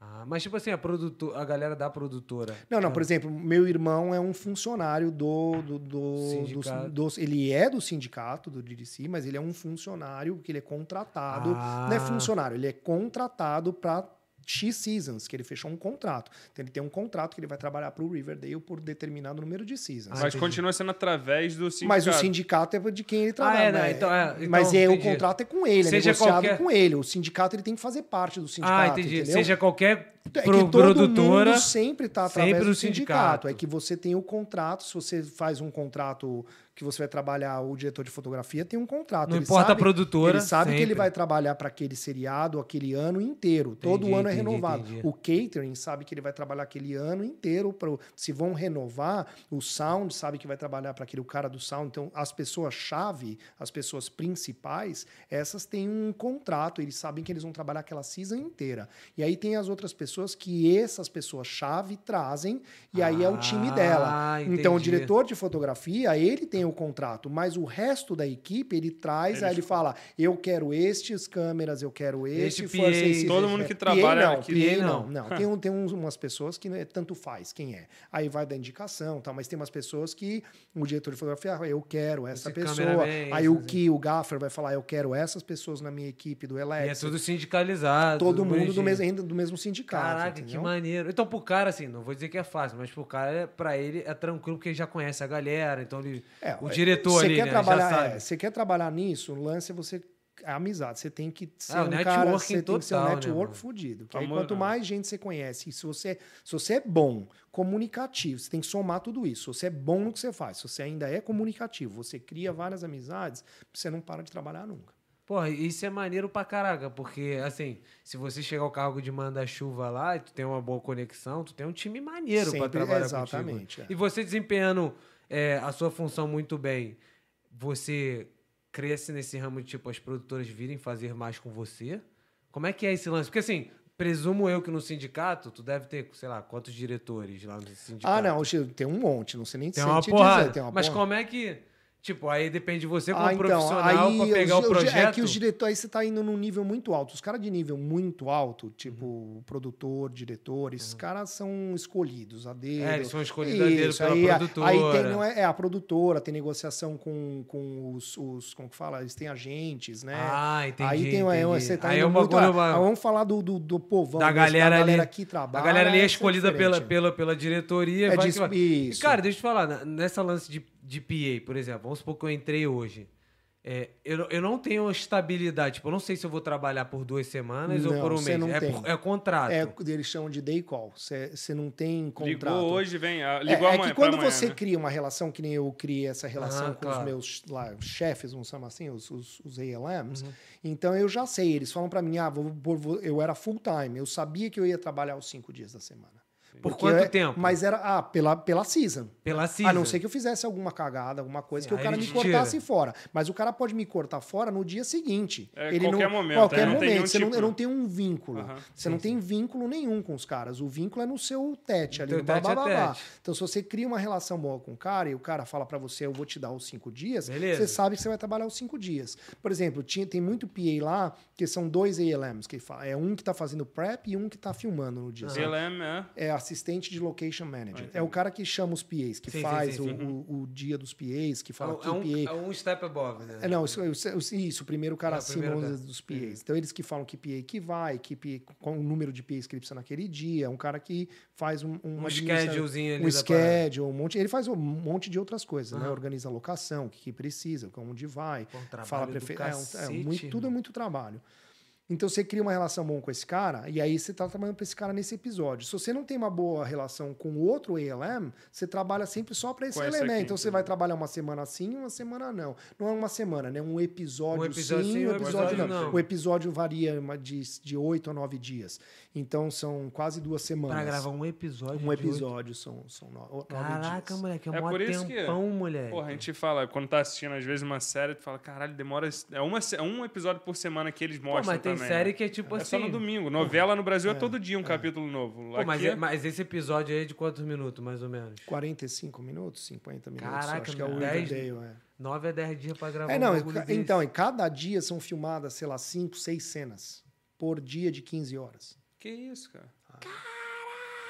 Ah, mas tipo assim, a, produto, a galera da produtora.
Não, não,
Ah,
por exemplo, meu irmão é um funcionário do. do, do,
Sindicato.
do- do- ele é do sindicato, do DDC, mas ele é um funcionário que ele é contratado.
Ah.
Não é funcionário, ele é contratado para X seasons, que ele fechou um contrato. Então ele tem um contrato que ele vai trabalhar para o Riverdale por determinado número de seasons.
Ah,
Mas
entendi.
continua sendo através do sindicato.
Mas o sindicato é de quem ele trabalha.
é, né?
né?
Então, é, então,
mas é, o
entendi.
contrato é com ele, é
Seja
negociado
qualquer-
com ele. O sindicato ele tem que fazer parte do sindicato.
Ah, entendi.
entendeu?
Seja qualquer
É que
pro-
todo
produtora.
mundo sempre está através
sempre
do
o
sindicato.
sindicato.
É que você tem o contrato, se você faz um contrato que você vai trabalhar, o diretor de fotografia tem um contrato.
Não
Ele
importa
sabe-
a produtora,
Ele sabe que ele
sempre.
vai trabalhar para aquele seriado aquele ano inteiro. todo
Entendi,
ano é
entendi,
renovado.
entendi.
O catering sabe que ele vai trabalhar aquele ano inteiro. Pro, se vão renovar, o sound sabe que vai trabalhar para aquele o cara do sound. Então, as pessoas-chave, as pessoas principais, essas têm um contrato. Eles sabem que eles vão trabalhar aquela season inteira. E aí tem as outras pessoas pessoas que essas pessoas-chave trazem, e aí é o time
Ah,
dela. Então, o
entendi.
diretor de fotografia, ele tem o contrato, mas o resto da equipe, ele traz, aí ele fala: eu quero estes câmeras, eu quero este,
Este
força
PA.
esse-
Todo mundo que
PA
trabalha
não,
aqui.
PA
PA
não,
não.
não. Tem, um, tem uns- umas pessoas que né, tanto faz quem é. Aí vai da indicação, tal, mas tem umas pessoas que o diretor de fotografia, ah, eu quero essa
Esse
pessoa.
cameraman,
Aí o
esse-
que o gaffer vai falar, eu quero essas pessoas na minha equipe do
E é
Electric.
tudo sindicalizado.
Todo
tudo
mundo do
bonitinho.
mesmo, ainda do mesmo sindicato.
Caraca, que
entendeu?
maneiro. Então, pro cara, assim, não vou dizer que é fácil, mas pro cara, é- pra ele é tranquilo, porque ele já conhece a galera, então ele.
É,
o diretor
você
ali,
quer
né,
trabalhar,
já
é,
sabe.
você quer trabalhar nisso, o lance é você a amizade, você tem que ser
Ah, o
um cara,
networking
você tem que ser um
total, né,
network
mano? né?
fudido. Que aí,
Vamos-
quanto mais gente você conhece, e se você, se você é bom, comunicativo, você tem que somar tudo isso. Se você é bom no que você faz, se você ainda é comunicativo, você cria várias amizades, você não para de trabalhar nunca.
Porra, isso é maneiro pra caraca, porque, assim, se você chegar ao cargo de manda-chuva lá e tu tem uma boa conexão, tu tem um time maneiro pra
Sempre-
trabalhar
exatamente,
contigo.
é.
E você desempenhando é, a sua função muito bem, você cresce nesse ramo de, tipo, as produtoras virem fazer mais com você? Como é que é esse lance? Porque, assim, presumo eu que no sindicato, tu deve ter, sei lá, quantos diretores lá no sindicato?
Ah, não, Chico, tem um monte, não sei nem
Tem
sei
uma
te
porrada.
dizer, tem uma
Mas
porra.
como é que... Tipo, aí depende de você como
Ah,
profissional pra pegar
os-
o
os-
projeto.
É que os diretores, aí você tá indo num nível muito alto. Os caras de nível muito alto, tipo
Uhum.
produtor, diretor, esses caras são escolhidos a dedo.
É, eles são escolhidos a dedo pela
aí,
produtora.
Aí tem, não é, é, a produtora, tem negociação com, com os, os- como que fala? Eles têm agentes, né?
Ah, entendi.
aí tem uma-
entendi.
você tá
aí
indo
é um
muito
bagulho-
lá.
uma-
Aí vamos falar do, do, do povão,
Da
desse-
galera ali.
que trabalha.
a galera ali é
essa
escolhida pela,
diferente.
pela, pela diretoria.
É
vai que
disso-
vai.
isso.
E, cara, deixa eu te falar, na- nessa lance de, de PA, por exemplo, vamos supor que eu entrei hoje. É, eu, não- eu não tenho estabilidade. Tipo, eu não sei se eu vou trabalhar por duas semanas
Não,
ou por um
você
mês.
não
é,
tem.
por- é contrato.
É, eles chamam de day call. Você você não tem contrato.
Ligou hoje, vem. ah,
É,
Ligou
é
amanhã.
que quando
pra amanhã,
você
né?
cria uma relação, que nem eu criei essa relação
Ah,
com os
claro.
meus lá, chefes, vamos chamar assim, os, os, os ALMs,
Uhum.
então eu já sei, eles falam pra mim, ah, vou- vou- vou- eu era full time, eu sabia que eu ia trabalhar os cinco dias da semana.
Por
Porque
quanto
é-
tempo?
Mas era, ah, pela, pela season.
Pela
A
season.
não ser que eu fizesse alguma cagada, alguma coisa, que
Aí
o cara
ele
me
te
cortasse
tira.
fora. Mas o cara pode me cortar fora no dia seguinte.
É,
ele
qualquer
não,
momento,
Qualquer
é, não tem
momento.
nenhum
você não,
tipo,
eu não
né?
tenho um vínculo.
Aham,
você não tem vínculo nenhum com os caras. O vínculo é no seu tete ali.
Teu
no blá,
tete
blá,
a
blá, blá.
tete.
Então, se você cria uma relação boa com o cara e o cara fala pra você, eu vou te dar os cinco dias,
Beleza.
você sabe que você vai trabalhar os cinco dias. Por exemplo, tinha- tem muito PA lá que são dois ALMs, que fala- é um que tá fazendo prep e um que tá filmando no
Ah.
dia. sabe?
CLM, é.
é assistente de location manager. é o cara que chama os PAs, que
Sim, sim,
faz
sim,
o,
sim.
o- o dia dos PAs, que
É
fala
um-
que
é, um,
PA.
é um step above, né?
É, não, isso, isso, isso, primeiro o cara
É, o
acima
primeiro
os- dos PAs. Então, eles que falam que PA que vai, que PA, qual o número de PAs que ele precisa naquele dia, é um cara que faz um...
Um
uma administra-
schedulezinho ali
um
da parada.
schedule, um monte... Ele faz um monte de outras coisas, né?
Aham.
Organiza a locação, o que, que precisa, onde vai,
Pô, um trabalho
fala
do
prefe... é, um- é,
cacete, né?
muito, tudo é
irmão.
muito trabalho. Então você cria uma relação boa com esse cara, e aí você tá trabalhando para esse cara nesse episódio. Se você não tem uma boa relação com o outro ALM, você trabalha sempre só para esse
Com esse
elemento.
aqui,
então você
entendi.
vai trabalhar uma semana sim e uma semana não. Não é uma semana, né? Um episódio,
Um episódio
sim,
sim,
um episódio não.
não.
O episódio varia uma de, de 8 a 9 dias. Então são quase duas semanas.
Pra gravar um episódio.
um
de oito-
episódio um são, são no, nove
Caraca,
dias.
moleque, é
É
um
por isso que-
tempão,
É,
moleque.
Porra, a gente fala, quando tá assistindo às vezes uma série, tu fala, caralho, demora. É, uma, se- é um episódio por semana que eles
Pô,
mostram.
mas tem
também,
série
né?
que é tipo
É
assim.
só no domingo. Novela no Brasil é,
É,
todo dia um capítulo novo.
Pô, mas,
Aqui
é- mas esse episódio aí é de quantos minutos, mais ou menos?
45 minutos, 50 minutos.
Caraca,
acho que é o
dez-
Riverdale, é.
9 a 10 dias pra gravar
É,
um
não,
bagulho
ca-
desse.
então, em cada dia são filmadas, sei lá, 5, 6 cenas por dia de 15 horas.
Que isso, cara.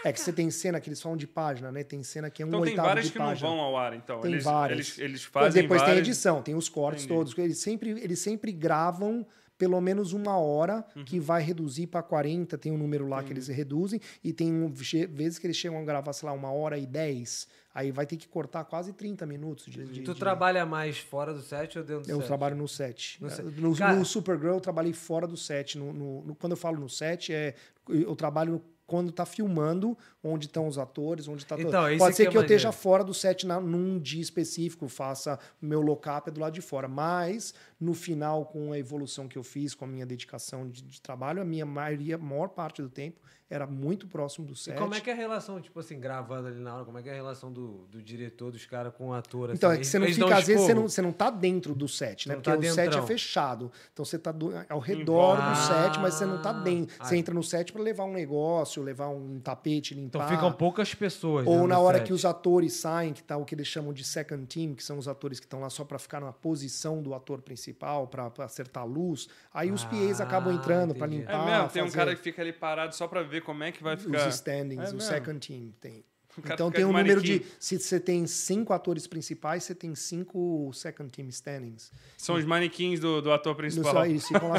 É que você tem cena que eles falam de página, né? Tem cena que é um
Então tem
oitavo
várias
de
que não
página.
vão ao ar, então.
Tem
eles,
várias.
Eles, eles
Mas
fazem
depois tem
várias.
edição, tem os cortes
Entendi.
todos. Eles sempre, eles sempre gravam pelo menos uma hora,
Uhum.
que vai reduzir para 40, tem um número lá que eles reduzem, e tem um- che- vezes que eles chegam a gravar, sei lá, uma hora e 10. Aí vai ter que cortar quase 30 minutos de, de,
Tu
de-
trabalha mais fora do set ou dentro do
Eu
set?
trabalho no set.
No set.
No, no
Cara-
Supergirl eu trabalhei fora do set. No, no- no- quando eu falo no set, é, eu trabalho quando tá filmando, onde estão os atores, onde tá
Então, isso
Pode ser
que é
que eu esteja
maneiro.
fora do set na- num dia específico, faça meu lock-up é do lado de fora. Mas No final, com a evolução que eu fiz, com a minha dedicação de, de trabalho, a minha maioria, maior parte do tempo, era muito próximo do
E
set.
como é que é a relação, tipo assim, gravando ali na hora, como é que é a relação do, do diretor dos caras com o ator?
Então,
assim?
é que você não
Eles- eles
fica,
dão
às vezes, você
esporro?
não, você não tá dentro do set, né?
Não
Porque
tá
o set é
dentrão.
fechado. Então você tá do- ao redor
Ah.
do set, mas você não tá dentro. Você
Ah.
entra no set para levar um negócio, levar um tapete, limpar.
Então ficam poucas pessoas. né,
Ou
no
na hora
set.
que os atores saem, que tá o que eles chamam de second team, que são os atores que estão lá só para ficar na posição do ator principal, para acertar a luz. Aí os
Ah,
PAs acabam entrando para
entendi.
É
limpar.
mesmo, tem um
tá? fazer
cara que fica ali parado só pra ver como é que vai ficar.
os standings,
É
o
mesmo.
second team tem.
cara
Então
fica
tem
de
um número de.
manequim.
Se você tem cinco atores principais, você tem cinco second team standings.
São os manequins do, do ator
Não
principal. É,
só, eles ficam lá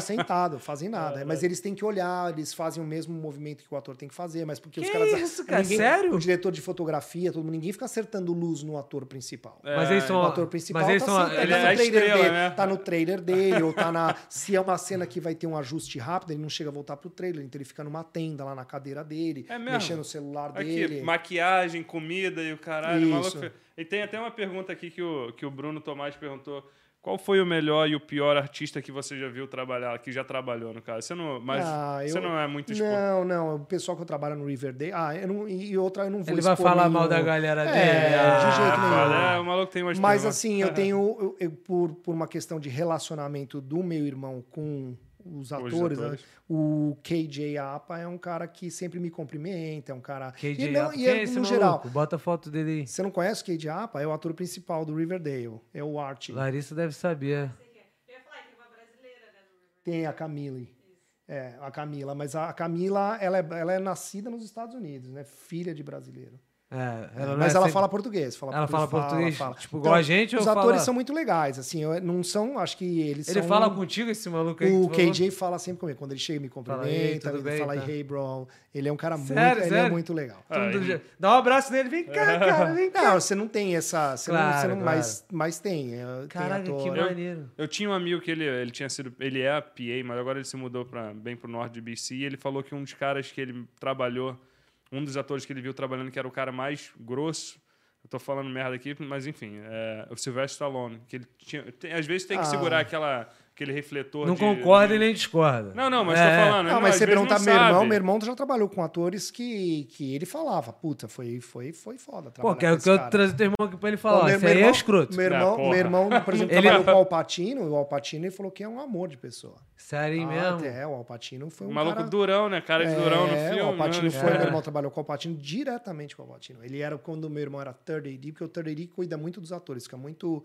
sentados, fazem nada. mas eles têm que olhar, eles fazem o mesmo movimento que o ator tem que fazer, mas porque os
Que
caras.
isso, cara?
ninguém-
Sério?
O diretor de fotografia, todo mundo, ninguém fica acertando luz no ator principal.
É,
É,
Mas eles são.
O ator principal
mas eles
tá,
são.
sempre-
ele
tá
é
no
a
trailer
estrela,
dele,
né?
tá no trailer dele, ou tá na. Se é uma cena que vai ter um ajuste rápido, ele não chega a voltar pro trailer, então ele fica numa tenda lá na cadeira dele,
É mesmo?
mexendo no celular
Aqui,
dele.
maquiagem, comida e o caralho.
Isso.
Maluco. E tem até uma pergunta aqui que o, que o Bruno Tomás perguntou. Qual foi o melhor e o pior artista que você já viu trabalhar, que já trabalhou, no caso? Você não, mas
Ah,
você
eu-
não é muito exposto.
Não, não. O pessoal que eu trabalho no Riverdale. Ah, eu não, e e outra eu não vou
Ele vai
expor
falar
nenhum-
mal da galera
É,
dele. ah.
de jeito nenhum.
Fala, é, o maluco tem umas
Mas
perguntas.
assim, eu tenho. eu- eu- por, por uma questão de relacionamento do meu irmão com os atores,
atores.
né, o KJ Apa é um cara que sempre me cumprimenta, é um cara.
KJ,
e não,
Apa.
e
Quem é
é,
esse
no
maluco?
geral.
Bota a foto dele aí.
Você não conhece o KJ Apa? É o ator principal do Riverdale. É o Art.
Larissa deve saber.
Eu ia falar que tem uma brasileira, né? no River.
Tem a Camille. É, a Camila. Mas a a Camila, ela é, ela é nascida nos Estados Unidos, né? Filha de brasileiro.
É, ela não
mas
é
ela
sempre-
fala português. Fala Então,
Ela fala português, tipo, igual a gente,
Os
ou
atores
fala-
são muito legais, assim. eu- não são, acho que eles
Ele
são...
fala contigo, esse maluco aí?
um O
que tu
KJ fala sempre comigo. Quando ele chega, me
Fala,
cumprimenta,
"Ei, tudo
ele
bem,
fala,
tá?"
hey, bro. Ele é um cara muito,
Sério,
ele
sério?
é muito legal.
falou? Todo
Ah,
dia- Dá um abraço nele, vem cá, cara, vem cá.
Não, você não tem essa... Você não, você
Claro,
não,
claro.
Mas, mas tem. é, tem
Caralho,
ator.
que né? maneiro.
Eu tinha um amigo que ele, ele tinha sido. Ele é PA, mas agora ele se mudou pra, bem pro norte de BC. E ele falou que um dos caras que ele trabalhou, um dos atores que ele viu trabalhando, que era o cara mais grosso. Eu tô falando merda aqui, mas enfim, é, o Sylvester Stallone. Que ele tinha, tem- às vezes tem que
Ah.
segurar aquela, aquele refletor.
Não
de-
concorda
de-
e nem discorda.
Não, não, mas
É,
tô falando.
Não,
não,
mas
às
você
vezes não
perguntar meu irmão,
sabe.
meu irmão já trabalhou com atores que, que ele falava, puta, foi, foi, foi
Pô,
foda trabalhar
quero
com
que
esse
eu
cara.
trazer teu irmão aqui pra ele
Pô,
falar. ó,
meu-
Isso
meu
aí é
irmão-
escroto. é-
Meu
Ah,
irmão,
porra.
meu irmão, por exemplo,
Ele-
trabalhou com o Alpatino, e o Alpatino ele falou que é um amor de pessoa.
Sério mesmo?
É, o Alpatino foi
Ah, O
um
maluco
cara...
durão, né? Cara de durão no
É,
filme.
O Alpatino
né?
foi,
É.
meu irmão trabalhou com o Alpatino diretamente com o Alpatino. Ele era quando meu irmão era third AD, porque o third AD cuida muito dos atores, fica muito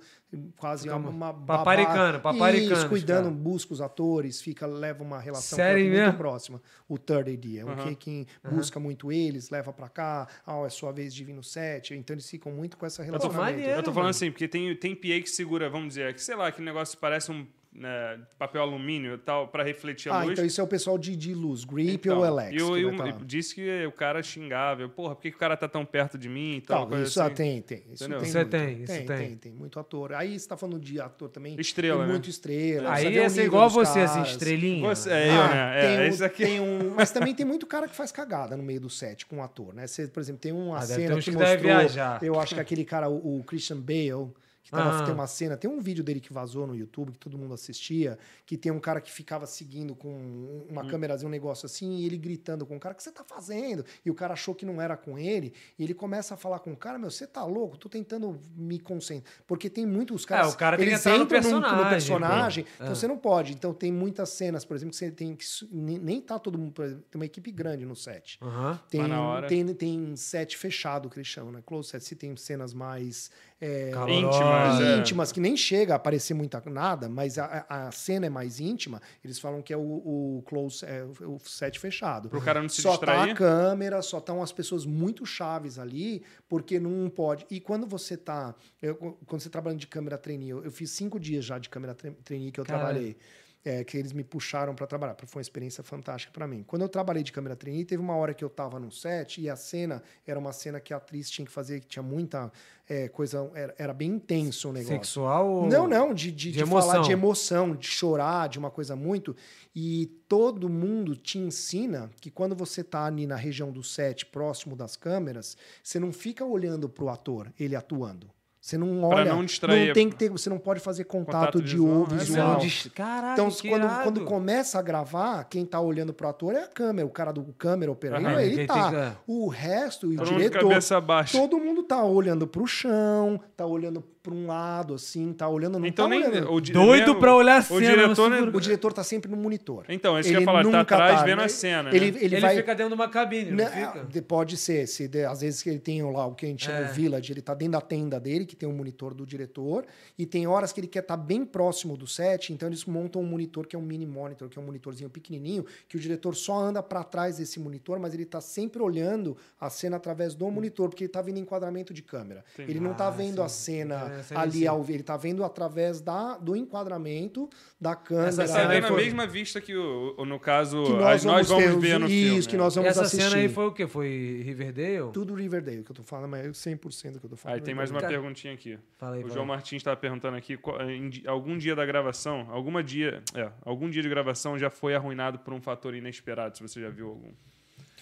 quase
Fica
uma,
uma-
uma
paparicando, paparicando,
Isso, cuidando,
cara.
busca os atores, fica leva uma relação
Sério
muito
mesmo?
próxima. O third AD é o
Aham.
que quem busca muito eles, leva pra cá, ah, é sua vez de vir no set, então eles ficam muito com essa relação.
maneiro.
Eu tô
mano.
falando assim, porque tem, tem PA que segura, vamos dizer, que sei lá, aquele negócio que parece um né, papel alumínio e tal, pra refletir a
Ah,
luz.
então isso é o pessoal de, de luz, grip
Então,
ou Alex.
E, o- e
que vai
o- então,
tá lá.
e disse que o cara xingava. eu, Porra, por que, que o cara tá tão perto de mim e tal?
Então,
coisa
isso ah,
assim.
tem, tem. Isso
Entendeu?
tem,
Isso
muito.
tem, isso tem.
tem. muito ator. Aí você está falando de ator também.
Estrela,
tem
né?
Muito estrela.
Aí
você vê
ia
o
ser
nível
igual
dos
você, assim,
caras.
estrelinha.
Você-
né?
é eu, né? É,
tem um-
esse aqui.
tem um- mas também tem muito cara que faz cagada no meio do set com o ator, né? Você, por exemplo, tem uma
Ah, deve ter
cena
uns
que
que deve
mostrou...
viajar.
Eu acho que aquele cara, o, o Christian Bale, que tava,
Ah.
tem uma cena, tem um vídeo dele que vazou no YouTube, que todo mundo assistia, que tem um cara que ficava seguindo com
Hum.
uma câmerazinha, um negócio assim, e ele gritando com o cara, o que você tá fazendo? E o cara achou que não era com ele, e ele começa a falar com o cara, meu, você tá louco? Tô tentando me concentrar. Porque tem muitos caras...
É, o cara tem que
eles
entrar no
entram
personagem, pô.
personagem, personagem.
É.
Então você não pode. Então tem muitas cenas, por exemplo, que você tem que. su- Nem nem tá todo mundo. por exemplo, Tem uma equipe grande no set.
Aham.
Tem, um,
Mas Tá na hora-
tem, tem set fechado, que eles chamam, né? Close set. Se tem cenas mais é,
Calorosas.
Íntimas, é.
íntimas, que nem chega a aparecer muita nada, mas a, a a cena é mais íntima, eles falam que é o, o close, é, o o set fechado.
Pro cara não se
Só tá
distrair.
a câmera, só estão as pessoas muito chaves ali, porque não pode. E quando você tá. eu- quando você trabalhando de câmera trainee, eu, eu fiz cinco dias já de câmera tra- trainee que eu
Caralho.
trabalhei. é, que eles me puxaram para trabalhar. Foi uma experiência fantástica para mim. Quando eu trabalhei de câmera trainee, teve uma hora que eu tava num set e a cena era uma cena que a atriz tinha que fazer, que tinha muita é, coisa. Era, era bem intenso o negócio.
Sexual ou...
Não, não, de, de,
Tipo, de
de falar
emoção.
de emoção, de chorar, de uma coisa muito. E todo mundo te ensina que quando você tá ali na região do set, próximo das câmeras, você não fica olhando pro ator, ele atuando. Você não
Pra
olha.
não distrair.
tem que ter, você não pode fazer contato,
Contato
de
visual,
ovo
né?
Isso é um
visual.
dis- Caralho,
Então,
que
quando,
irado.
quando começa a gravar, quem tá olhando pro ator é a câmera, o cara do câmera operando,
Aham.
ele
Quem tem
tá.
que-
O resto, o
Todo mundo de
diretor,
cabeça baixa.
todo mundo tá olhando pro chão, tá olhando pra um lado, assim, tá olhando, não
Então
tá
nem.
olhando.
o di-
Doido
nem-
pra olhar a
O
cena.
diretor,
mas-
né?
O diretor tá sempre no monitor.
Então, é isso que eu
Ele
ia falar, ele tá
nunca
atrás vendo a cena, né?
Ele, ele
Ele
vai... Né, é,
fica dentro de uma cabine, não,
Não,
fica?
de- Pode ser. Se de- às vezes que ele tem lá o que a gente chama
É.
o village, ele tá dentro da tenda dele, que tem um monitor do diretor, e tem horas que ele quer estar bem próximo do set, então eles montam um monitor que é um mini monitor, que é um monitorzinho pequenininho, que o diretor só anda para trás desse monitor, mas ele tá sempre olhando a cena através do monitor, porque ele tá vendo enquadramento de câmera.
Entendi.
Ele não tá
Ah,
vendo
sim.
a cena
É, sei,
ali
sei.
ao vivo, ele tá vendo através da, do enquadramento da câmera.
Essa é
Você vê
Caralho,
na
foi-
mesma vista que, o, o- no caso,
que
as-
nós,
nós vamos,
ter os-
ver no filme. né?
Isso, que nós vamos
Essa
assistir.
cena aí foi o quê? Foi Riverdale?
Tudo Riverdale que eu tô falando, mas é 100% que eu tô falando.
Aí tem mais uma
Cara,
perguntinha aqui.
Fala aí,
O
fala
João
aí.
Martins estava perguntando aqui, qual- em di- algum dia da gravação, alguma dia, é, algum dia de gravação já foi arruinado por um fator inesperado, se você já viu algum.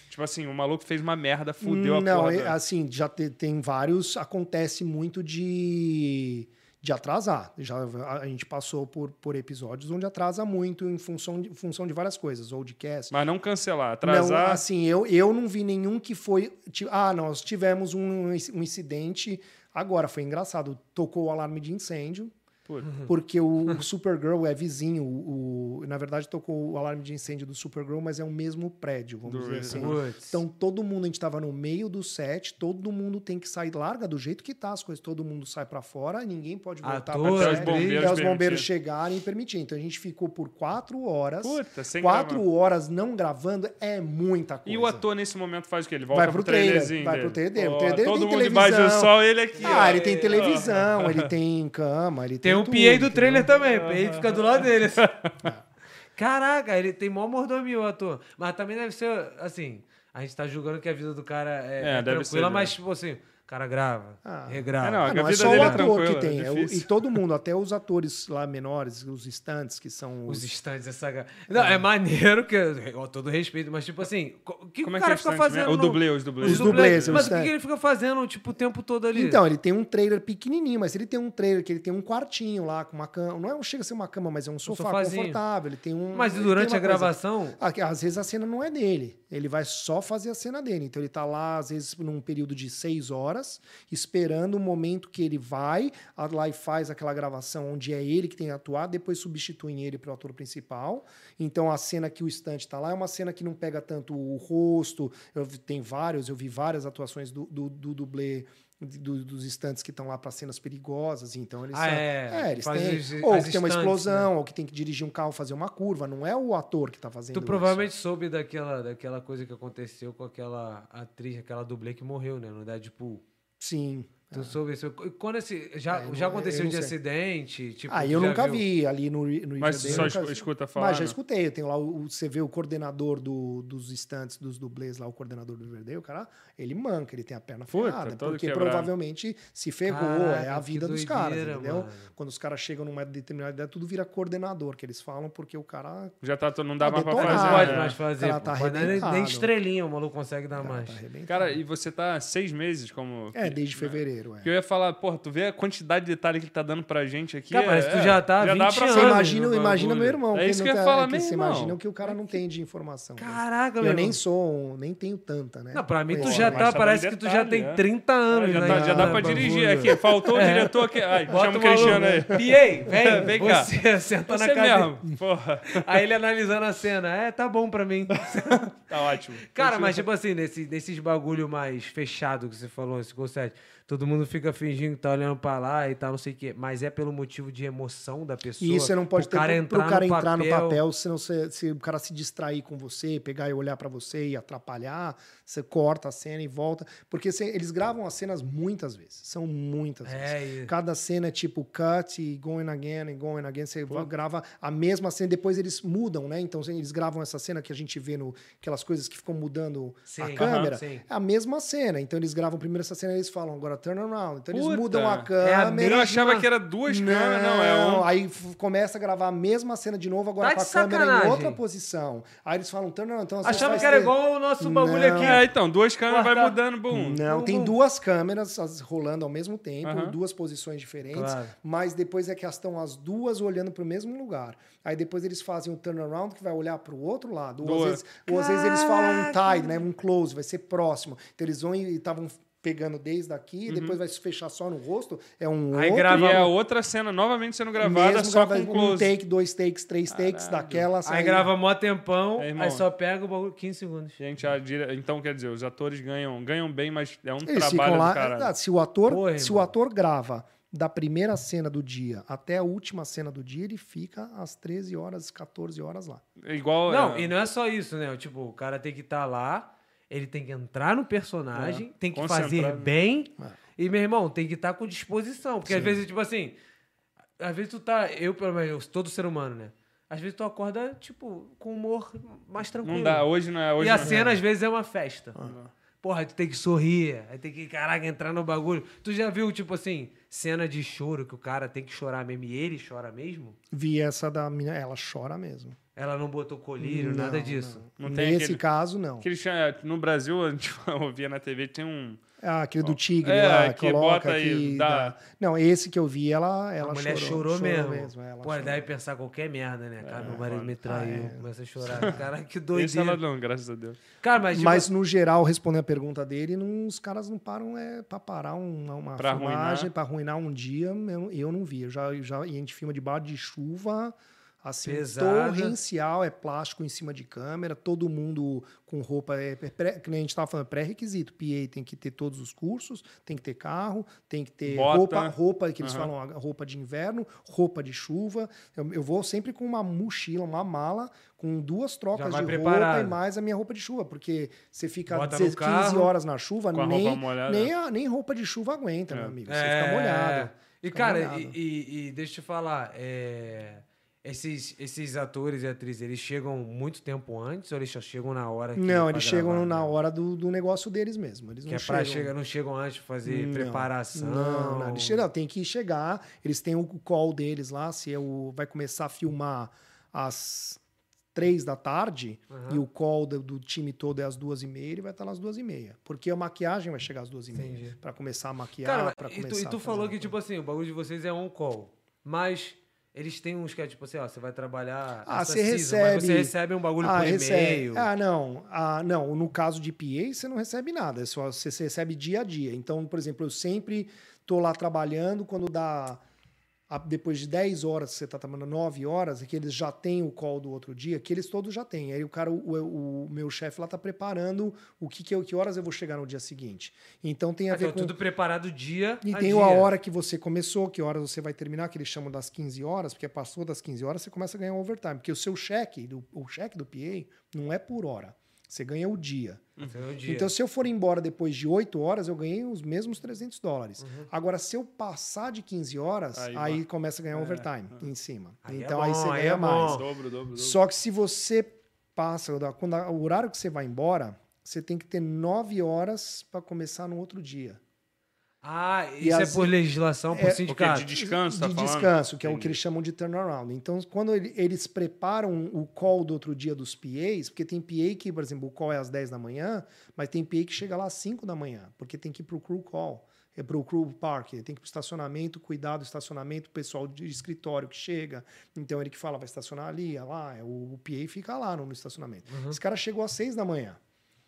Tipo assim, o maluco fez uma merda, fudeu a
Não,
porra.
é-
da-
assim, já te- tem vários. Acontece muito de, de atrasar. Já, a, a gente passou por, por episódios onde atrasa muito em função de, em função de várias coisas, ou de cast.
Mas não cancelar, atrasar.
Não, assim, eu, eu não vi nenhum que foi. ti- Ah, nós tivemos um, inc- um incidente. Agora, foi engraçado. Tocou o alarme de incêndio,
Puta.
porque o, o Supergirl é vizinho. O, o- na verdade, tocou o alarme de incêndio do Supergirl, mas é o mesmo prédio, vamos
Do-
dizer assim.
Putz.
Então todo mundo, a gente tava no meio do set, todo mundo tem que sair, larga do jeito que tá as coisas, todo mundo sai pra fora, ninguém pode voltar
Ator,
pra
Até
os
set,
bombeiros
até os bombeiros
permitirem.
chegarem e permitirem. Então a gente ficou por quatro horas,
Puta, sem
quatro
gravar.
horas não gravando é muita coisa.
E o ator nesse momento faz o quê? Ele volta
Vai pro trailer,
trailerzinho
vai
dele.
pro trailer dele. O
Ó,
trailer dele
Todo
tem
mundo
televisão.
debaixo do sol, ele aqui. ó.
Ah, ele tem
é, Ó.
televisão, ele tem cama, ele tem
Tem um PA
tudo,
do
entendeu? É.
trailer também, o PA fica do lado dele. assim. Caraca, ele tem mó mordomia o ator. Mas também deve ser, assim, a gente tá julgando que a vida do cara é,
É,
é
deve
tranquila,
ser, né?
mas tipo assim, o cara grava,
Ah.
regrava.
É, não,
Ah,
a
não, é
vida
só
dele
o
é
ator que
tranquila,
tem.
é
é o- e
difícil.
todo mundo, até os atores lá menores, os estantes, que são
Os
os,
stands, essa... ga- Não, é maneiro, que com todo respeito, mas tipo assim, co- o que,
Como é
o
que
cara
é
fica
o
fazendo?
O
no-
dublê, os dublês.
Os dublês,
Mas o que,
stand.
que ele fica fazendo, tipo, o tempo todo ali?
Então, ele tem um trailer pequenininho, mas ele tem um trailer que ele tem um quartinho lá com uma cama. Não é um, chega a ser uma cama, mas é um sofá
sofazinho.
confortável. Ele tem um.
mas
ele
durante
tem
a
uma coisa-
gravação,
Ah, Às vezes a cena não é dele. Ele vai só fazer a cena dele. Então ele tá lá, às vezes, num período de seis horas, esperando o momento que ele vai, a- lá e faz aquela gravação onde é ele que tem que atuar, depois substituem ele pro ator principal. Então a cena que o estante tá lá é uma cena que não pega tanto o rosto. Eu vi- tem vários, eu vi várias atuações do, do, do dublê. do- dos estantes que estão lá para cenas perigosas, então eles
Ah,
são-
é.
eles
Faz
têm,
os-
ou
as
que tem uma
estantes, né?
explosão, ou que tem que dirigir um carro, fazer uma curva, não é o ator que tá fazendo
Tu
isso.
provavelmente soube daquela, daquela coisa que aconteceu com aquela atriz, aquela dublê que morreu, né? No Deadpool.
Sim.
Tu soube isso? E Quando esse, já,
É, Ah. eu
já
não- eu
aconteceu
não
de
sei.
acidente? Tipo,
ah,
tu
eu
já
nunca
viu?
vi ali no, no
Mas
IGD, eu
só
nunca
escu-
vi.
escuta falar,
Mas já
né?
escutei. Tem lá o, você vê o coordenador do- dos estantes, dos dublês lá, o coordenador do Riverdale, o cara, ele manca, ele tem a perna
Puta,
ferrada,
todo
porque
quebrado.
provavelmente se ferrou, é
Caraca,
a
que
vida dos caras,
doideira,
entendeu?
mano.
Quando os caras chegam numa determinada ideia, tudo vira coordenador, que eles falam, porque o cara
Já tá, todo- não dá
Tá
mais pra
Não
detonado.
fazer.
pode
né?
mais fazer.
Ela
pô.
tá
Mas nem- nem
arrebentado.
estrelinha o maluco consegue dar
tá
mais. né?
arrebentado.
Cara, e você tá seis meses como...
É, desde fevereiro, é.
Porque eu ia falar, porra, tu vê a quantidade de detalhe que ele tá dando pra gente aqui.
Cara,
é-
parece que tu
é,
já tá há
dá
20
pra
anos.
Você
fazer.
imagina,
no
imagina
bagulho.
meu irmão.
É
que
isso
não
que eu ia
tá-
falar,
que
meu
Você
irmão.
imagina o que o cara não tem de informação. né?
Caraca,
eu
meu
nem
irmão.
sou, um- nem tenho tanta, né?
Não, pra mim tu
Conheço,
já
mas
né?
tá,
tá
parece
dando
que tu já
detalhe,
tem
é.
30 anos.
já,
né,
tá- já dá
na
pra dirigir
bagulho. É.
aqui. Faltou o diretor aqui. Ai,
Bota
chama o
maluco.
Cristiano aí.
Piei, vem,
Vem
vem
cá.
cá. Você senta na
Você
cadeira.
mesmo. Porra,
Aí ele analisando a cena. É, tá bom pra mim.
tá ótimo.
Cara,
Continua.
mas tipo assim, nesse, nesses bagulho mais fechado que você falou, esse conceito, todo mundo fica fingindo que tá olhando pra lá e tal, não sei o quê. Mas é pelo motivo de emoção da pessoa.
E isso você não pode
pro
ter
cara
pro-
entrar,
pro cara
no,
entrar
papel.
no papel, senão você, se o cara se distrair com você, pegar e olhar pra você e atrapalhar, você corta a cena e volta. Porque você- eles gravam as cenas muitas vezes. São muitas vezes.
É, e-
Cada cena é tipo cut e going again e going again. Você grava a mesma cena, depois eles mudam, né? Então assim, eles gravam essa cena que a gente vê no aquelas coisas que ficam mudando
Sim.
a
Aham,
câmera.
sim.
É a mesma cena. Então eles gravam primeiro essa cena e eles falam agora turn normal. Então eles
Puta.
mudam a
É a
câmera.
Eu
mesma-
achava que era duas câmeras, não, é um.
Aí f- começa a gravar a mesma cena de novo, agora
Tá
com a
de
câmera em
sacanagem.
outra posição. Aí eles falam, então, não, então... você
Achava
faz
que era
ter-
igual o nosso bagulho
Não.
aqui.
É, então, duas câmeras vai
Cortar.
mudando, bum.
Não,
Não,
tem
não.
duas câmeras as- rolando ao mesmo tempo,
então Aham.
duas posições diferentes,
Claro.
mas depois é que elas estão as duas olhando para o mesmo lugar. Aí depois eles fazem um turnaround que vai olhar para o outro lado. Ou às,
Boa.
vezes, ou às vezes eles falam um tie, né, um close, vai ser próximo. Então eles vão e estavam pegando desde aqui,
Uhum.
e depois vai se fechar só no rosto. É um
Aí
outro.
grava
E é
Gravava-
outra cena novamente sendo gravada
mesmo
só
gravado
com
um
close.
take, dois takes, três takes
Caralho.
daquela
Aí
saída.
grava mó tempão,
É, irmão.
aí só pega o bagulho 15 segundos.
Gente, a dire- então quer dizer, os atores ganham, ganham bem, mas é um
Eles
trabalho
ficam
do
lá.
caralho.
Ah, Se o ator,
Porra,
se o
irmão.
ator grava da primeira cena do dia até a última cena do dia, ele fica às 13 horas, 14 horas lá.
É Igual
Não,
é,
e não é só isso, né? Tipo, o cara tem que estar lá, ele tem que entrar no personagem,
É,
tem que
Concentrado.
fazer bem.
É.
E, meu irmão, tem que estar com disposição. Porque às vezes, tipo assim, às vezes tu tá. Eu, pelo menos, todo ser humano, né? Às vezes tu acorda, tipo, com humor mais tranquilo.
não dá, hoje não é. Hoje
e a
não é.
cena, às vezes, é uma festa.
Ah.
Porra, tu tem que sorrir, aí tem que, caraca, entrar no bagulho. Tu já viu, tipo assim, cena de choro que o cara tem que chorar mesmo e ele chora mesmo?
Vi essa da menina, ela chora mesmo.
Ela não botou colírio, nada
Não,
disso.
Não tem
Nesse
aquele-
caso, não.
Aquele cha- no Brasil, a gente ouvia na TV, tem um.
Ah, aquele do tigre
É,
lá,
que
coloca
bota aí,
que
dá.
dá- Não, esse que eu vi, ela, ela
a mulher chorou,
chorou,
mesmo.
ela
Pô,
chorou. É,
deve pensar qualquer merda, né? Cara, meu marido me traiu, começa a chorar. Cara, que
Esse
doideira.
ela não, graças a Deus.
Cara, mas, tipo,
Mas no geral, respondendo a pergunta dele, não- os caras não param é, pra parar uma, uma
Pra
filmagem,
arruinar.
pra arruinar um dia, eu, eu não vi. Eu já, eu já e a gente filma debaixo de chuva, assim,
Pesada.
torrencial, é plástico em cima de câmera, todo mundo com roupa, é, é pré, que nem a gente estava falando, é pré-requisito. PA tem que ter todos os cursos, tem que ter carro, tem que ter
Bota.
roupa, roupa que eles
Aham.
falam, roupa de inverno, roupa de chuva. Eu, eu vou sempre com uma mochila, uma mala, com duas trocas de
vai
roupa e
preparado.
mais a minha roupa de chuva, porque você fica
Bota no
16, 15
carro,
horas na chuva,
com a
nem,
roupa molhada.
nem, a- nem roupa de chuva aguenta,
É.
meu amigo. Você
É.
fica molhado.
E,
Fica
cara,
molhado.
e, e- e deixa eu te falar, é, esses, esses atores e atrizes, eles chegam muito tempo antes ou eles só chegam na hora? que
Não,
pra
eles chegam
gravar,
na
né?
hora do, do negócio deles mesmo. Eles
Que
não
é
chegam.
pra chegar, não chegam antes pra fazer
Não,
preparação.
Não, não, eles chegam, tem que chegar. Eles têm o call deles lá, se é o, vai começar a filmar às três da tarde
Aham.
e o call do, do time todo é às duas e meia, ele vai estar lá às duas e meia. Porque a maquiagem vai chegar às duas e meia.
Entendi.
Pra começar a maquiar,
Cara,
pra
e
começar
tu, e
a
tu
fazer
falou
uma
que,
coisa.
tipo assim, o bagulho de vocês é on-call. Mas eles têm uns que é tipo assim, ó, você vai trabalhar.
Ah,
essa
você
season, mas você
recebe-
recebe um bagulho por
recebe.
e-mail.
Ah, não. Ah, não. No caso de PA, você não recebe nada. é Só você você recebe dia a dia. Então, por exemplo, eu sempre tô lá trabalhando quando dá. a- Depois de 10 horas, você tá trabalhando 9 horas, é que eles já têm o call do outro dia, que eles todos já têm. Aí o cara, o, o meu chefe lá tá preparando o que, que, eu, que horas eu vou chegar no dia seguinte. Então tem a
Aqui,
ver
ó,
com.
tudo preparado dia.
E
a
tem
dia.
a hora que você começou, que horas você vai terminar, que eles chamam das 15 horas, porque é passou das 15 horas você começa a ganhar um overtime, porque o seu cheque, do- o cheque do PA não é por hora. Você ganha o dia.
Esse é o dia.
Então, se eu for embora depois de 8 horas, eu ganhei os mesmos 300 dólares.
Uhum.
Agora, se eu passar de 15 horas, aí,
Aí,
começa a ganhar um overtime em cima.
É. Aí é
então,
bom,
aí você
aí é
ganha mais.
bom.
Dobro, dobro, dobro.
Só que se você passa, quando a- o horário que você vai embora, você tem que ter 9 horas para começar no outro dia.
Ah,
E
isso
as-
é por legislação, por
é-
Porque
sindicato.
de descanso, tá
de
falando?
descanso, que é o que
Entendi.
eles chamam de turnaround. Então, quando ele- eles preparam o call do outro dia dos PAs, porque tem PA que, por exemplo, o call é às 10 da manhã, mas tem PA que chega lá às 5 da manhã, porque tem que ir pro crew call, é pro crew park, ele tem que ir pro estacionamento, cuidar do estacionamento, o pessoal de escritório que chega. Então, ele que fala, vai estacionar ali, é lá, é o, o PA fica lá no, no estacionamento.
Uhum.
Esse cara chegou às 6 da manhã.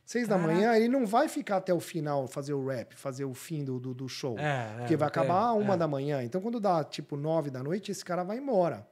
Seis da manhã, ele não vai ficar até o final fazer o rap, fazer o fim do, do, do show.
É, é,
Porque vai
não tem-
acabar uma
é.
da manhã. Então, quando dá tipo nove da noite, esse cara vai embora.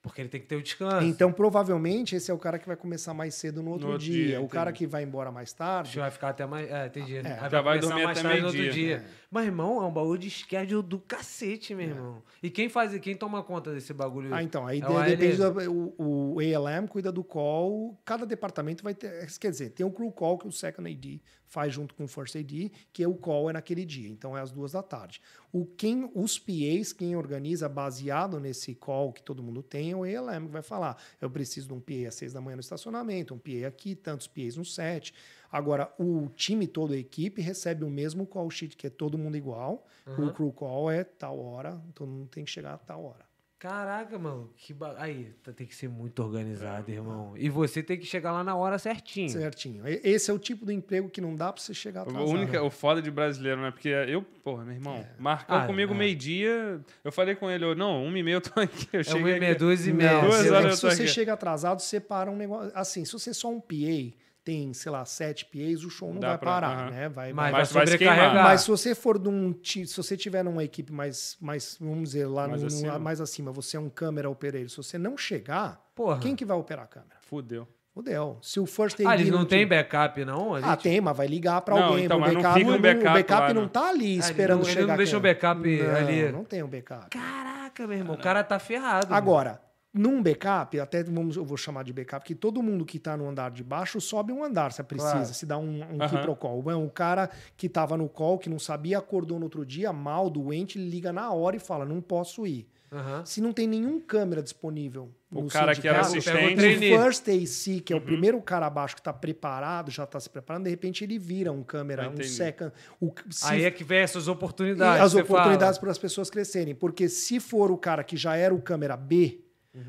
Porque ele tem que ter o descanso.
Então, provavelmente, esse é o cara que vai começar mais cedo no outro,
No outro
dia.
dia,
O cara
entendi.
que vai embora mais
A
tarde.
gente vai ficar até mais. É, entendi. Aí
Já vai
começar
dormir
mais
até
tarde no outro
meio-dia.
dia. Mas, irmão, é um baú de schedule do cacete,
É.
meu irmão. E quem faz, quem toma conta desse bagulho?
Ah, então, aí
É
de-
o ALM.
depende do. O, o ALM cuida do call, cada departamento vai ter. é, Quer dizer, tem o crew call que o Second AD faz junto com o First AD, que é o call é naquele dia, então é às duas da tarde. O, quem, os PAs, quem organiza baseado nesse call que todo mundo tem, é o ALM que vai falar: eu preciso de um PA às seis da manhã no estacionamento, um PA aqui, tantos PAs no set. Agora, o time todo, a equipe, recebe o mesmo call sheet, que é todo mundo mundo igual. O
Aham.
crew call é tal hora, todo mundo tem que chegar a tal hora.
Caraca, mano, que ba... Aí, tá- tem que ser muito organizado,
É.
irmão. E você tem que chegar lá na hora certinho.
Certinho. E- Esse é o tipo do emprego que não dá pra você chegar
O,
atrasado.
única, o foda de brasileiro, né? Porque eu, porra, meu irmão, marcou
Ah,
comigo
é.
meio-dia. Eu falei com ele, eu, não, uma e meia eu tô aqui. Eu
É uma
cheguei
e meia,
aqui.
duas e meia.
Não,
Duas
você
se-
vai-
horas eu
se
tô
você
aqui.
chega atrasado, você para um negócio. Assim, se você é só um PA, tem, sei lá, sete PAs, o show não
Dá
vai
pra-
parar,
aham.
né? Vai,
Mas vai
vai,
Mas vai se
sobrecarregar.
queimar.
Mas se você for de um. ti- Se você tiver numa equipe mais, mais vamos dizer, lá
Mais
no- no-
acima.
mais acima, você é um câmera opereiro. Se você não chegar,
Porra.
quem que vai operar a câmera?
Fudeu.
Fudeu. Se o first AD
Ah, eles não
te-
têm backup, não? Ali,
Ah,
tipo,
tem, mas vai ligar pra
Não,
alguém.
então,
pro
mas não
backup,
fica um
o
backup
backup
lá,
não
não.
tá ali
eles
esperando
não- eles
chegar.
não deixam
aquele.
o backup
não,
ali.
Não tem um backup.
Caraca, meu irmão, o cara tá ferrado.
Agora, num backup, até vamos, eu vou chamar de backup, que todo mundo que está no andar de baixo sobe um andar, se precisa,
Claro.
se dá um, um
Aham.
keep pro call. Bom, O cara que estava no call, que não sabia, acordou no outro dia, mal, doente, ele liga na hora e fala, não posso ir.
mano. Aham.
Se não tem nenhum câmera disponível
O
no
cara que era
sindicato,
pega o
assistente. Uhum.
trainee.
o first AC, que é o primeiro cara abaixo que está preparado, já está se preparando, de repente ele vira um câmera,
Ah,
um
entendi.
second. O, se
Aí é que vem essas
e
oportunidades.
as
você fala.
oportunidades para as pessoas crescerem. Porque se for o cara que já era o câmera B,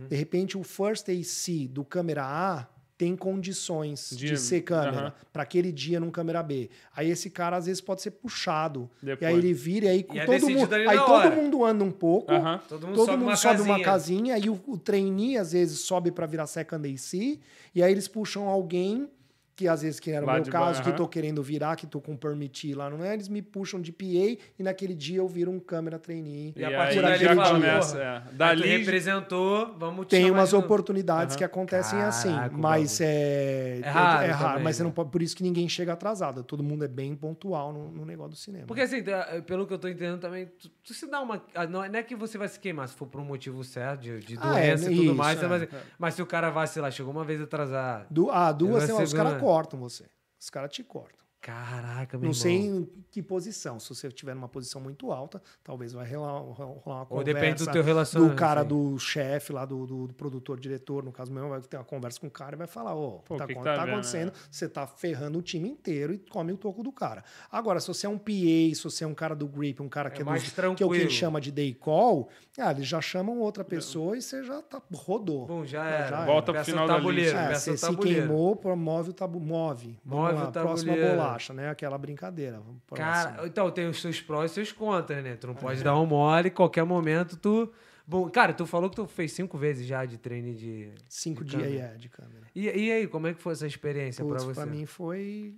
de repente o first AC do câmera A tem condições de,
De-
ser câmera
aham.
para aquele dia num câmera B. Aí esse cara às vezes pode ser puxado. E
Depois.
aí ele vira e aí
E é
todo
decidido
mundo,
ali
aí
na
todo
hora.
mundo anda um pouco.
Aham.
Todo mundo
Todo
sobe,
mundo
uma,
sobe
casinha.
uma casinha e o, o trainee às vezes sobe para virar second AC e aí eles puxam alguém que às vezes que era o
Lá
meu
de ba-
caso, que
aham.
tô querendo virar, que tô com permitir lá, não é? Eles me puxam de PA e naquele dia eu viro um câmera trainee.
E
E
a
a
partir
partir
daí
já
ele fala,
começa.
porra,
é.
Aí tu
Dali.
representou, vamos te
Tem
chamar
umas
de novo.
oportunidades que acontecem
Caraca,
assim,
o
mas
bagulho.
é,
É raro
é raro,
também,
mas você
né?
não pode, por isso que ninguém chega atrasado, todo mundo é bem pontual no, no negócio do cinema.
Porque assim, tá, pelo que eu tô entendendo também, tu, tu se dá uma. ah, Não é não é que você vai se queimar, se for por um motivo certo, de, de
Ah, é,
doença e tudo
isso,
mais. você
é,
vai se- mas se o cara vai, sei lá, chegou uma vez atrasado.
Du- ah, duas,
Vai
sei lá, os
segurando.
caras cortam você. Os caras te cortam.
Caraca, meu
Não
irmão.
sei em que posição. Se você estiver numa posição muito alta, talvez vai rolar, rolar uma conversa.
Ou depende do teu relacionamento.
do cara
assim.
do chefe lá, do, do, do produtor, diretor, no caso mesmo, vai ter uma conversa com o cara e vai falar, ô,
Pô,
tá,
o que que
acon-
tá
tá
vendo,
acontecendo,
né?
você tá ferrando o time inteiro e come o toco do cara. Agora, se você é um PA, se você é um cara do grip, um cara
É
que é,
mais
dos- que é o que
tranquilo.
eles chamam de day call, ah, eles já chamam outra pessoa e você já tá, rodou.
Bom, já
Já
era.
era.
Volta pro
Peça o
final da
tabuleiro,
lista.
É,
peça
você
o
se
tabuleiro.
queimou, promove o tabu, move. Vamos
Move
lá,
o
próxima
tabuleiro.
bolacha, né? Aquela brincadeira.
Cara,
próxima.
então tem os seus prós e seus contras, né? Tu
É.
não pode dar um mole, qualquer momento tu. Bom, cara, tu falou que tu fez cinco vezes já de treino de.
cinco
de
dias
câmera.
é, de câmera.
E, e aí, como é que foi essa experiência pra
Putz,
você?
pra mim foi.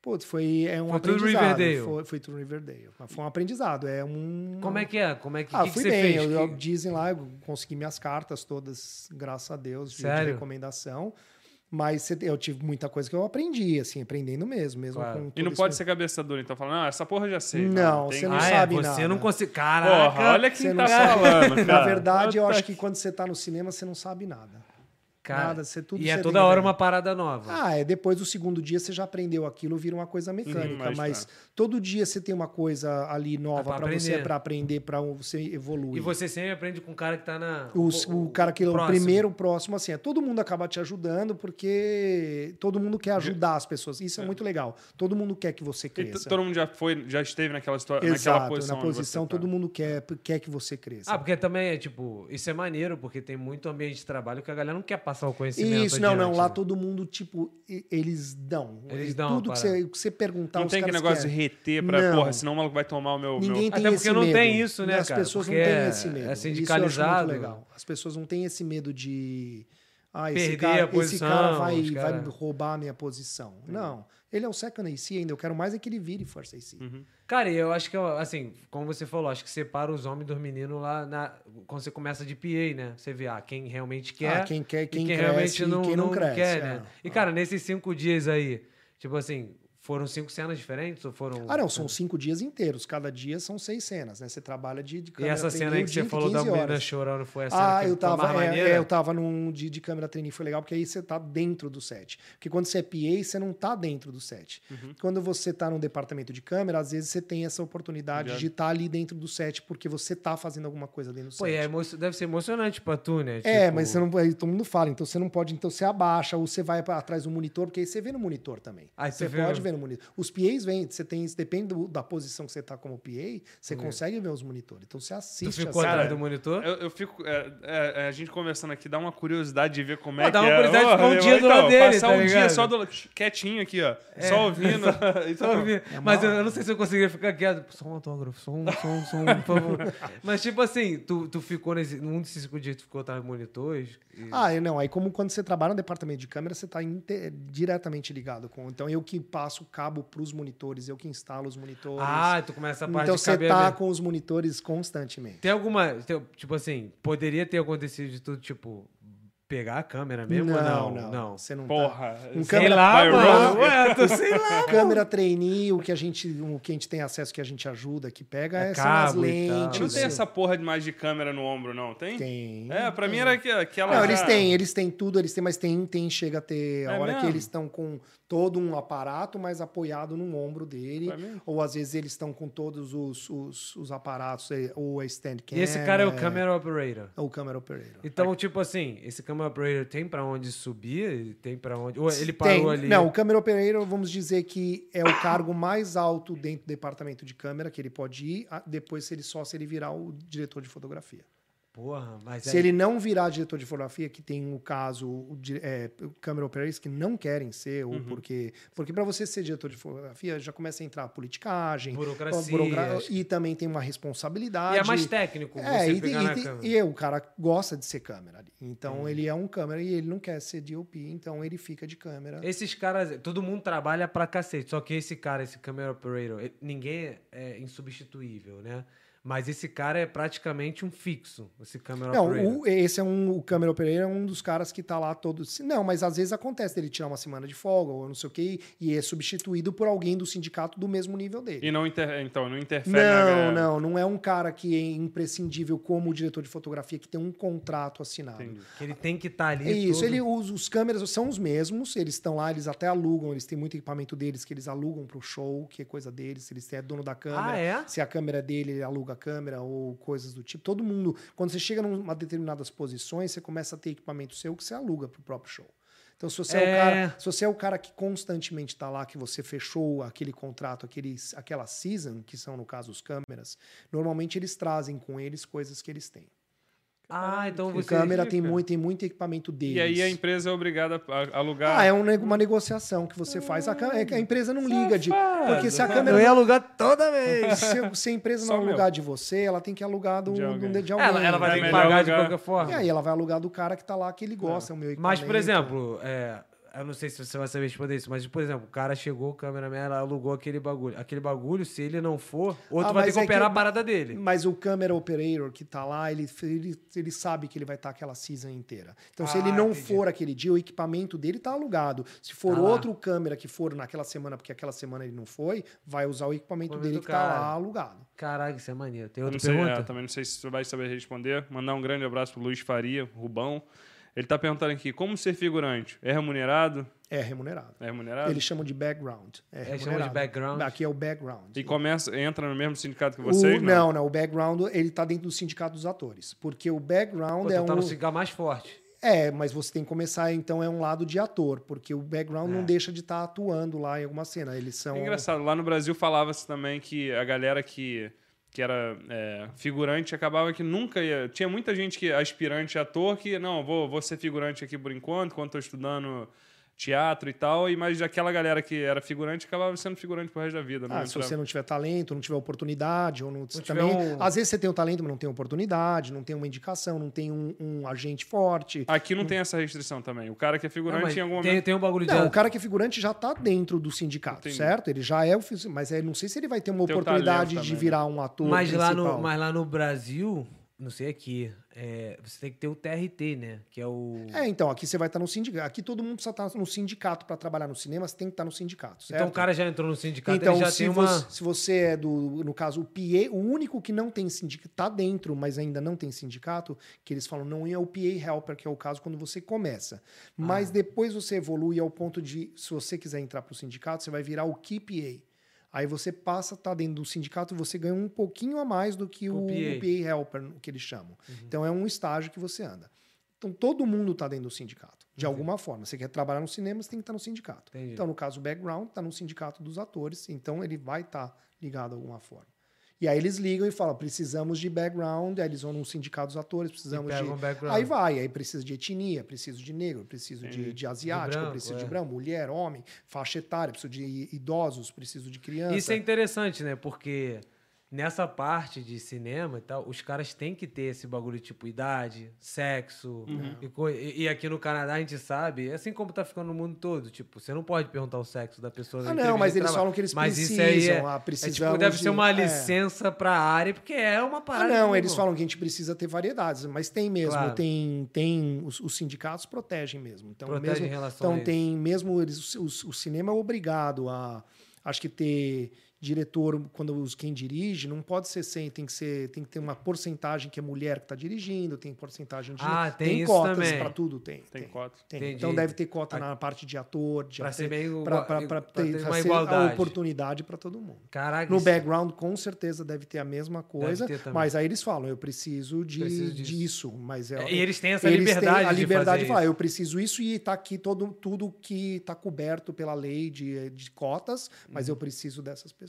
Putz, foi é um
Foi tudo
aprendizado.
Riverdale.
Foi, foi tudo Riverdale. Mas foi um aprendizado. É um.
Como é que é? Como é que,
Ah,
que, que
fui
você
bem.
fez?
eu- eu-
Que-
dizem lá, eu consegui minhas cartas todas, graças a Deus, de, de
Sério?
recomendação. Mas cê- eu tive muita coisa que eu aprendi, assim, aprendendo mesmo, mesmo
Claro.
com
E não
tudo
pode
isso.
ser cabeça dura, então fala, não, essa porra eu já sei.
Não,
tem
você
que-
não
ah,
sabe
é, você
nada.
não consegue. Caraca!
Porra, olha quem
Você
tá
não sabe.
falando.
Na
cara.
verdade, eu
Puta
acho que quando você tá no cinema, você não sabe nada.
cara,
nada, você- tudo
e
você
é
tem
toda
que
hora
aprender.
uma parada nova.
Ah, é. Depois do segundo dia você já aprendeu aquilo, vira uma coisa
Uhum,
mecânica.
mas
mas
tá.
todo dia você tem uma coisa ali nova
pra
pra você,
aprender.
pra aprender, pra você evoluir.
e você sempre aprende com o cara que tá na.
Os- o, cara que é o
próximo.
primeiro, o próximo, assim, é todo mundo acaba te ajudando porque todo mundo quer ajudar as pessoas. Isso é, muito legal. Todo mundo quer que você
E t-
cresça.
todo mundo já foi, já esteve naquela situação, naquela
Exato,
posição.
na
onde
posição
você tá.
todo mundo quer, quer que você cresça.
Ah, porque também é tipo, isso é maneiro, porque tem muito ambiente de trabalho que a galera não quer passar o conhecimento.
Isso, não, não.
adiante,
Lá
né?
todo mundo, tipo, e- eles dão.
Eles
E
dão
Tudo
a
que
parada.
você, o que você perguntar,
Não
os
tem que
caras
negócio de
querem.
reter pra,
Não.
porra, senão o maluco vai tomar o meu...
Ninguém
meu...
Até
tem
porque
esse
não
medo.
tem isso, né,
As
cara?
pessoas
Porque
não
é-
têm esse medo.
é
Isso eu acho
sindicalizado.
muito legal. As pessoas não têm esse medo de. Ah, esse
Perder
cara,
a
esse cara
posição,
vai,
os cara-
vai roubar a minha posição. Não. Ele é o second AC ainda. Eu quero mais é que ele vire Força AC.
Uhum. Cara, e eu acho que, ó, assim, como você falou, acho que separa os homens dos meninos lá na- quando você começa de PA, né? Você vê, ah, quem realmente quer.
Ah, quem quer,
e
quem cresce e quem não cresce,
quer,
é.
né? E, cara, nesses cinco dias aí, tipo assim, foram cinco cenas diferentes ou foram.
Ah, não, são cinco dias inteiros. Cada dia são seis cenas, né? Você trabalha de, de
E
câmera
essa
treino
cena aí que
de
você
15
falou da
horas.
menina chorando foi a cena
Ah,
que
eu
foi mais
tava, é,
maneira?
é, eu tava num de, de câmera trainee, foi legal, porque aí você tá dentro do set. Porque quando você é PA, você não tá dentro do set.
Uhum.
Quando você tá num departamento de câmera, às vezes você tem essa oportunidade
Verdade.
de estar ali dentro do set, porque você tá fazendo alguma coisa dentro do
Pô, e
set.
é emo- deve ser emocionante pra tu, né?
É,
Tipo,
mas você não, aí todo mundo fala, então você não pode, então você abaixa, ou você vai pra- atrás do monitor, porque aí você vê no monitor também.
Aí você
você
vê-
pode ver no no monitor. Os PAs vêm, você tem, depende do- da posição que você está como PA, você consegue ver os monitores. Então você
Tu
assiste
ficou
as-
atrás
cara.
do monitor?
Eu, eu fico. é, é, é, a gente conversando aqui dá uma curiosidade de ver como
Pô,
é
dá
que
uma
é.
curiosidade de ficar um
meu,
dia do lado dele,
Passar
tá
um dia
ligado? É.
só do, quietinho aqui, ó. Só ouvindo.
Só ouvi-
É
Mas eu,
mal.
eu não sei se eu conseguiria ficar quieto. Só um autógrafo, só um, só um, só um, por favor. Mas tipo assim, tu, tu ficou nesse. Num desses cinco dias tu ficou atrás dos monitores. e-
Ah, eu não. Aí, como quando você trabalha no departamento de câmera, você está diretamente ligado com. Então, eu que passo o cabo para os monitores, eu que instalo os monitores.
Ah, tu começa a parte
então,
de é
você
cabelo.
está com os monitores constantemente.
Tem alguma. tem- tipo assim, poderia ter acontecido de tudo, tipo, pegar a câmera É mesmo? ou Não, não.
Você não tá-
Porra.
Um
sei
Sei
câmera
lá,
vai,
mano.
Ron.
Ué, tu sei lá.
Câmera trainee, o que a gente, o que a gente tem acesso, que a gente ajuda, que pega,
É
é, são as
cabo e tal.
lentes.
Não tem
o-
essa porra de mais de câmera no ombro, não? Tem?
Tem.
É, pra mim era aque- aquela.
Não, eles
já-
têm, eles têm tudo, eles têm, mas tem, tem chega a ter a
É
hora
mesmo?
que eles estão com todo um aparato, mas apoiado no ombro dele.
Pra mim.
Ou às vezes eles estão com todos os, os, os aparatos, eh, ou a stand cam.
E esse cara é o camera operator.
É o camera operator.
Então, tipo assim, esse camera operator tem pra onde subir? Tem pra onde. Ou ele parou
Tem-
ali.
Não, o câmera operator, vamos dizer que é o cargo mais alto dentro do departamento de câmera que ele pode ir, a- depois se ele só se ele virar o diretor de fotografia.
Porra, mas é
Se
aí-
ele não virar diretor de fotografia, que tem o caso o di- é, câmera operators que não querem ser,
Uhum.
ou porque. Porque para você ser diretor de fotografia já começa a entrar a politicagem,
Burocracia,
a burocra-
acho
e também tem uma
E
responsabilidade.
é mais técnico
É,
você
e,
pegar
e-
na
e-
câmera. Uhum.
e é- o cara gosta de ser câmera. ali. Então ele é um câmera e ele não quer ser DOP, então ele fica de câmera.
Esses caras, todo mundo trabalha pra cacete. Só que esse cara, esse camera operator, ele- ninguém é insubstituível, né? Mas esse cara é praticamente um fixo, esse camera operator.
Não, o- esse é um. O câmera operator é um dos caras que tá lá todo. se- Não, mas às vezes acontece dele tirar uma semana de folga ou não sei o quê e é substituído por alguém do sindicato do mesmo nível dele.
E não inter... Então, não interfere
Não,
na
não, não é um cara que é imprescindível como o diretor de fotografia que tem um contrato assinado.
Entendi.
Que ele tem que estar ali.
É isso,
todo-
ele usa, os câmeras são os mesmos, eles estão lá, eles até alugam, eles têm muito equipamento deles que eles alugam pro show, que é coisa deles, se eles é dono da câmera.
Ah, é?
Se a câmera é dele, ele aluga a câmera ou coisas do tipo. Todo mundo, quando você chega numa determinadas posições, você começa a ter equipamento seu que você aluga pro próprio show. Então, se você é,
É.
o cara, se você é o cara que constantemente está lá, que você fechou aquele contrato, aquele, aquela season, que são, no caso, os câmeras, normalmente eles trazem com eles coisas que eles têm.
Ah, então
O
você.
câmera tem
fica.
muito, tem muito equipamento deles.
E aí a empresa é obrigada a alugar.
Ah, é um ne- uma negociação que você faz. A, câ- é que a empresa não liga de. Porque se a câmera.
Eu ia alugar toda vez.
se, se a empresa
Só
não
meu.
alugar de você, ela tem que alugar do,
De
de
alguém.
alguém. De alguém. né?
Ela, ela vai
É
ter que
melhor
pagar de
lugar.
qualquer forma.
E aí ela vai alugar do cara que tá lá, que ele gosta, é o meu equipamento.
Mas, por exemplo, é, eu não sei se você vai saber responder isso, mas, por exemplo, o cara chegou, o cameraman ela alugou aquele bagulho. Aquele bagulho, se ele não for, outro
Ah,
vai ter
mas
que
é que
operar
o-
a parada dele.
Mas o câmera operator que tá lá, ele, ele, ele sabe que ele vai estar aquela season inteira. Então, se
Ah,
ele não
entendi.
for aquele dia, o equipamento dele tá alugado. Se for
Tá lá.
outro câmera que for naquela semana, porque aquela semana ele não foi, vai usar o equipamento
Equipamento
dele
do
que tá
cara.
lá alugado.
Caraca, isso é maneiro. Tem
Eu
outra
não sei, é,
pergunta?
também não sei se você vai saber responder. Mandar um grande abraço pro Luiz Faria, Rubão. Ele tá perguntando aqui, como ser figurante? É remunerado?
É remunerado.
É remunerado?
Eles chamam de background. É
É, chamam de
remunerado.
background. é
Aqui é o background.
E começa, entra no mesmo sindicato que vocês? né?
o, não, não. O background, ele tá dentro do sindicato dos atores. Porque o background
Pô,
é
tu tá
um...
no cigarro mais forte.
É, mas você tem que começar, então, é um lado de ator. Porque o background
É.
não deixa de estar atuando lá em alguma cena. Eles são...
É engraçado, lá no Brasil falava-se também que a galera que, que era é, figurante acabava que nunca ia. Tinha muita gente que aspirante ator que, não, vou, vou ser figurante aqui por enquanto, enquanto estou estudando teatro e tal, e mas aquela galera que era figurante acabava sendo figurante pro resto da vida. né?
né?
Ah, se você não tiver talento, não tiver oportunidade, ou não,
tiver
também,
um-
às vezes você tem o talento, mas não tem oportunidade, não tem uma indicação, não tem um, um agente forte.
Aqui não tem essa restrição também. O cara que é
Não, mas
figurante em algum
tem,
momento.
tem um bagulho de...
Não, o cara que é figurante já tá dentro do sindicato,
Entendi.
certo? Ele já é o fi- mas é, não sei se ele vai ter uma
Tem o
oportunidade
talento
de
também, né?
virar um ator
mas, lá no,
principal.
mas lá no Brasil, não sei aqui, é, você tem que ter o TRT, né? Que é o...
É, então, aqui você vai estar no sindicato. Aqui todo mundo precisa estar no sindicato para trabalhar no cinema, você tem que estar no sindicato, certo?
então o cara já entrou no sindicato,
Então,
ele já
se,
tem uma...
você, se você é do, no caso, o PA, o único que não tem sindicato, tá dentro, mas ainda não tem sindicato, que eles falam, não é o PA helper, que é o caso quando você começa.
Ah.
Mas depois você evolui ao ponto de, se você quiser entrar para o sindicato, você vai virar o key PA. Aí você passa a estar dentro do sindicato e você ganha um pouquinho a mais do que
O
o, o
PA. Uhum.
PA helper, o que eles chamam. Então é um estágio que você anda. Então, todo mundo está dentro do sindicato, de alguma forma. Você quer trabalhar no cinema, você tem que estar no sindicato.
Entendi.
Então, no caso, o background está no sindicato dos atores, então ele vai estar ligado de alguma forma. E aí eles ligam e falam, precisamos de background, aí eles vão num sindicato dos atores, precisamos
pega
de...
um background.
aí vai, aí precisa de etnia, preciso de negro, preciso de,
Entendi.
de asiático,
branco,
preciso
é.
de branco, mulher, homem, faixa etária, preciso de idosos, preciso de criança.
Isso é interessante, né? Porque nessa parte de cinema e tal, os caras têm que ter esse bagulho tipo idade, sexo. E, co- e- e aqui no Canadá a gente sabe, assim como tá ficando no mundo todo, tipo, você não pode perguntar o sexo da pessoa. na
Ah, não,
entrevista
mas
de
eles
trabalho.
falam que eles
Mas
precisam.
isso aí é,
ah,
é,
precisamos
tipo, deve ser uma
de- é.
licença pra área, porque é uma
Ah,
parada.
não,
que
eles falam que a gente precisa ter variedades, mas tem mesmo,
Claro.
tem, tem os, os sindicatos protegem mesmo. Então,
protege em
mesmo,
relação a
então
isso.
tem mesmo eles, o, o cinema é obrigado a, acho que ter diretor quando os quem dirige não pode ser sem, tem que ser, tem que ter uma porcentagem que é mulher que está dirigindo, tem porcentagem de
Ah, tem isso
cotas
também.
para tudo, tem.
Tem
tem,
quatro.
tem.
Entendi.
Então deve ter cota na parte de ator, de
Pra ser meio
pra-
igua-
pra- pra
pra
ter-
ter
pra
uma
ser a
igualdade.
oportunidade para todo mundo.
Caraca,
No
isso-
background, com certeza, deve ter a mesma coisa.
ter também.
Mas aí eles falam, eu preciso, de,
Preciso disso.
disso. Mas é,
E eles têm essa
eles têm
liberdade.
a liberdade
de
falar,
fazer
eu preciso isso e tá aqui todo, tudo que tá coberto pela lei de, de cotas, mas
Uhum.
eu preciso dessas pessoas.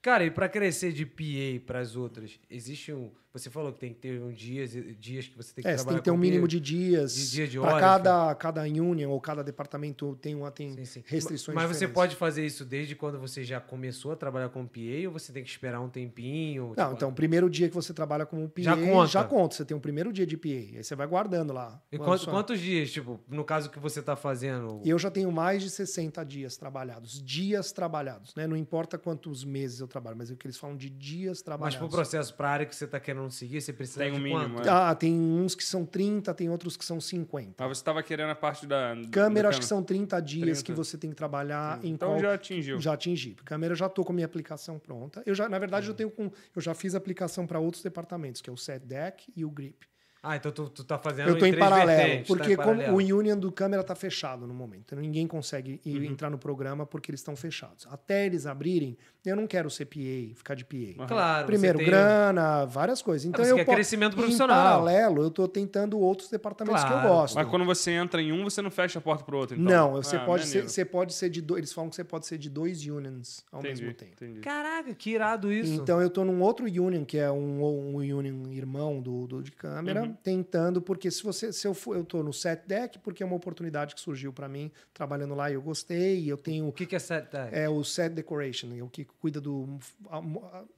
Cara, e pra crescer de PA pras outras, existe um. Você falou que tem que ter um dias, dias que você tem que
é, você tem
trabalhar
que ter
com
um mínimo
PA.
de dias.
de dia de
para
hora,
cada, cada union ou cada departamento tem, uma, tem
Sim, sim.
restrições
Mas você
diferentes.
pode fazer isso desde quando você já começou a trabalhar com PA ou você tem que esperar um tempinho?
Não,
Tipo,
então, o primeiro dia que você trabalha como PA,
Já conta.
Você tem o primeiro dia de PA. Aí você vai guardando lá.
E
Quando
quanto-
são-
quantos dias, tipo, no caso que você tá fazendo?
E eu já tenho mais de 60 dias trabalhados. Dias trabalhados, né? Não importa quantos meses eu trabalho, mas é o que eles falam de dias
mas
trabalhados.
pro processo, pra área que você tá querendo seguir, você precisa
Tem um
de
mínimo,
quanto?
é.
Ah, tem uns que são 30, tem outros que são 50.
Mas você tava querendo a parte da. Ah, do-
Câmera,
do
acho que são 30 dias
30.
que você tem que trabalhar em
Então
qual-
já atingiu.
Já atingi. Câmera, eu já tô com a minha aplicação pronta. Eu já, na verdade, eu tenho com, eu já fiz aplicação para outros departamentos, que é o set deck e o grip.
Ah, então tu, tu tá fazendo
Eu estou em
três
paralelo,
vertentes, tá em
porque como
paralelo.
o Union do Câmera está fechado no momento. Então Ninguém consegue
Uhum.
ir- entrar no programa porque eles estão fechados. Até eles abrirem, eu não quero ser PA, ficar de PA.
Claro, você
Primeiro,
tem- Ah,
grana, várias coisas. Então
você
eu
quer
po-
é crescimento
em
profissional.
paralelo, eu estou tentando outros departamentos que
Claro,
eu gosto.
Mas quando você entra em um, você não fecha a porta pro outro, então.
Não, você,
Ah,
pode ser,
maneiro.
você pode ser de dois. Eles falam que você pode ser de dois unions ao
Entendi,
mesmo tempo.
entendi.
Caraca, que irado isso.
Então eu tô num outro Union, que é um, um Union irmão do, do de câmera, tentando, porque se você. Se eu, for, eu tô no set deck, porque é uma oportunidade que surgiu para mim, trabalhando lá, e eu gostei, e eu tenho.
o que, que é set deck?
É o set decoration, é o que cuida do.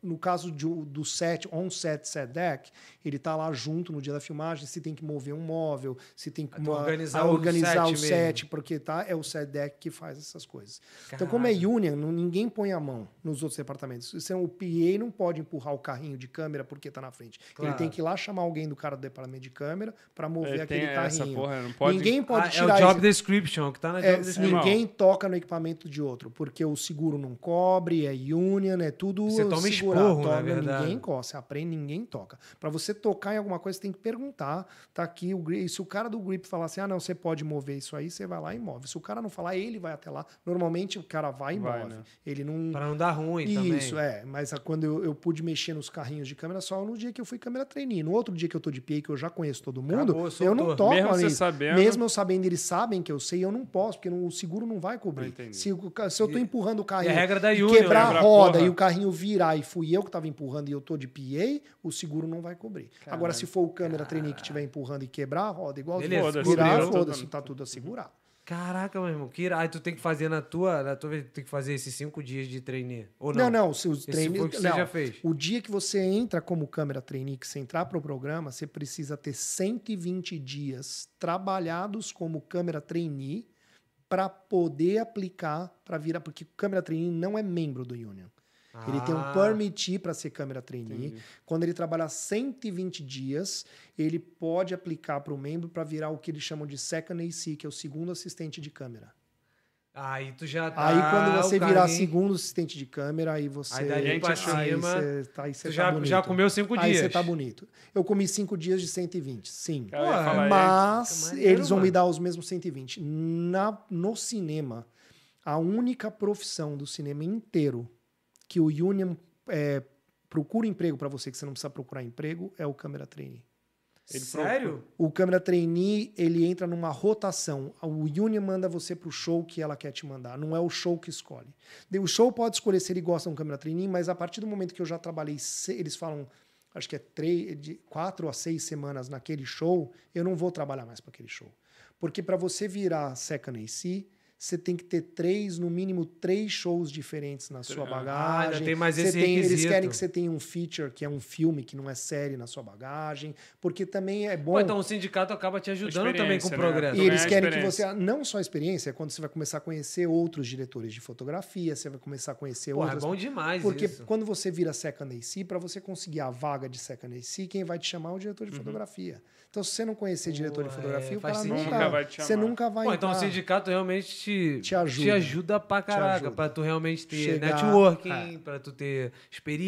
No caso de o- do set, on-set set deck, ele tá lá junto no dia da filmagem, se tem que mover um móvel, se tem que
Então,
mo-
organizar
a
o
organizar
set
o set,
mesmo.
porque tá, é o set deck que faz essas coisas. Então,
Caraca.
como é union, não- ninguém põe a mão nos outros departamentos. Isso é um- O PA não pode empurrar o carrinho de câmera porque tá na frente.
Claro.
Ele tem que ir lá chamar alguém do cara do departamento de câmera para mover
É,
aquele
tem
carrinho.
essa porra, não pode.
Ninguém pode
Ah,
tirar
é o job
esse-
description, o que tá na
é,
job description.
ninguém toca no equipamento de outro, porque o seguro não cobre, é union, é tudo
Você toma
segurado.
esporro, né, na verdade.
ninguém coça, você aprende, ninguém toca. Para você tocar em alguma coisa, você tem que perguntar, tá aqui o grip, se o cara do grip falar assim: "Ah, não, você pode mover isso aí", você vai lá e move. Se o cara não falar, ele vai até lá. Normalmente o cara vai e
Vai,
move.
né?
Ele não
Pra não dar ruim também.
isso, é. Mas a- quando eu, eu pude mexer nos carrinhos de câmera só no dia que eu fui câmera trainee. No outro dia que eu tô de PA, que eu já conheço todo mundo,
Acabou,
eu
soltou.
não toco
Mesmo você
ali.
sabendo.
Mesmo eu sabendo, eles sabem que eu sei, eu não posso, porque não- o seguro não vai
Ah,
cobrir.
entendi.
Se, o ca- se eu tô empurrando o carrinho,
e a regra da
e
Union, né?
quebrar
lembra
a
a
roda
porra?
e o carrinho virar e fui eu que tava empurrando e eu tô de PA, o seguro não vai cobrir. Agora, se for o câmera trainee que estiver empurrando e quebrar a roda, igual
Beleza,
foda-se,
cobriu.
virar,
Cobriu.
foda-se, tá tudo assegurado.
Caraca, meu irmão, que irado. Aí tu tem que fazer na tua, na tua vez, tu tem que fazer esses cinco dias de trainee. Ou não?
Não, não, se os
Esse
treine-
foi o que você
não.
já fez.
O dia que você entra como câmera trainee, que você entrar para o programa, você precisa ter 120 dias trabalhados como câmera trainee para poder aplicar para virar, porque câmera trainee não é membro do union. Ele tem um
Ah,
permitir para ser câmera trainee. Quando ele trabalhar 120 dias, ele pode aplicar para o membro para virar o que eles chamam de second AC, que é o segundo assistente de câmera.
Aí tu já tá.
Aí quando você
o
virar
carrinho,
segundo assistente de câmera, aí você. tá,
Aí dali
pra
aí
cima,
você tá, aí você
tu
tá
já,
bonito.
já comeu cinco
Aí
dias.
você tá bonito. Eu comi cinco dias de 120, sim.
Cara, eu ia
Ué,
é
falar, é
Mas
Maneiro,
eles vão me
mano.
dar os mesmos 120. Na, no cinema, a única profissão do cinema inteiro que o Union é, procura emprego para você, que você não precisa procurar emprego, é o câmera trainee.
Ele
Sério?
O câmera trainee, ele entra numa rotação. O union manda você pro show que ela quer te mandar. Não é o show que escolhe. Daí O show pode escolher se ele gosta de um câmera trainee, mas a partir do momento que eu já trabalhei, se- eles falam, acho que é três, de quatro a seis semanas naquele show, eu não vou trabalhar mais para aquele show. Porque para você virar second AC, você tem que ter três, no mínimo três shows diferentes na sua
Ah,
bagagem.
ainda tem mais
Você
esse
tem- eles
requisito.
querem que você tenha um feature, que é um filme, que não é série na sua bagagem, porque também é bom.
Pô, então o sindicato acaba te ajudando também com o
Experiência, né?
progresso.
E
Também
eles
é
querem que você.
experiência.
Não só a experiência, é quando você vai começar a conhecer outros diretores de fotografia, você vai começar a conhecer
Pô, é
outras.
bom demais
porque
isso.
quando você vira second AC, para você conseguir a vaga de second AC, quem vai te chamar é o diretor de fotografia. Então, se você não conhecer diretor de
Uhum. é,
fotografia, o
faz
cara
sentido.
nunca,
Nunca vai te
você
chamar.
nunca vai
Pô, então o
entrar.
sindicato realmente te,
Te ajuda.
ajuda pra caraca,
ajuda.
pra tu realmente ter
Chegar-
networking,
é.
pra tu ter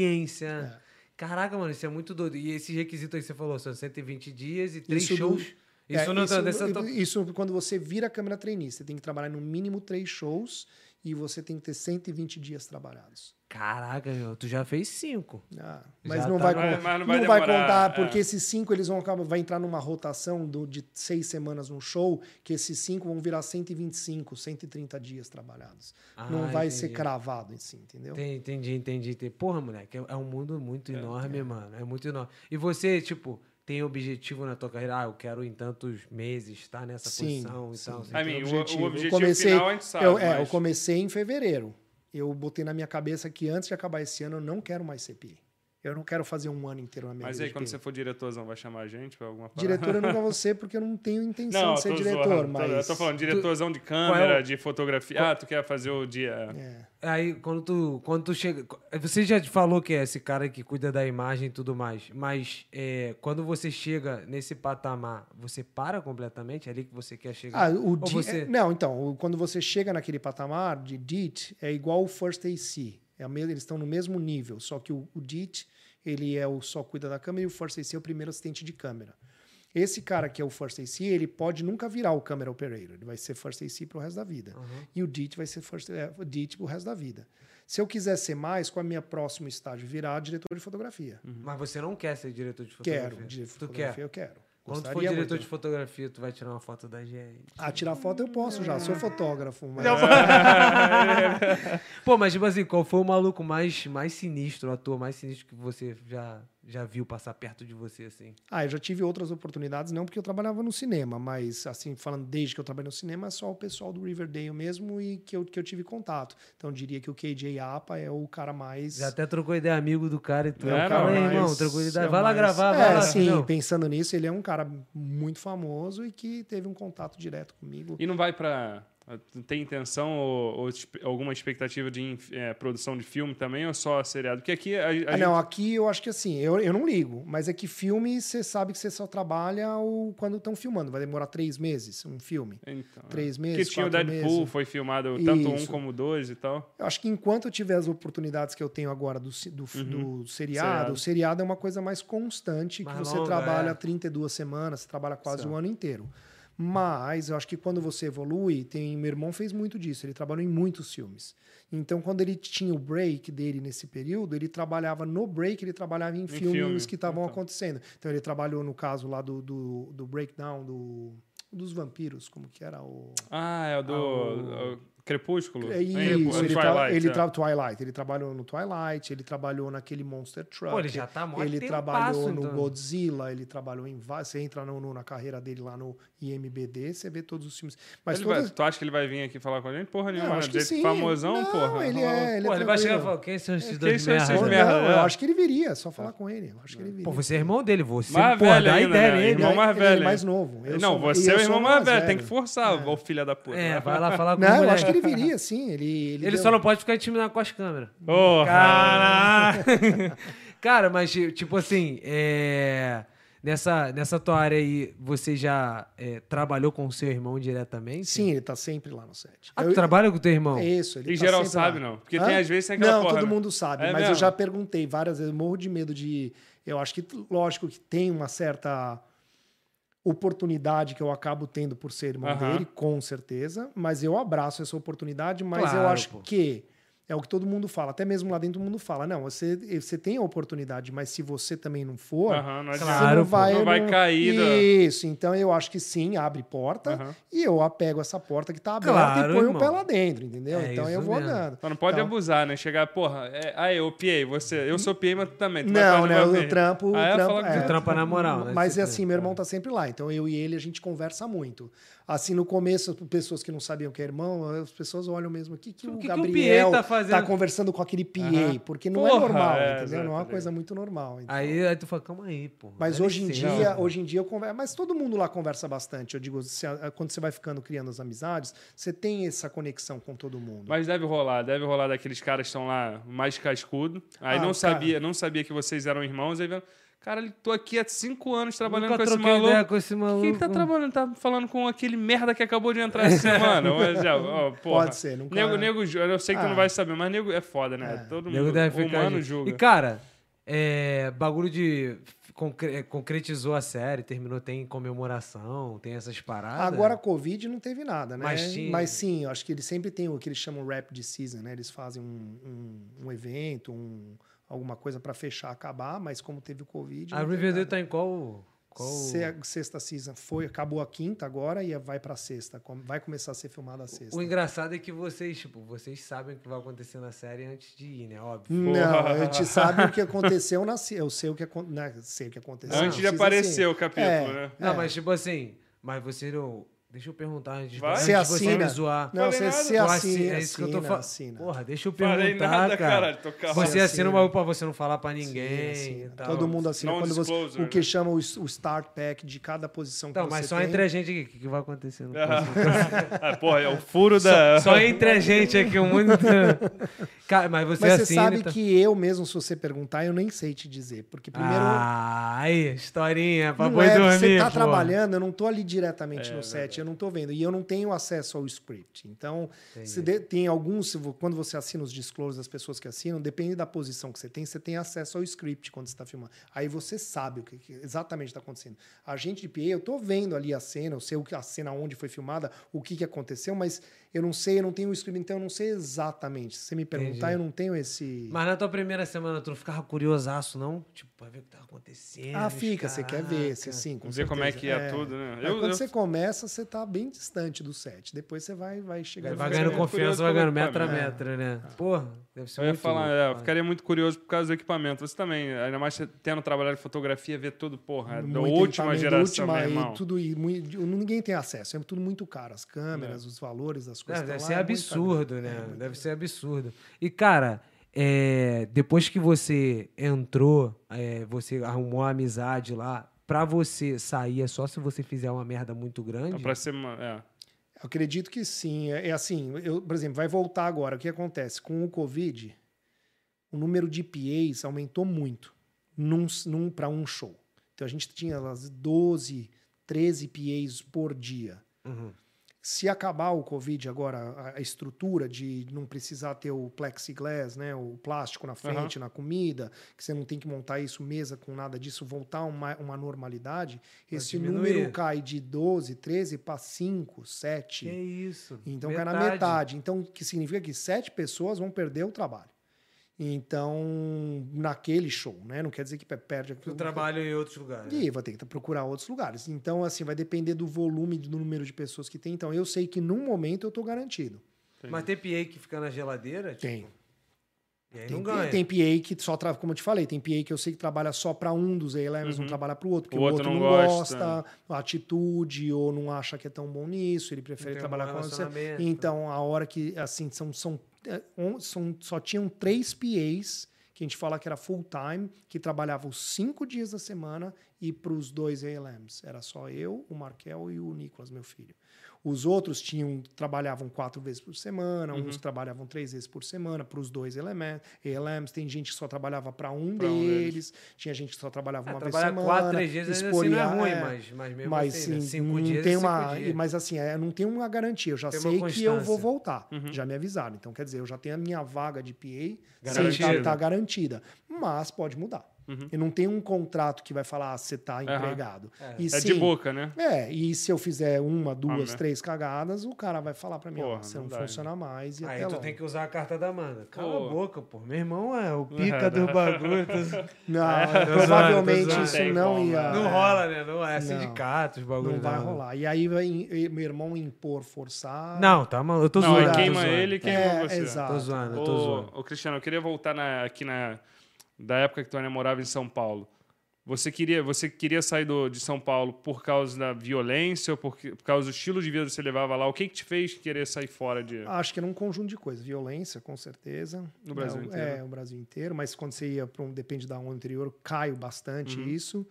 experiência. Caraca, mano, isso é muito doido. E esse requisito aí que você falou, são 120 dias e três
Isso do-
shows.
É,
Isso não tá dessa
isso,
tua-
isso quando você vira câmera trainee, você tem que trabalhar no mínimo três shows e você tem que ter 120 dias trabalhados.
Caraca, meu, tu já fez cinco.
Ah, mas,
Já
não
tá
vai,
no-
con-
Mas- mas
não
não vai
vai
demorar,
contar,
é.
porque esses cinco eles vão acabar, vai entrar numa rotação do- de seis semanas num show, que esses cinco vão virar 125, 130 dias trabalhados. não
Ah,
vai
entendi.
ser cravado em si, entendeu?
Entendi, entendi, entendi, entendi. Porra, moleque, é é um mundo muito enorme, mano. É muito enorme. E você, tipo, tem objetivo na tua carreira? Ah, eu quero em tantos meses estar nessa
Sim,
posição e
sim.
tal.
I
assim.
mean, o-
objetivo.
o,
Eu
objetivo
comecei-
final a gente sabe.
eu, é, eu
mas-
comecei em fevereiro. Eu botei na minha cabeça que antes de acabar esse ano eu não quero mais ser PI. Eu não quero fazer um ano inteiro na minha
Mas
vida
aí,
de
quando
PI.
você for diretorzão, vai chamar a gente pra alguma parada?
Diretor eu nunca vou ser porque eu não tenho intenção
Não,
de ser
tô
é diretor,
zoando, tô-
mas...
Eu tô falando diretorzão de
Qual
câmera,
é o-
de fotografia. Ah, tu quer fazer o dia...
É.
Aí, quando tu, quando tu chega. Você já falou que é esse cara que cuida da imagem e tudo mais, mas é, quando você chega nesse patamar, você para completamente? É ali que você quer chegar?
Ah, o
Ou
D- é-
você...
Não, então, o- quando você chega naquele patamar de DIT, é igual o First AC. É a me- eles estão no mesmo nível, só que o, o DIT, ele é o só cuida da câmera e o First AC é o primeiro assistente de câmera. Esse cara que é o First AC, ele pode nunca virar o câmera operator, ele vai ser First AC pro resto da vida.
Aham.
E o DIT vai ser first, é, o DIT pro resto da vida. Se eu quiser ser mais, com a minha próximo estágio, virar diretor de fotografia.
Mas você não quer ser diretor de fotografia?
Quero, de
Tu quer?
fotografia eu quero.
Quando tu for
Gostaria
diretor
muito.
de fotografia, tu vai tirar uma foto da gente.
Ah, tirar foto eu posso já, sou fotógrafo. Mas... é.
Pô, mas tipo assim, qual foi o maluco mais, mais sinistro, o ator mais sinistro que você já, já viu passar perto de você, assim?
Ah, eu já tive outras oportunidades, não porque eu trabalhava no cinema, mas assim, falando desde que eu trabalhei no cinema, é só o pessoal do Riverdale mesmo e que eu, que eu tive contato. Então eu diria que o KJ Apa é o cara mais.
Já até trocou ideia amigo do cara e tu.
É,
É, Fala
não,
aí,
mas
irmão,
mais-
tranquilidade.
é
vai lá
mais-
gravar,
É,
vai lá.
sim,
filhão.
pensando nisso, ele é um cara muito famoso e que teve um contato direto comigo.
E não vai pra... Tem intenção ou, ou espe- alguma expectativa de eh, produção de filme também ou só seriado? Porque aqui a, a
Ah,
gente-
não, aqui eu acho que assim, eu, eu não ligo, mas é que filme você sabe que você só trabalha o- quando estão filmando, vai demorar três meses um filme.
Então,
Ah,
é.
Três
Que
meses,
tinha o
quatro
Deadpool,
meses.
foi filmado tanto um
Isso.
como dois e tal.
Eu acho que enquanto eu tiver as oportunidades que eu tenho agora do, ci- do, f- do seriado,
Seriado.
o seriado é uma coisa mais constante,
Mais
que você
longa,
trabalha
é.
32 semanas, você trabalha quase
Certo.
o ano inteiro. Mas eu acho que quando você evolui, tem, meu irmão fez muito disso, ele trabalhou em muitos filmes. Então, quando ele tinha o break dele nesse período, ele trabalhava no break, ele trabalhava em, filmes
filme,
que estavam
então.
acontecendo. Então, ele trabalhou no caso lá do, do, do breakdown do, dos vampiros, como que era o.
Ah, é o do
Ah,
o Crepúsculo.
É isso,
Hein? O
ele, tra-
Twilight,
ele
é.
tra- Twilight, ele trabalhou no Twilight, ele trabalhou naquele Monster Truck.
Pô, ele já tá mó
ele
tempasso,
trabalhou no
então.
Godzilla, ele trabalhou em va- você entra no- no- na carreira dele lá no IMBD, você vê todos os filmes. Mas
Ele
todas
vai- tu acha que ele vai vir aqui falar com a gente? Porra nenhuma,
Não, acho
do
que
jeito
sim.
famosão,
Não,
porra.
ele é, ele,
Pô,
é
ele vai chegar e
tranquilo. É,
falar, quem são esses
Quem
dois
são esses
merda?
merda?
Não, eu
é.
acho que ele viria, só falar com ele, eu acho que ele viria.
Pô, você é irmão dele, você,
Mais
pô,
velho
dá
ainda,
ideia
né?
nele.
Irmão
Ele é-
mais
ele é
velho
mais
ainda.
novo. eu
não,
sou- e
você é
eu
o
sou
irmão mais velho, tem
velho.
que forçar, ô filha da puta.
É, vai lá falar com o
Não, eu
moleque.
acho que ele viria, sim. Ele, ele
Ele
deu-
só não pode ficar intimidado com as câmeras.
Porra.
Caralho! Cara, mas tipo assim, é, nessa, nessa tua área aí, você já é, trabalhou com o seu irmão diretamente?
Sim, ele tá sempre lá no set.
Ah,
Eu-
tu trabalha com o teu irmão?
É isso, ele
Em
tá
geral
sempre
sabe,
lá.
não? Porque tem, às vezes, tem aquela
Não,
porra,
todo
né?
mundo sabe,
É
mas eu
mesmo?
já perguntei várias vezes, eu morro de medo de. Eu acho que, lógico, que tem uma certa oportunidade que eu acabo tendo por ser irmão
Aham.
dele, com certeza, mas eu abraço essa oportunidade, mas eu
Claro,
acho
pô.
que É o que todo mundo fala, até mesmo lá dentro todo mundo fala. Não, você, você tem a oportunidade, mas se você também não for,
Aham, não
você
adianta.
Claro,
não
pô.
vai,
Não vai cair da-
Isso, então eu acho que sim, abre porta
Aham.
e eu apego essa porta que tá aberta
Claro,
e ponho o
irmão.
pé lá dentro, entendeu?
É
então eu
isso
vou
mesmo.
andando.
Só não pode
Então-
abusar, né? Chegar, porra, é, ah, eu piei, você. Eu sou piei, mas tu também. Tu vai
Não,
fazer
né?
uma
O
vez.
trampo. o
Aí eu
trampo
falo que
é,
você
trampa na moral, né?
Mas
Você
é assim,
tem,
meu irmão
é.
tá sempre lá. Então eu e ele, a gente conversa muito. Assim, no começo, pessoas que não sabiam que é irmão, as pessoas olham mesmo o que, que
O
o,
que que o
Gabriel
PA tá
tá,
fazendo?"
conversando com aquele PA,
Aham.
porque não é
Porra,
normal,
é,
entendeu?
exato,
Não é uma
tá
coisa muito normal. então.
Aí, aí tu fala, calma aí, pô.
Mas
dá
hoje em
licença,
dia,
pô.
Tá
hoje em dia eu converso, mas todo mundo lá conversa bastante. Eu digo, se a- quando você vai ficando criando as amizades, você tem essa conexão com todo mundo.
Mas deve rolar, deve rolar daqueles caras que estão lá mais cascudo. Aí
Ah,
não
cara.
sabia, não sabia que vocês eram irmãos, aí vieram. Cara, tô aqui há cinco anos trabalhando
Nunca
com esse
troquei
maluco.
ideia com esse
O
maluco.
que ele tá trabalhando? Tá falando com aquele merda que acabou de entrar essa semana. Mas, já, ó, porra.
Pode ser, nunca-
Nego, nego, ju- eu sei que tu não
Ah.
vai saber, mas nego é foda, né? Todo
Nego
mundo,
deve ficar
humano
junto.
julga.
E, cara, é, bagulho de. concre- é, concretizou a série, terminou, tem comemoração, tem essas paradas.
Agora, Covid não teve nada, né?
Mas
Mas,
tinha.
sim, eu acho que eles sempre têm o que eles chamam rap de season, né? Eles fazem um, um- um evento, um- alguma coisa para fechar, acabar, mas como teve o Covid.
A
não teve
Riverdale
nada.
tá em qual. qual...
Se- sexta season foi, acabou a quinta agora e vai pra sexta. com- Vai começar a ser filmada a sexta.
O engraçado é que vocês, tipo, vocês sabem o que vai acontecer na série antes de ir, né? Óbvio.
Não, a gente sabe o que aconteceu na se- Eu sei o que, acon- na, sei o que aconteceu. na
Antes de
season,
aparecer
sim.
o capítulo,
É.
né?
Não,
É.
mas tipo assim, mas você não. Deixa eu perguntar antes, de-
Vai?
antes
Você
de você me
assina.
zoar.
Não,
Falei
você,
nada.
você
Tu
assina,
é isso que eu tô
assina,
falando.
assina.
Porra, deixa eu perguntar,
Falei nada,
cara.
caralho. Tô calmo.
Você
Assina.
assina o bagulho pra você não falar pra
assim, Sim,
ninguém.
assina.
e tal.
Todo mundo assina
assim, tá Não
quando você,
disclosure,
o que
né?
chama o, s- o start pack de cada posição que
Então,
você
mas só
tem.
entre a gente aqui, o que, que vai acontecer? no próximo?
ah, porra, é o furo da.
Só entre a gente aqui, o mundo. Cara, mas você
Mas você
assina.
sabe
então-
que eu mesmo, se você perguntar, eu nem sei te dizer. Porque primeiro.
Ah, aí, historinha, pra
não
boi
é,
dormir.
você tá
pô.
trabalhando, eu não tô ali diretamente
É
no set, eu não tô vendo. E eu não tenho acesso ao script. Então, se de- tem alguns, se vo- quando você assina os disclosures das pessoas que assinam, depende da posição que você tem, você tem acesso ao script quando você tá filmando. Aí você sabe o que, que exatamente está acontecendo. A gente de PA, eu tô vendo ali a cena, eu sei o que- a cena onde foi filmada, o que, que aconteceu, mas eu não sei, eu não tenho o script, então eu não sei exatamente. Se você me perguntar,
Entendi.
eu não tenho esse.
Mas na tua primeira semana, tu não ficava curiosaço, não? Tipo, pra ver o que tá acontecendo.
Ah,
os
fica, você quer ver, você
caraca.
sim. Com
Ver como é
certeza.
que é tudo, né?
Mas
Eu-
quando
eu-
você começa, você tá bem distante do set. Depois você vai, vai chegando.
Vai
ficaria
ganhando
muito
confiança,
curioso
vai ganhando
pelo
metro a
equipamento.
metro, né? Porra, deve ser
Eu ia
muito né?
falar,
louco,
é, eu
cara.
ficaria muito curioso por causa do equipamento. Você também, ainda mais tendo trabalhado em fotografia, ver tudo, porra, é da
Muito
última
equipamento,
geração, meu
e
irmão.
tudo e muito- ninguém tem acesso, é tudo muito caro, as
É.
câmeras, os valores das
Não,
coisas.
deve
estão
ser
lá, é muito
absurdo,
caro.
né?
É, muito
deve ser absurdo. E, cara, é, depois que você entrou, é, você arrumou a amizade lá, pra você sair é só se você fizer uma merda muito grande?
Então, pra ser uma- é.
Eu Acredito que sim. É é assim, eu, por exemplo, vai voltar agora. O que acontece? Com o Covid, o número de PAs aumentou muito num, num, para um show. Então a gente tinha as 12, 13 PAs por dia.
Uhum.
Se acabar o Covid agora, a- a estrutura de não precisar ter o plexiglass, né, o plástico na frente, na comida, que você não tem que montar isso, mesa com nada disso, voltar a uma, uma normalidade,
Vai
esse
diminuir.
número cai de 12, 13 para 5,
Que
7.
isso.
Então cai na metade. Então, o que significa que sete pessoas vão perder o trabalho. Então, naquele show, né? Não quer dizer que pe- perde
Que o trabalho em outros lugares.
E vai ter que procurar outros lugares. Então, assim, vai depender do volume, do número de pessoas que tem. Então, eu sei que num momento eu tô garantido.
Mas tem PA que fica na geladeira? tipo,
Tem.
E aí
Tem,
não ganha.
tem PA que só, tra- como eu te falei, tem PA que eu sei que trabalha só para um dos A-Levels, não
Uhum.
trabalha para o outro, porque
O
o
outro
outro,
não
não,
gosta.
gosta, a atitude, ou não acha que é tão bom nisso, ele prefere
tem um
trabalhar
bom
com você.
relacionamento.
Então, a hora que, assim, são, são, é, on- são- só tinham três PAs, que a gente fala que era full-time, que trabalhavam cinco dias da semana e para os dois ALMs. Era só eu, o Markel e o Nicolas, meu filho. Os outros tinham trabalhavam quatro vezes por semana,
Uhum.
uns trabalhavam três vezes por semana para os dois ALMs. ALMs. Tem gente que só trabalhava para um,
Pra um deles.
deles, tinha gente que só trabalhava
É,
uma vez por
trabalhar
semana.
quatro, três dias ainda assim não é
esporear,
ruim,
é.
mas, mas mesmo
Mas
assim, né?
sim,
cinco
não
dias é
tem
cinco
uma,
dias.
mas assim, é, não tem uma garantia. Eu já
Tem uma
sei que eu vou
constância. Uhum.
voltar. Já me avisaram. Então, quer dizer, eu já tenho a minha vaga de PA,
Garantida. Uhum.
está garantida. Mas pode mudar. Eu não tenho um contrato que vai falar, ah, você está empregado. E
É
sim,
de boca, né?
É, e se eu fizer uma, duas,
né?
três cagadas, o cara vai falar pra mim, ó,
Porra,
você não,
não dá,
funciona mais e
né?" Aí
até
tu
logo.
tem que usar a carta da Amanda. Cala
Pô.
a boca, pô. Meu irmão é o pica do bagulho. Tu-
Não,
É, tô
provavelmente
zoando, tô
isso
zoando.
não
Tem como,
ia...
né?
Não
é,
rola, né? Não é
Não.
sindicato, os bagulhos.
Não vai rolar. E aí vai em- e- meu irmão impor, forçar...
Não, tá maluco. Eu tô
Não,
zoando.
aí
tô
queima
zoando.
ele e queima
É,
você.
exato.
Tô zoando, eu tô zoando.
Ô, ô, Cristiano, eu queria voltar na- aqui na da época que tu ainda morava em São Paulo. Você queria, você queria sair do- de São Paulo por causa da violência ou por, que- por causa do estilo de vida que você levava lá? O que, que te fez querer sair fora de.
Acho que era um conjunto de coisas. Violência, com certeza.
No Brasil
é, o-
inteiro.
É, o Brasil inteiro. Mas quando você ia para um, depende da onda interior, caiu bastante isso.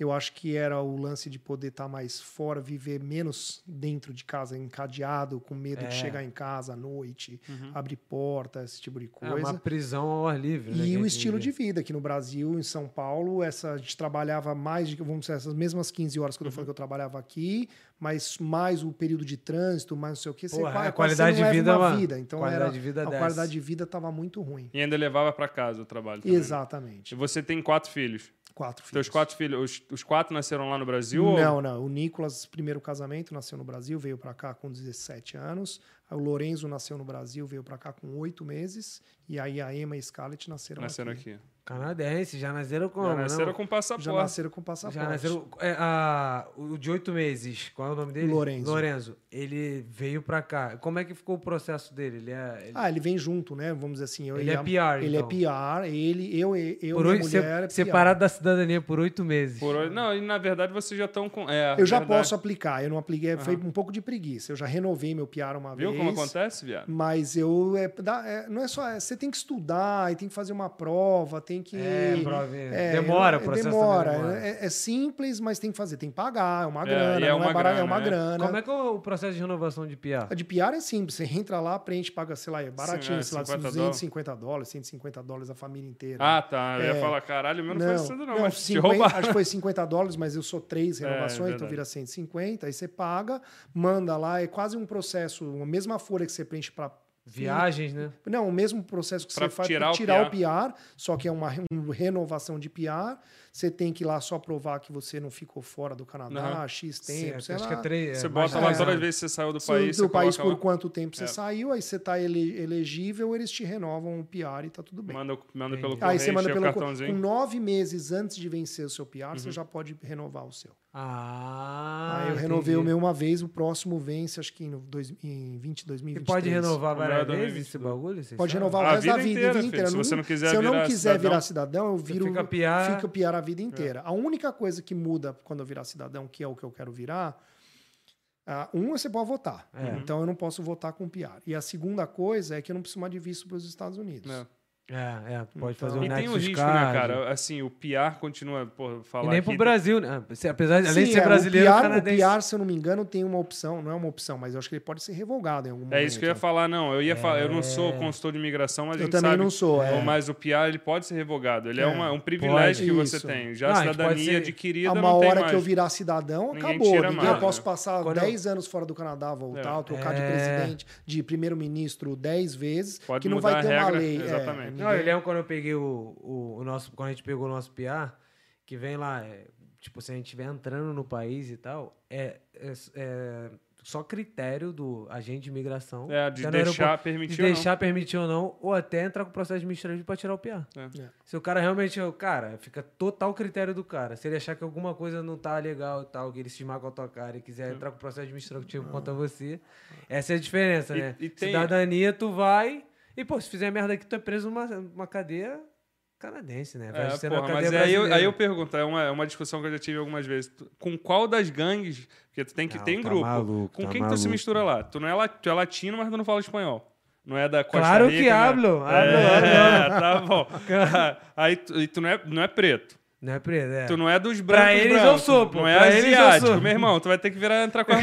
Eu acho que era o lance de poder estar mais fora, viver menos dentro de casa, encadeado, com medo
É.
de chegar em casa à noite, abrir porta, esse tipo de
É uma
coisa.
prisão ao ar livre, né?
E
que
o
a
estilo
gente
de vida, que no Brasil, em São Paulo, essa, a gente trabalhava mais, de, vamos dizer, essas mesmas 15 horas que eu tô
Uhum.
falando que eu trabalhava aqui, mas mais o período de trânsito, mais não sei o que,
Porra, a
quase-
qualidade
você não
de
leva
vida,
uma
mano.
vida. Então
Qualidade
era,
de vida
a
desce.
qualidade de vida estava muito ruim.
E ainda levava pra casa o trabalho. também, né?
Exatamente.
E você tem quatro filhos.
Quatro filhos.
Teus quatro filhos, os, os quatro nasceram lá no Brasil? ou-
Não, não. O Nicolas, primeiro casamento, nasceu no Brasil, veio para cá com 17 anos. O Lorenzo nasceu no Brasil, veio para cá com 8 meses. E aí a Emma e a Scarlett nasceram,
Nasceram
aqui.
aqui.
Canadense, já nasceram como?
Já nasceram
não?
com
Já
passaporte.
nasceram com passaporte.
Já nasceram. é, a- o de oito meses, qual é o nome dele?
Lorenzo.
Lorenzo. Ele veio pra cá. Como é que ficou o processo dele? Ele é. ele-
Ah, ele vem junto, né? Vamos dizer assim. Eu
Ele
e
é
a-
PR,
Ele
então.
é PR, ele, eu, e- eu
por
minha
oito- se-
mulher. é PR.
separado da cidadania por oito meses.
Por hoje- Não, e na verdade vocês já estão com. É,
Eu já
verdade.
posso aplicar. Eu não apliquei, foi um pouco de preguiça. Eu já renovei meu PR uma
Viu
vez.
como acontece, viado?
Mas eu. É, dá- é, não é só. é, você tem que estudar, e tem que fazer uma prova, tem que.
É, prova-
é,
demora,
é,
o processo também
Demora.
demora.
É, é simples, mas tem que fazer. Tem que pagar, é uma
É,
grana.
e é
não
uma
é barato, é
grana,
uma
é.
grana.
Como é que é o processo de renovação de PR?
A de PR é simples, você entra lá, preenche, paga, sei lá, é baratinho,
é,
sei lá,
50
250 dólares, 150 dólares a família inteira.
Ah, tá. Eu
É.
ia falar, caralho, o meu não, faz isso tudo, não. mas te
50
roubaram.
acho que foi 50 dólares, mas eu sou três
É,
renovações, então
verdade.
vira 150, aí você paga, manda lá, é quase um processo, a mesma folha que você preenche para
Viagens, né?
não, o mesmo processo que
Pra
você faz
tirar
para
o
tirar o PR, só que é uma, re- uma renovação de PR. Você tem que ir lá só provar que você não ficou fora do Canadá
Aham.
X tempo.
Certo,
sei
acho
lá.
que é três.
Você
é, mais
bota lá
três
todas as
anos.
vezes que você saiu do
Se
país,
do
você
país
coloca
por
lá,
quanto tempo você
É.
saiu, aí você está ele, elegível, eles te renovam o PR e tá tudo bem.
manda, manda pelo
Entendi.
correio,
Aí você manda
enche
pelo
o
com
cartãozinho. Uhum.
nove meses antes de vencer o seu PR, você já pode renovar o seu.
Ah,
Aí eu
entendi.
renovei o meu uma vez, o próximo vence, acho que em, dois, em 20,
E
2023.
pode renovar
O
várias
meu é
vezes esse
2022.
bagulho? vocês
Pode
sabem?
renovar o
A
resto da
vida
vida
inteira,
inteira.
filho. Se
Não-
você não quiser
se eu não
virar
quiser
cidadão-
virar cidadão, eu viro.
fica É. piar.
fico piar a vida inteira. A única coisa que muda quando eu virar cidadão, que é o que eu quero virar, ah, um, você pode votar.
É.
Então eu não posso votar com piar. E a segunda coisa é que eu não preciso mais de visto para os Estados Unidos.
É.
É, é, pode fazer
Então-
o
E tem
Nexus
o risco, né,
Card.
cara? Assim, o PR continua, pô, falar
E nem
aqui-
pro Brasil, né? Ah, se- Apesar de, além de
Sim,
ser
é,
brasileiro,
o, PR,
canadense.
o PR, se eu não me engano, tem uma opção, não é uma opção, mas eu acho que ele pode ser revogado em algum momento. né?
É isso que eu ia falar, não. Eu, ia falar, eu não sou consultor de imigração, mas a
É. Eu
gente
também
sabe-
não sou, é.
Mas o PR ele pode ser revogado. Ele é,
É,
uma- um privilégio
pode.
que você
Isso.
tem. Já
Não,
a
a gente pode
cidadania
ser-
adquirida
a uma
não tem
hora
mais.
que eu virar cidadão,
Ninguém
acabou.
tira
Ninguém
mais,
eu posso
né?
passar
Quando eu-
10 anos fora do Canadá, voltar,
É.
trocar de
É.
presidente, de primeiro-ministro 10 vezes,
Pode
que não
mudar
vai
a
ter uma
regra,
lei. É,
exatamente.
ninguém-
Não, eu lembro quando eu peguei o, o, o nosso. Quando a gente pegou o nosso PR, que vem lá, é, tipo, se a gente estiver entrando no país e tal, é, é, é só critério do agente de imigração.
É, de
até no
deixar
aeroporto,
permitir
De
ou não.
deixar permitir ou não, ou até entrar com o processo administrativo pra tirar o PR.
É.
É.
Se o cara realmente. o Cara, fica total critério do cara. Se ele achar que alguma coisa não tá legal e tal, que ele se com a tua cara e
É.
quiser entrar com o processo administrativo contra você, essa é a diferença,
E-
né?
e tem-
Cidadania, tu vai. E, pô, se fizer merda aqui, tu é preso numa uma cadeia canadense, né? Vai
É,
ser
porra,
na
mas
cadeia
aí eu,
brasileira.
aí eu pergunto, é uma, é uma discussão que eu já tive algumas vezes. Tu- Com qual das gangues, porque tu tem que
Não,
tem
tá
grupo,
maluco,
com
tá
quem que tu se
maluco.
mistura lá? Tu não é, la- tu é latino, mas tu não fala espanhol. Não é da Costa
Claro
Rica,
que
né?
hablo, hablo,
É,
hablo.
tá bom. aí tu, e tu não é, não é preto.
Não é preto, é.
Tu não é dos brancos.
Pra eles
brancos.
eu sou, pô.
Não é
Pra eles eu
asiático,
sou.
meu irmão. Tu vai ter que virar, entrar com as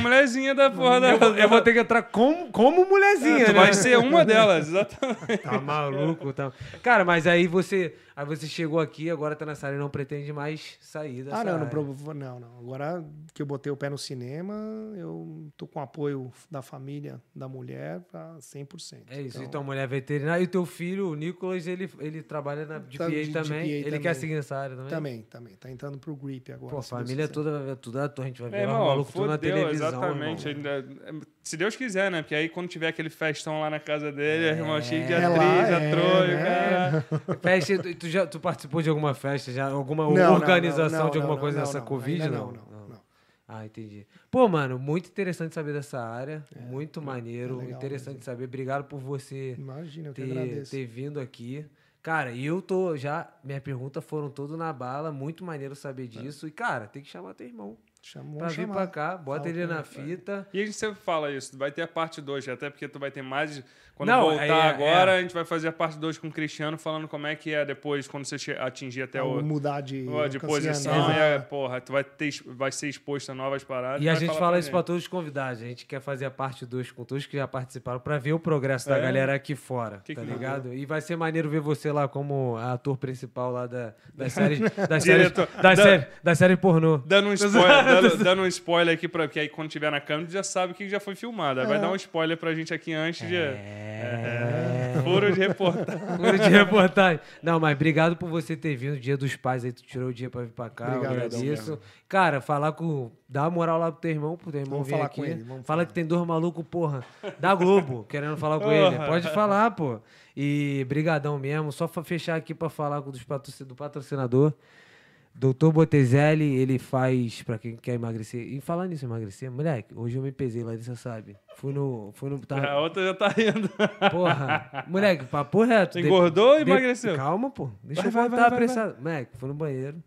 mulherzinhas da porra da.
eu, vou- eu vou ter que entrar com, como mulherzinha,
É, Tu
né?
vai ser uma delas, exatamente.
Tá maluco, tá. Cara, mas aí você, aí você chegou aqui, agora tá nessa área e não pretende mais sair dessa
Ah, não, não,
área.
provo- não, não. Agora que eu botei o pé no cinema, eu tô com apoio da família, da mulher, pra 100%.
É isso, então, a mulher é veterinária. E o teu filho, o Nicolas, ele, ele trabalha na de
Tá,
PA
de- de
também.
PA
ele
também.
quer seguir nessa área também?
Também, também. Tá entrando pro grip agora.
então, né? Pô, a
se Deus
família é
quiser.
toda vai ver tudo, a gente vai ver
É,
lá o
irmão,
maluco tudo na
fodeu,
televisão.
exatamente.
irmão.
Ainda- é, se Deus quiser, né? Porque aí quando tiver aquele festão lá na casa dele, irmão, cheio de
É
atriz,
lá, é,
atrolho,
né?
cara.
Festa, tu, tu já tu participou de alguma festa, já? Alguma
Não, não, não,
organização
não,
de alguma
não,
coisa
não,
nessa
não,
Covid?
ainda
não,
não, não, não.
Ah, entendi. Pô, mano, muito interessante saber dessa área. muito maneiro,
É, legal
interessante
mesmo.
saber. Obrigado por você
Imagina, eu que
ter,
agradeço.
ter vindo aqui. Cara, e eu tô já. Minhas perguntas foram todas na bala. Muito maneiro saber disso. E, cara, tem que chamar teu irmão
Chamou,
pra vir
É. chamar. um
pra cá. Bota
Fala
ele
com
na
ele,
fita.
E a gente sempre fala isso, vai ter a parte 2, até porque tu vai ter mais. Quando
Não,
voltar
é, é.
agora, a gente vai fazer a parte 2 com o Cristiano, falando como é que é depois, quando você che- atingir
Ah,
até
Ou
o.
mudar de,
Pô, de
alcance
posição,
anel.
é, porra, tu vai, ter, ex- vai ser exposto a novas paradas.
E a
vai
gente
falar
fala
pra
isso pra todos os convidados. A gente quer fazer a parte 2 com todos que já participaram pra ver o progresso da
É.
galera aqui fora,
Que
tá
que é?
ligado? E vai ser maneiro ver você lá como ator principal lá da, das séries. Das séries,
Diretor.
das
Da-
séries, das séries pornô.
Dando um spoiler, dando, dando um spoiler aqui, pra, porque aí quando tiver na câmera, tu já sabe que já foi filmado. Aí Vai dar um spoiler pra gente aqui antes de.
É.
Furo de reportagem.
Furo de reportagem. Não, mas obrigado por você ter vindo. Dia dos pais aí, tu tirou o dia pra vir pra cá.
Obrigado,
eu agradeço.
mesmo.
Cara, falar com. Dá uma moral lá pro teu irmão, pro teu irmão
Vamos
vir
falar
aqui.
com ele, vamos
Fala
falar.
que tem dois malucos, porra, da Globo, querendo falar com ele.
Porra.
Pode falar, pô. E brigadão mesmo. Só pra fechar aqui pra falar com dos patrocin- do patrocinador. Doutor Botezelli, ele faz, pra quem quer emagrecer. E falando nisso, emagrecer, moleque, hoje eu me pesei, Larissa sabe. Fui no. Fui no tava-
A outra já tá rindo.
Porra. Moleque, papo reto.
Tu engordou ou emagreceu?
Calma, pô. Deixa
Vai,
eu
vai,
voltar
vai, vai,
apressado. Moleque, fui no banheiro.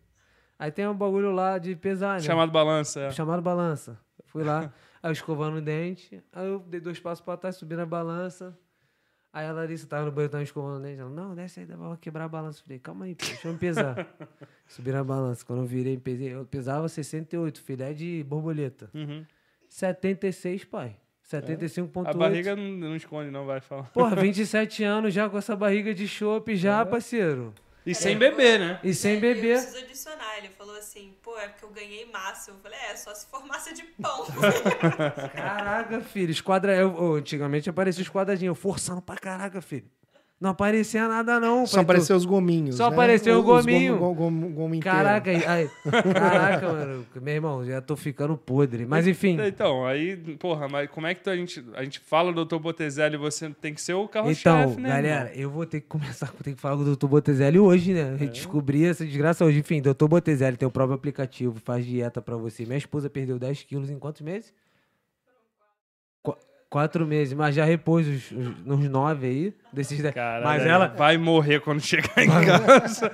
Aí tem um bagulho lá de pesar, né?
Chamado é. balança.
Chamaram balança. Fui lá, aí eu escovando o dente. Aí eu dei dois passos pra trás, subi na balança. Aí a Larissa tava no banheiro, tava escovando o dente. Ela, não, desce aí, vai quebrar a balança. Eu Falei, calma aí, pô, deixa eu me pesar. subi na balança. Quando eu virei, pesei. Eu pesava 68, filé É de borboleta.
Uhum. É.
76, pai. 75,8.
A barriga não, não esconde, não, vai falar.
Porra, 27 anos já com essa barriga de chope já, parceiro.
E sem beber, né?
E sem
Eu
beber.
preciso adicionar. Ele falou assim, pô, é porque eu ganhei massa. Eu falei, é, só se for massa de pão.
Caraca, filho. Esquadra... Eu, eu- antigamente aparecia esquadradinho. Eu forçando pra caraca, filho. Não aparecia nada, não.
Só
pai, tu-
apareceu os gominhos.
Só
né?
apareceu o
Os gomo-
gominho.
Gomo, gomo, gomo inteiro.
Caraca, aí, aí- caraca, mano. Meu irmão, já tô ficando podre. Mas enfim.
Então, aí, porra, mas como é que tu- a gente. A gente fala do Dr. Botezelli, você tem que ser o carro-chefe,
Então,
né?
galera, eu vou ter que começar, vou ter que falar com o Dr. Botezelli hoje, né?
É.
Eu descobri essa desgraça hoje. Enfim, Dr. Botezelli tem o próprio aplicativo, faz dieta pra você. Minha esposa perdeu 10 quilos em quantos meses? Qu- quatro meses, mas já repôs os, os, nos nove aí, desses 10.
Cara,
Mas ela,
vai morrer quando chegar em casa.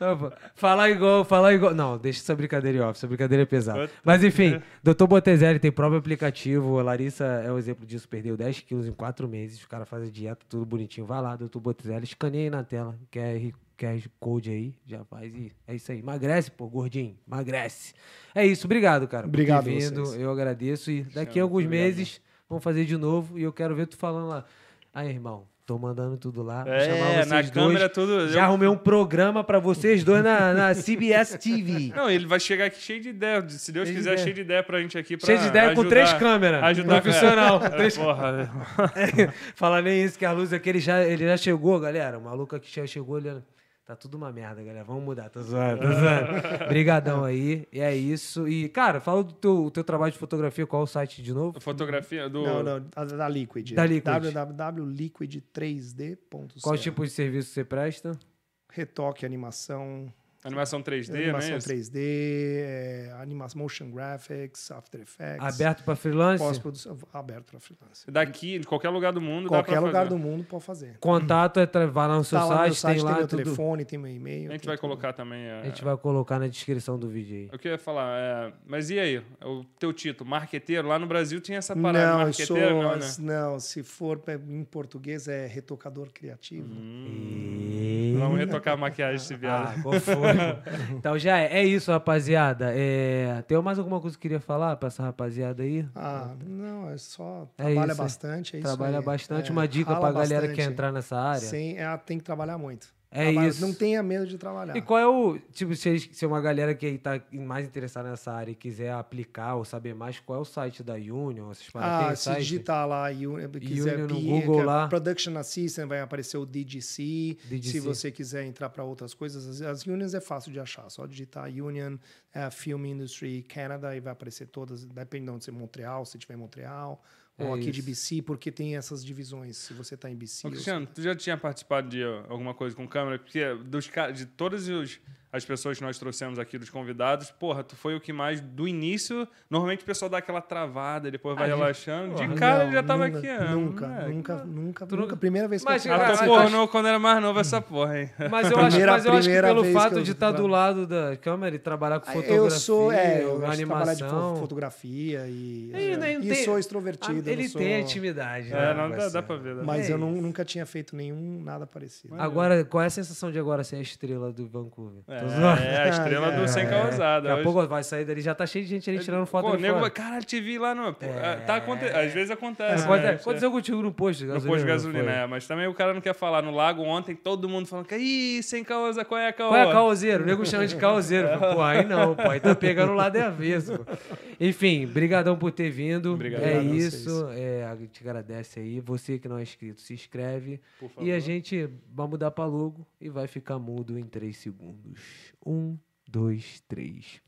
Não, pô. falar Tá igual, falar igual. Não, deixa essa brincadeira em off, essa brincadeira é pesada.
Outra-
Mas enfim, Dr. Botezelli tem próprio aplicativo. A Larissa é um exemplo disso, perdeu 10 quilos em 4 meses. Os caras fazem dieta, tudo bonitinho. Vai lá, Dr. Botezelli, escaneia aí na tela. QR, QR Code aí, já faz e é isso aí. Emagrece, pô, gordinho, emagrece. É isso, obrigado, cara. por ter
Obrigado a
vindo,
vocês.
eu agradeço. E daqui a
Chama,
alguns
obrigado.
meses vamos fazer de novo. E eu quero ver tu falando lá. Aí, irmão, tô mandando tudo lá. Vou
É,
chamar
na
vocês dois.
câmera tudo.
Já arrumei um programa pra vocês dois na, na CBS TV.
Não, ele vai chegar aqui cheio de ideia. Se Deus
Cheio de
quiser,
ideia.
cheio de ideia pra gente aqui. Pra
Cheio de ideia com três
ajudar-
câmeras.
Ajudar
profissional.
É,
Três-
porra, velho.
Falar nem isso, que a luz aqui, ele já, ele já chegou, galera. O maluco aqui já chegou olhando. Tá tudo uma merda, galera. Vamos mudar, tá zoando, tá zoando. Brigadão aí. E é isso. E, cara, fala do teu, teu trabalho de fotografia. Qual o site de novo?
é, Fotografia do.
Não, não, a da Liquid.
Da Liquid.
www.liquid3d.com.
tipo Qual tipo de serviço você presta?
Retoque, animação,
Animação 3D, né?
animação
isso?
3D, é, animação, motion graphics, After Effects.
Aberto pra freelance?
Pós-produção, aberto para freelance.
Daqui, de qualquer lugar do mundo, dá pra
Qualquer
fazer.
lugar do mundo pode fazer.
Contato é tra- vai lá no seu
Tá lá no meu
site, tem lá
meu
tudo.
telefone, tem meu e-mail.
A gente
tem
vai
tudo.
colocar também. é,
A gente vai colocar na descrição do vídeo aí.
O que eu ia falar? é, Mas e aí? O teu título, marqueteiro? Lá no Brasil tinha essa parada de
Não, eu sou, assim.
marqueteiro, não, né?
não, se for pe- em português é retocador criativo.
Hum, Vamos retocar a maquiagem desse
Ah,
viado.
qual foi? então já é. É isso, rapaziada. É, Tem mais alguma coisa que queria falar pra essa rapaziada aí?
Ah, não, é só
É
trabalha
isso, é.
bastante, é isso
Trabalha
aí.
bastante.
É,
Uma dica
rala
pra galera que quer
bastante.
entrar nessa área.
Sim, é, tem que trabalhar muito.
É
Trabalha-
isso.
Não tenha medo de trabalhar.
E qual é o. Tipo, se, se uma galera que tá mais interessada nessa área e quiser aplicar ou saber mais, qual é o site da Union? Essas paradas?
Ah,
Tem
se
site?
digitar lá e quiser
Union no
PE,
Google
quer
lá.
Production Assistant, vai aparecer o DGC.
DGC.
Se você quiser entrar para outras coisas, as, as unions é fácil de achar. Só digitar Union, eh, Film Industry Canada e vai aparecer todas, depende de onde você Montreal, se tiver em Montreal,
É
ou aqui de
isso.
BC, porque tem essas divisões. Se você está em BC.
Ô,
ou se-
Cristiano, tu já tinha participado de ó, alguma coisa com câmera? Porque dos, ca- de todas os- as pessoas que nós trouxemos aqui, dos convidados, porra, tu foi o que mais, do início, normalmente o pessoal dá aquela travada, depois vai
Ah, de-
relaxando. De
porra,
cara,
Não,
ele já tava
nunca,
aqui. ah,
Nunca,
moleque.
nunca, nunca,
Tu
nunca,
nunca-
Primeira vez que
Mas,
eu
cara,
Ah,
Cara,
tu, porra,
acho-
não, quando era mais novo, essa porra, hein?
Mas eu, acho,
Primeira-
mas eu acho que
primeira
pelo
vez
fato
que eu
de estar do
trabalho.
lado da câmera e trabalhar com
Ah,
fotografia,
eu sou, é, eu gosto de trabalhar de fo-
animação.
fotografia e,
Ele nem
e
tem-
sou
Ah,
extrovertido. eu
ele
não sou-
tem intimidade. né,
É, não dá,
parceiro?
dá pra ver. Dá.
Mas
É
eu não-
isso.
nunca tinha feito nenhum nada parecido.
Agora, qual é a sensação de agora ser a estrela do Vancouver? Tô zoando.
É, é, a estrela do Sem Causada.
Daqui a
hoje.
pouco vai sair dali, já tá cheio de gente ali tirando foto
Pô,
ali
nego,
fora.
caralho, te vi lá no. pô, Tá aconte... Às vezes acontece.
Mas
né?
pode-
Isso é-
Aconteceu contigo no posto de
No
gasolina.
posto de
não
gasolina,
foi?
é. Mas também o cara não quer falar. No lago ontem, todo mundo falando que. Ih, sem causa, qual é a causa?
Qual é caoseiro? O nego chama de caoseiro. Pô, aí não, pô. Aí tá pegando o lado avesso. pô. Enfim, brigadão por ter vindo.
Obrigado.
é
Obrigado a
isso. É, a gente agradece aí. Você que não é inscrito, se inscreve.
Por favor.
E a gente vai mudar pra logo e vai ficar mudo em 3 segundos. Um, dois, três.